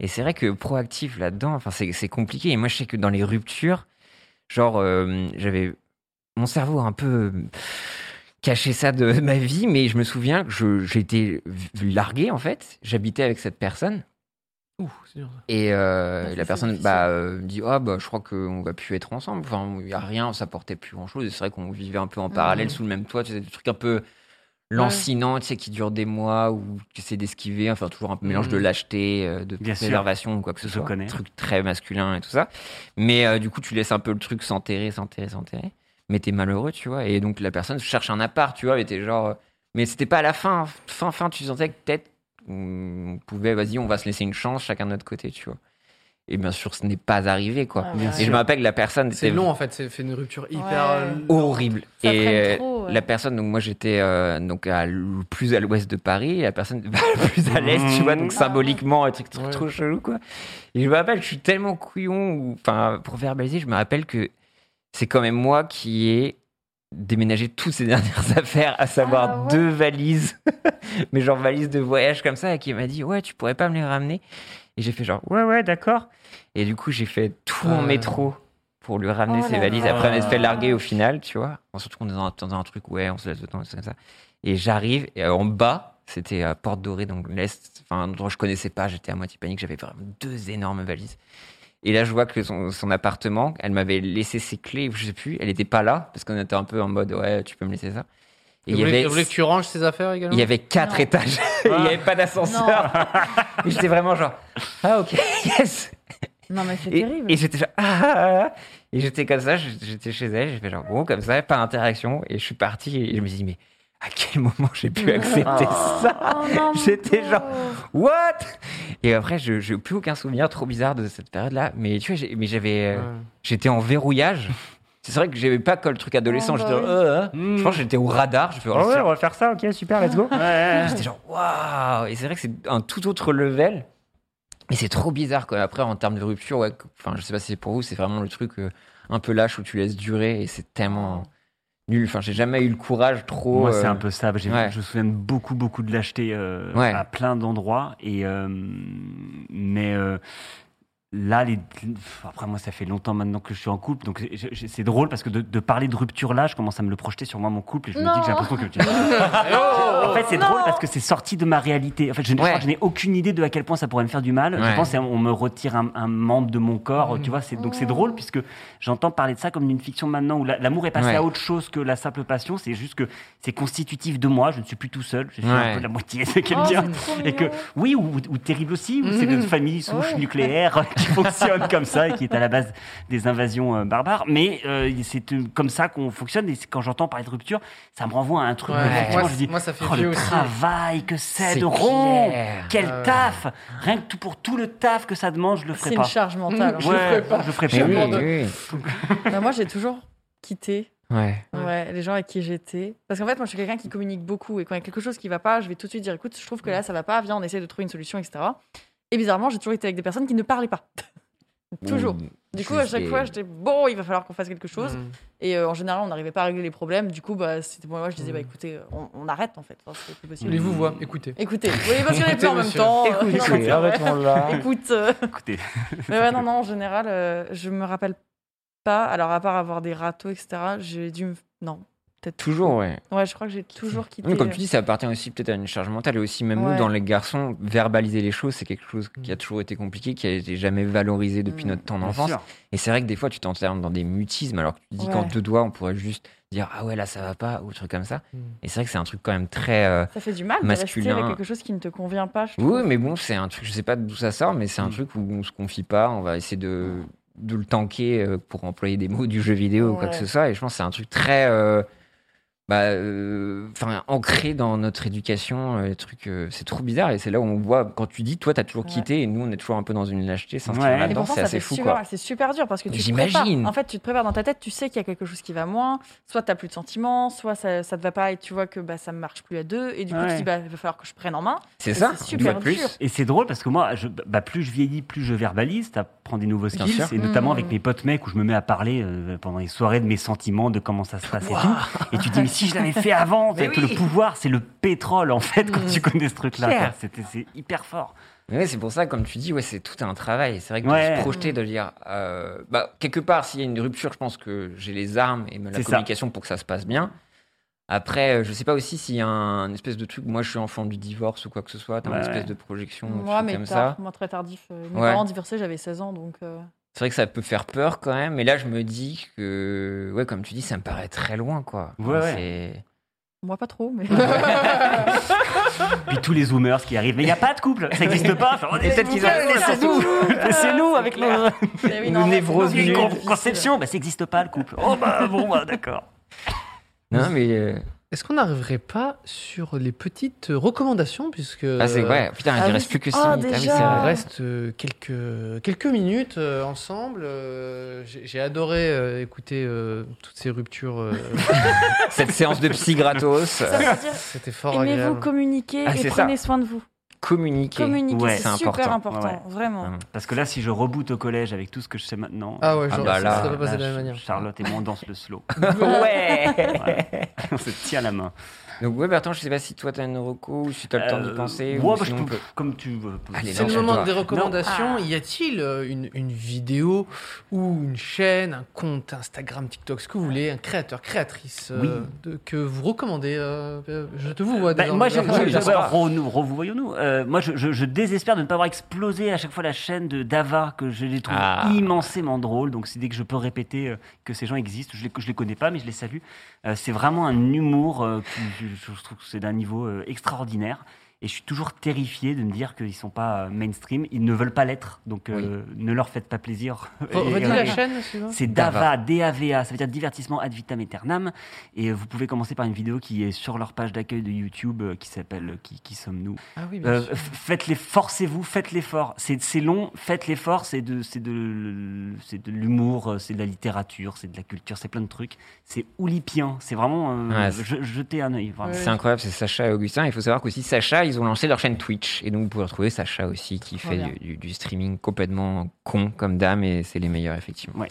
Et c'est vrai que proactif là-dedans, enfin c'est c'est compliqué. Et moi je sais que dans les ruptures, genre euh, j'avais mon cerveau a un peu euh, caché ça de ma vie, mais je me souviens que je- j'ai été largué en fait. J'habitais avec cette personne. Ouh, c'est dur. Et euh, Ah, ça, la c'est personne difficile. bah, euh, dit Ah, bah, je crois qu'on va plus être ensemble. Enfin, il n'y a rien, ça portait plus grand chose. Et c'est vrai qu'on vivait un peu en parallèle sous le même toit. Tu sais, des trucs un peu lancinants, tu sais, qui durent des mois ou tu sais d'esquiver. Enfin, toujours un peu mélange de Mhm. lâcheté, euh, de Bien sûr. préservation ou quoi que ce Je soit. connais. Truc très masculin et tout ça. Mais euh, du coup, tu laisses un peu le truc s'enterrer, s'enterrer, s'enterrer. Mais t'es malheureux, tu vois. Et donc, la personne cherche un appart, tu vois. Et t'es genre. euh, Mais c'était pas à la fin. Fin, fin, tu sentais que peut-être on pouvait, vas-y, on va se laisser une chance, chacun de notre côté, tu vois. Et bien sûr, ce n'est pas arrivé, quoi. Ah, Bien ouais. et je sûr. me rappelle que la personne, C'est c'était long, en fait. C'est fait une rupture hyper. Ouais. euh, horrible. Ça et euh, traîne trop, ouais. la personne, donc moi j'étais euh, donc à l- plus à l'ouest de Paris, et la personne va plus à l'est, tu vois, donc Ah. symboliquement, un truc trop, Ouais. trop chelou, quoi. Et je me rappelle, je suis tellement couillon, ou- enfin, pour verbaliser, je me rappelle que c'est quand même moi qui ai déménagé toutes ces dernières affaires, à savoir Ah ouais. deux valises, mais genre valises de voyage comme ça, et qui m'a dit, ouais, tu pourrais pas me les ramener. Et j'ai fait genre, ouais, ouais, d'accord. Et du coup, j'ai fait tout en Ah. métro pour lui ramener Oh ses là valises. là. Après, on se fait larguer au final, tu vois. On se retrouve dans un, dans un truc, ouais, on se laisse le temps, c'est comme ça. Et j'arrive, et euh, en bas, c'était à Porte Dorée, donc l'Est, enfin, un endroit que je connaissais pas, j'étais à moitié panique, j'avais vraiment deux énormes valises. Et là, je vois que son, son appartement, elle m'avait laissé ses clés, je sais plus, elle était pas là, parce qu'on était un peu en mode, ouais, tu peux me laisser ça. Et Vous il y voulez, avait vous voulez que tu Ah. ranges ces affaires également il y avait quatre Non. étages. Il n'y avait pas d'ascenseur. Et J'étais vraiment genre, ah ok, yes. Non, mais c'est Et, terrible. et j'étais genre, ah, ah, ah. Et j'étais comme ça, j- j'étais chez elle, j'ai fait genre, bon, comme ça, pas d'interaction. Et je suis parti et je me suis dit, mais à quel moment j'ai pu accepter ça Oh non, mon J'étais pauvre. What Et après, je n'ai plus aucun souvenir trop bizarre de cette période-là. Mais tu vois, j'ai- mais j'avais, euh, j'étais en verrouillage. C'est vrai que j'avais pas que le truc adolescent. Ah, bah j'étais, oui. euh, euh. Je pense que j'étais au radar. Je fais, oh, ouais, on va faire ça, ok, super, let's go. Ouais, ouais, ouais. Ah, J'étais genre waouh Et c'est vrai que c'est un tout autre level. Et c'est trop bizarre quoi. Après en termes de rupture, ouais, que- enfin je sais pas si c'est pour vous, c'est vraiment le truc euh, un peu lâche où tu laisses durer et c'est tellement nul. Enfin j'ai jamais eu le courage trop. Moi, c'est euh, un peu ça. J'ai- ouais. Je me souviens de beaucoup, beaucoup de lâcheté euh, Ouais. à plein d'endroits. Et euh, mais euh, là, les... pff, après moi, ça fait longtemps maintenant que je suis en couple, donc je- je- c'est drôle parce que de, de parler de rupture là, je commence à me le projeter sur moi mon couple et je me dis Non. Oh. que j'ai l'impression que. en fait, c'est Non. drôle parce que c'est sorti de ma réalité. En fait, je, je Ouais. crois que je n'ai aucune idée de à quel point ça pourrait me faire du mal. Ouais. Je pense qu'on me retire un, un membre de mon corps. Tu vois, c'est donc c'est drôle puisque j'entends parler de ça comme d'une fiction maintenant où la- l'amour est passé Ouais. à autre chose que la simple passion. C'est juste que c'est constitutif de moi. Je ne suis plus tout seul. Je suis Ouais. un peu la moitié de Oh, quelqu'un. c'est trop et que mignon. oui, ou, ou terrible aussi, ou c'est Mhm. une famille souche Ouais. nucléaire qui fonctionne comme ça et qui est à la base des invasions euh, barbares. Mais euh, c'est euh, comme ça qu'on fonctionne. Et c'est- quand j'entends parler de rupture, ça me renvoie à un truc. Ouais. où effectivement, Moi, je dis, moi, ça fait oh, vieux le aussi. travail que c'est C'est de rompre clair. Quel Ah ouais. taf Rien que tout pour tout le taf que ça demande, je le ferai C'est une pas. charge mentale. Je Ouais, le ferai pas. Je le ferai mais pas. oui, abandonne. oui, Bah, moi, j'ai toujours quitté oui. Ouais. Ouais. ouais, les gens avec qui j'étais. Parce qu'en fait, moi, je suis quelqu'un qui communique beaucoup. Et quand il y a quelque chose qui va pas, je vais tout de suite dire écoute, je trouve que là, ça va pas. Viens, on essaie de trouver une solution, etc. Et bizarrement, j'ai toujours été avec des personnes qui ne parlaient pas. Mmh. toujours. Du coup, à chaque fois, j'étais bon, il va falloir qu'on fasse quelque chose. Mm. Et euh, en général, on n'arrivait pas à régler les problèmes. Du coup, bah, c'était moi, moi, je disais Mm. bah, écoutez, on, on arrête en fait. Enfin, c'est plus possible. Les vous voient, écoutez. Écoutez, oui, parce qu'on est Écoutez, plus en même monsieur. temps. euh, non, mais Écoutez, c'est vrai. arrêtons là. Écoute. euh, Écoutez, Mais ouais, non, non, en général, euh, je me rappelle pas. Alors, à part avoir des râteaux, etc., j'ai dû me. Non, peut-être. Toujours, ouais. Ouais, je crois que j'ai toujours quitté. euh, Oui, comme tu dis, ça appartient aussi peut-être à une charge mentale. Et aussi, même Ouais. nous, dans les garçons, verbaliser les choses, c'est quelque chose qui a toujours été compliqué, qui a été jamais valorisé depuis Mm. notre temps Bien d'enfance. sûr. Et c'est vrai que des fois, tu t'enfermes dans des mutismes, alors que tu te dis qu'en Ouais. deux doigts, on pourrait juste dire Ah ouais, là, ça va pas, ou un truc comme ça. Mm. Et c'est vrai que c'est un truc quand même très. euh, Ça fait du mal de Masculin. rester avec quelque chose qui ne te convient pas, je trouve. Oui, mais bon, c'est un truc, je sais pas d'où ça sort, mais c'est un Mm. truc où on se confie pas, on va essayer de, de le tanker euh, pour employer des mots du jeu vidéo ou quoi que Ouais. ce soit. Et je pense que c'est un truc très. euh, bah, euh, enfin, ancré dans notre éducation, euh, les trucs, euh, c'est trop bizarre et c'est là où on voit quand tu dis, toi, t'as toujours Ouais. quitté et nous, on est toujours un peu dans une lâcheté, sans Ouais. Et Et là-dedans, Ah pourtant, c'est ça assez fait fou, super, quoi. mal, c'est super dur parce que tu te J'imagine. prépares. En fait, tu te prépares dans ta tête, tu sais qu'il y a quelque chose qui va moins. Soit t'as plus de sentiments, soit ça, ça te va pas et tu vois que bah ça ne marche plus à deux et du coup tu Ouais. dis bah il va falloir que je prenne en main. C'est Et ça, c'est une fois super de plus. dur. Et c'est drôle parce que moi, je- bah, plus je vieillis, plus je verbalise, t'apprends des nouveaux Bien skills, sûr. et notamment Mmh. Mhm. avec mes potes mecs où je me mets à parler euh, pendant les soirées de mes sentiments, de comment ça se passe et tout. Et tu te dis, mais si je l'avais fait avant, en Mais fait, oui. le pouvoir, c'est le pétrole en fait quand Mmh. tu connais ce truc-là. Clair. quoi. C'était- C'est hyper fort. Mais ouais, c'est pour ça, comme tu dis, ouais, c'est tout un travail. C'est vrai que de Ouais. se projeter, de dire, euh, bah, quelque part, s'il y a une rupture, je pense que j'ai les armes et la C'est ça. communication pour que ça se passe bien. Après, euh, je sais pas aussi s'il y a un, un espèce de truc. Moi, je suis enfant du divorce ou quoi que ce soit. T'as Ouais, une espèce ouais. de projection ou Moi des mais trucs Mmh, comme tard, ça. moi très tardif. Euh, Mes Ouais. parents divorcés, j'avais 16 ans donc. euh, C'est vrai que ça peut faire peur quand même. Mais là, je me dis que, ouais, comme tu dis, ça me paraît très loin, quoi. Ouais, ouais. C'est- Moi pas trop mais. Puis tous les zoomers qui arrivent, mais il n'y a pas de couple, ça n'existe pas. Enfin, on est- peut-être qu'ils ont- Laissez-nous Laissez-nous avec nos, Mais oui, nos non, mais névroses, c'est nos compliqué. conceptions. Bah, ça n'existe pas le couple. Oh bah bon, bah, d'accord. Non, mais euh, Est-ce qu'on n'arriverait pas sur les petites recommandations puisque Euh, ah, c'est ouais. Putain, ah il oui, reste plus que ah, six minutes. Ah déjà. oui, Il c'est vrai. reste euh, quelques, quelques minutes euh, ensemble. Euh, J'ai j'ai adoré euh, écouter euh, toutes ces ruptures. euh, Cette séance de psy gratos. Ça euh, veut dire C'était fort aimez-vous, agréable. communiquez Ah, et c'est ça. prenez soin de vous. communiquer. Communiquer, Ouais. c'est C'est super important. important, Ouais. vraiment. Hum. Parce que là, si je reboote au collège avec tout ce que je sais maintenant, Ah ouais, Ah genre, bah ça- là, ça va passer de la Ch- même manière. Charlotte et moi, on danse le slow. ouais. Voilà. on se tient la main. Donc ouais Bertrand, je sais pas si toi t'as une reco ou si t'as le temps d'y Euh, penser. ouais, ou bah, je sinon on peux- peut- Comme tu veux. Allez, C'est le Lance-toi. moment des recommandations. Y a-t-il euh, une, une vidéo ou une chaîne, un compte Instagram, TikTok, ce que vous voulez, un créateur, créatrice euh, Oui. de- que vous recommandez euh, euh, Je te vous vois. Bah, désormais. moi, je, Ah, je- oui, je- ça va. revoyons-nous, revoyons-nous. Euh, moi, je, je- je désespère de ne pas avoir explosé à chaque fois la chaîne de Dava, que je les trouve Ah. immensément drôles. Donc, c'est dès que je peux répéter euh, que ces gens existent, je les, je les connais pas, mais je les salue. Euh, c'est vraiment un humour euh, qui, je, je trouve que c'est d'un niveau euh, extraordinaire. Et je suis toujours terrifié de me dire qu'ils sont pas euh, mainstream, ils ne veulent pas l'être. Donc, euh, ne leur faites pas plaisir. Re- Et- Redis et- la chaîne, s'il vous plaît. C'est DAVA, DAVA, ça veut dire divertissement ad vitam aeternam. Et euh, vous pouvez commencer par une vidéo qui est sur leur page d'accueil de YouTube euh, qui s'appelle euh, Qui, qui sommes-nous Ah oui, bien Euh, sûr. f- Faites-les, forcez-vous, faites l'effort. C'est c'est long, faites l'effort, c'est de, c'est de, c'est de l'humour, euh, c'est de la littérature, c'est de la culture, c'est plein de trucs. C'est oulipien, c'est vraiment. euh, Ouais, c'est- je- jetez un œil. vraiment. C'est incroyable, c'est Sacha et Augustin. Il faut savoir qu'aussi Sacha, ils ont lancé leur chaîne Twitch. Et donc vous pouvez retrouver Sacha aussi qui Trop fait bien. du, du- du streaming complètement con comme dame et c'est les meilleurs effectivement. Ouais.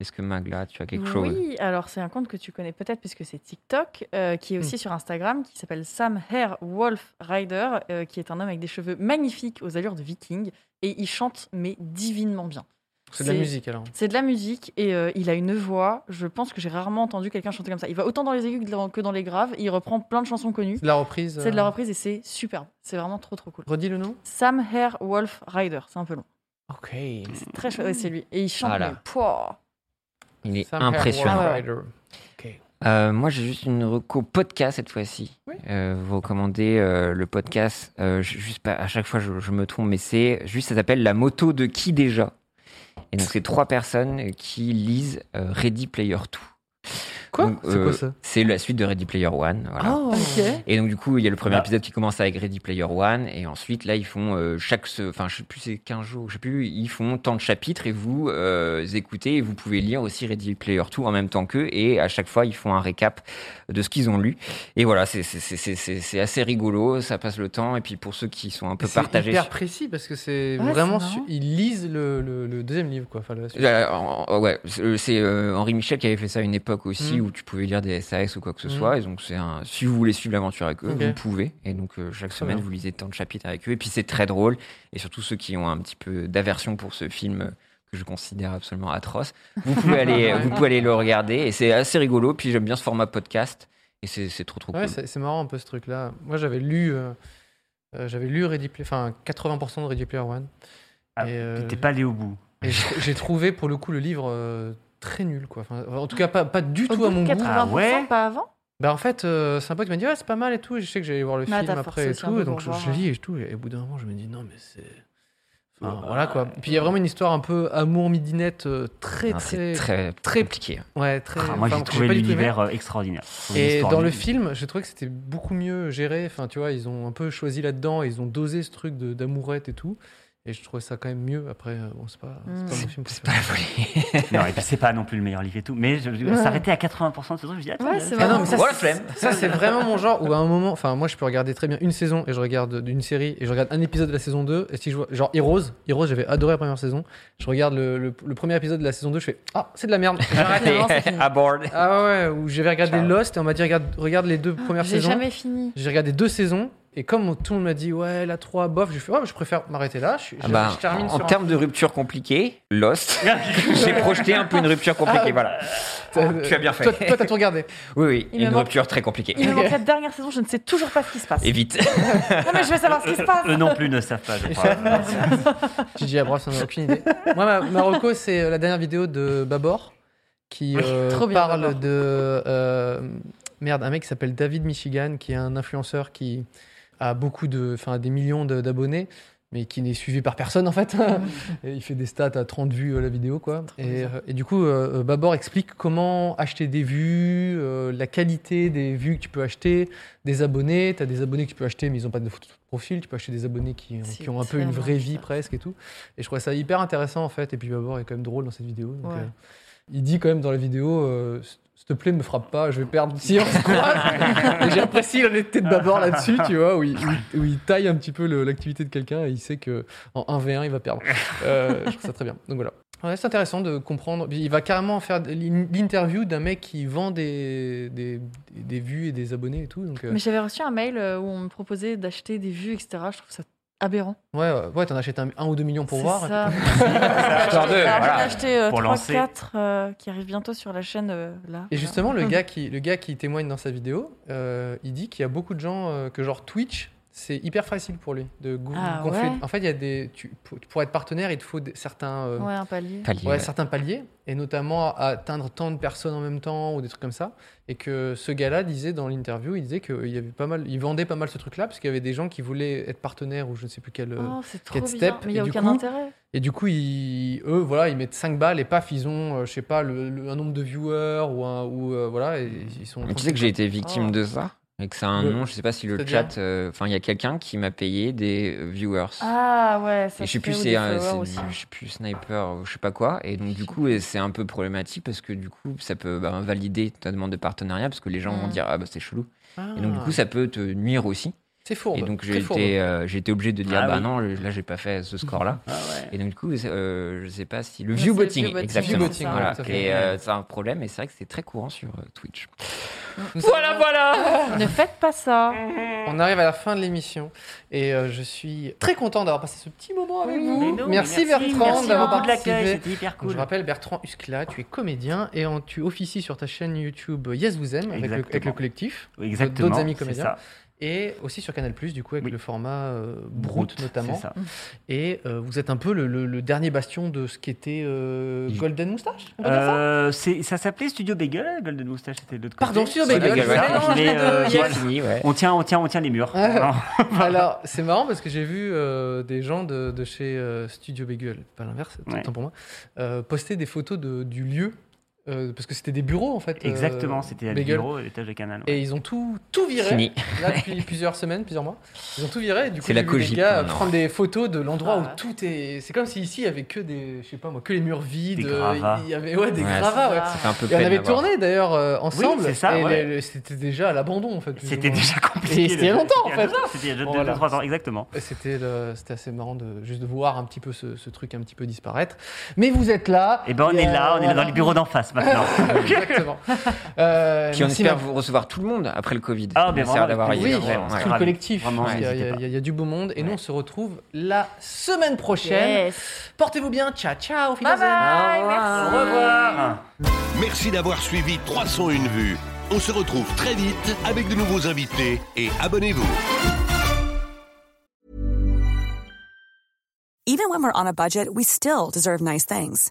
Est-ce que Magla, tu as quelque oui, chose alors c'est un compte que tu connais peut-être puisque c'est TikTok, euh, qui est aussi sur Instagram, qui s'appelle Sam Hair Wolf Rider, euh, qui est un homme avec des cheveux magnifiques aux allures de viking, et il chante mais divinement bien. C'est de la musique alors. C'est de la musique et euh, il a une voix. Je pense que j'ai rarement entendu quelqu'un chanter comme ça. Il va autant dans les aigus que dans, que dans les graves. et il reprend plein de chansons connues. C'est de la reprise. C'est de la euh, reprise et c'est superbe. C'est vraiment trop trop cool. Redis le nom Sam Hair Wolf Rider, c'est un peu long. Ok. C'est très chouette. Ouais, c'est lui et il chante. Voilà. mais, pouah. Il est Sam Hair impressionnant. World Rider. Euh, moi, j'ai juste une reco podcast cette fois-ci. Oui. Euh, vous recommandez euh, le podcast. euh, je- juste pas, à chaque fois, je, je me trompe, mais c'est juste ça s'appelle La moto de qui déjà. Et donc, c'est trois personnes euh, qui lisent euh, Ready Player 2. Quoi Donc, C'est euh, quoi ça C'est la suite de Ready Player One. Voilà. Oh. Ah, Ok. Et donc du coup, il y a le Bah. premier Ah. épisode qui commence avec Ready Player One, et ensuite là, ils font euh, chaque, se- enfin je sais plus c'est 15 jours, je sais plus, ils font tant de chapitres et vous euh, écoutez et vous pouvez lire aussi Ready Player 2 en même temps qu'eux, et à chaque fois ils font un récap de ce qu'ils ont lu. Et voilà, c'est c'est- c'est- c'est- c'est- c'est assez rigolo, ça passe le temps, et puis pour ceux qui sont un peu C'est partagés. hyper précis parce que c'est Ouais, vraiment. Ah, c'est marrant. su- Ils lisent le, le- le deuxième livre quoi. Enfin, la suite. Euh, en- en- ouais, c'est- euh, c'est euh, Henri Michel qui avait fait ça à une époque aussi Mm. où tu pouvais lire des SAS ou quoi que ce Mm. soit. Et donc, c'est un, si vous voulez suivre l'aventure avec eux, Ok. vous pouvez. Et donc, euh, chaque semaine, bien. vous lisez tant de chapitres avec eux. Et puis, c'est très drôle. Et surtout, ceux qui ont un petit peu d'aversion pour ce film euh, que que je considère absolument atroce. Vous pouvez aller, euh, vous pouvez aller le regarder et c'est assez rigolo. Puis j'aime bien ce format podcast et c'est c'est trop trop Ouais, cool. c'est c'est marrant un peu ce truc-là. Moi, j'avais lu, euh, euh, j'avais lu Ready Player, enfin 80% de Ready Player One. Ah, Et, euh, puis T'es pas allé au bout. Et j'ai j'ai trouvé pour le coup le livre euh, très nul, quoi. Enfin, en tout cas, pas, pas du Au tout bout à de mon goût. 80%, Ah ouais pas avant Bah en fait, euh, c'est un pote qui m'a dit ouais c'est pas mal et tout. Et je sais que j'allais voir le Bah, film t'as forcé après et aussi un tout. peu et donc pour je, voir, hein. je ouais. lis et tout. Et au bout d'un moment, je me dis non mais c'est. Enfin, Ah, voilà quoi. Et puis il y a vraiment une histoire un peu amour midinette euh, très Enfin, très, C'est très très- compliqué. ouais très. Ah, moi, enfin, j'ai que trouvé pas du tout aimé. l'univers euh, extraordinaire. J'ai trouvé Et l'histoire dans le nulle. film, j'ai trouvé que c'était beaucoup mieux géré. Enfin, tu vois, ils ont un peu choisi là-dedans, ils ont dosé ce truc de- d'amourette et tout. Et je trouvais ça quand même mieux. Après, euh, bon, c'est pas, c'est Mm. pas mon film C'est préféré. pas la folie. Non, et puis c'est pas non plus le meilleur livre et tout. Mais je- je- Ouais. s'arrêter à 80% de ce truc, je dis, attends, Ouais, il y a- c'est Ah non, marrant. mais ça, Voilà, c'est- flemme. ça, c'est vraiment mon genre où à un moment, enfin, moi, je peux regarder très bien une saison et je regarde d'une série et je regarde un épisode de la saison 2. Et si je vois, genre Heroes, Heroes, j'avais adoré la première saison. Je regarde le, le- le premier épisode de la saison 2, je fais Ah, c'est de la merde. J'arrête. Finalement, c'est fini. à bord. ah ouais, ou j'avais regardé Ciao. Lost et on m'a dit Regarde, regarde les deux premières Ah, J'ai saisons. jamais fini. J'ai regardé deux saisons et comme tout le monde m'a dit ouais la 3 bof, j'ai fait ouais, je préfère m'arrêter là. Je, suis- Ah je- bah, je termine en sur un- termes de rupture compliquée, Lost, j'ai projeté un peu une Ah rupture compliquée. Voilà. T'as- Tu as bien fait. Toi, toi, t'as tout regardé. Oui, oui, Il me une manque- rupture très compliquée. Il me manque la dernière saison, je ne sais toujours pas ce qui se passe. Et vite. Non, mais je veux savoir ce Euh, qui se passe. Eux non plus ne savent pas, je crois. Ah J'ai dit à Bref, ça n'a aucune idée. Moi, ma, ma reco, c'est euh, la dernière vidéo de Babor qui euh, trop bien, parle Babor. de euh, merde un mec qui s'appelle David Michigan qui est un influenceur qui a beaucoup de enfin des millions de- d'abonnés mais qui n'est suivi par personne en fait. Et il fait des stats à 30 vues euh, la vidéo quoi. Et, euh, et du coup, euh, Babor explique comment acheter des vues, euh, la qualité des vues que tu peux acheter, des abonnés. Tu as des abonnés que tu peux acheter mais ils n'ont pas de photo de profil. Tu peux acheter des abonnés qui, C'est qui ont un peu une tellement vraie vie bizarre. presque et tout. Et je trouvais ça hyper intéressant en fait. Et puis Babor est quand même drôle dans cette vidéo. donc, Ouais. euh, il dit quand même dans la vidéo. euh, s'il te plaît, me frappe pas, je vais perdre si on se croise. Et J'apprécie l'honnêteté de Babor là-dessus, tu vois, où il, où il- où il taille un petit peu le- l'activité de quelqu'un et il sait que en 1v1, il va perdre. Euh, je trouve ça très bien. Donc voilà. Ouais, c'est intéressant de comprendre. Puis Il va carrément faire l'in- l'interview d'un mec qui vend des, des, des vues et des abonnés et tout. Donc, euh, Mais j'avais reçu un mail euh, où on me proposait d'acheter des vues, etc. Je trouve ça aberrant. ouais, ouais, ouais, t'en achètes un, un ou deux millions pour C'est voir. ça. Histoire de, Alors, J'en ai voilà. acheté euh, Pour trois, lancer. quatre, euh, qui arrivent bientôt sur la chaîne euh, là. Et justement, le gars qui, le gars qui témoigne dans sa vidéo, euh, il dit qu'il y a beaucoup de gens euh, que genre Twitch, c'est hyper facile pour lui de go- Ah gonfler. ouais. En fait, il y a des, tu, pour, pour être partenaire, il te faut des- certains, euh, Ouais, un palier. Palier, ouais, ouais. certains paliers, et notamment à atteindre tant de personnes en même temps ou des trucs comme ça. Et que ce gars-là disait dans l'interview, il disait qu'il y avait pas mal, il vendait pas mal ce truc-là parce qu'il y avait des gens qui voulaient être partenaires ou je ne sais plus quel. euh, Oh, c'est trop quatre bien. steps, Mais il n'y a et du aucun coup, intérêt. et du coup, ils, eux, voilà, ils mettent 5 balles et paf, ils ont, euh, je sais pas, le, le- un nombre de viewers ou un, ou euh, voilà, et ils sont. Mais tu sais que j'ai été victime Oh. de ça et que ça a un Le- nom, je sais pas si le C'est-à-dire chat. euh, Enfin, il y a quelqu'un qui m'a payé des euh, viewers. Ah ouais, ça et je sais se plus, fait, ou c'est des un- followers c'est- aussi. je sais plus sniper ou je sais pas quoi. Et donc, du coup, et c'est un peu problématique parce que du coup, ça peut bah, valider ta demande de partenariat parce que les gens vont Mm. dire Ah bah c'est chelou. Ah. Et donc, du coup, ça peut te nuire aussi. C'est fourbe. Et donc, j'ai bah, très fourbe. été, euh, j'ai été obligé de dire Ah Bah oui. non, là, j'ai pas fait ce score-là. Ah ouais. Et donc, du coup, c'est, euh, je sais pas si. Le Ouais, view c'est le botting, viewbotting, exactement. Viewbotting, Voilà. ouais, tout à fait. Et euh, c'est un problème, et c'est vrai que c'est très courant sur euh, Twitch. Nous Voilà, voilà Ne faites pas ça. sommes- On arrive à la fin de l'émission et euh, je suis très content d'avoir passé ce petit moment avec Oui. vous. Mais non, mais merci, Bertrand merci d'avoir beaucoup de l'accueil, participé. c'était hyper Je cool. rappelle Bertrand Huskla, tu es comédien et en- tu officies sur ta chaîne YouTube Yes Vous Aime avec le, Exactement. avec le collectif Oui, Exactement. d'autres amis c'est comédiens. ça. et aussi sur Canal Plus du coup avec Oui. le format euh, Brute, Brut notamment. c'est ça. Et euh, vous êtes un peu le, le- le dernier bastion de ce qu'était euh, Je- Golden Moustache on peut dire ça Euh, c'est- ça s'appelait Studio Bagel, Golden Moustache, c'était de l'autre côté. Pardon, Studio Sur Bagel. Bagel, je ouais. mélange les Mais, euh, deux, j'ai- yes. Fini, ouais. On tient, on tient, on tient les murs. Ah. Non. Alors, c'est marrant parce que j'ai vu euh, des gens de, de chez euh, Studio Bagel, pas l'inverse, Ouais. autant pour moi, euh, poster des photos de- du lieu, euh, parce que c'était des bureaux en fait. euh, Exactement, c'était à Bagel. bureau, l'étage de canal. ouais. Et ils ont tout, tout viré, Fini. là depuis plusieurs semaines, plusieurs mois. Ils ont tout viré, et du coup, C'est la j'ai vu des cogite, gars maintenant. prendre des photos de l'endroit Ah où ouais. tout est. C'est comme si ici, il y avait que des, je sais pas moi, que les murs vides. Des euh, gravats. Il y avait ouais, des Ouais, gravats, ouais. Ça fait un Et peu on peine avait à voir. tourné d'ailleurs euh, ensemble, c'est ça, et ouais. le- le- c'était déjà à l'abandon en fait. plus ou C'était moins. déjà compliqué. Et c'était il y a longtemps, en C'était il y a fait. deux ans, C'était il y a Voilà. 2-3 ans, exactement. Et C'était le- c'était assez marrant de juste de voir un petit peu ce, ce truc un petit peu disparaître. Mais vous êtes là. Et ben on euh, est là, on est là voilà. dans le bureau d'en face maintenant. Exactement. Euh, Puis on merci, espère Marc. vous recevoir tout le monde après le Covid. Ah, On mais essaie vraiment, d'avoir avec Oui, plaisir. ailleurs, Ouais, ouais. c'est ouais. tout le collectif. Vraiment, il, y a, n'hésitez pas. il y a- il y a du beau monde. Et nous, on se retrouve la semaine prochaine. Yes. Portez-vous bien. Ciao, ciao. Au Bye revoir. bye, Au merci. revoir. Merci d'avoir suivi 301 vues. On se retrouve très vite avec de nouveaux invités et abonnez-vous. Even when we're on a budget, we still deserve nice things.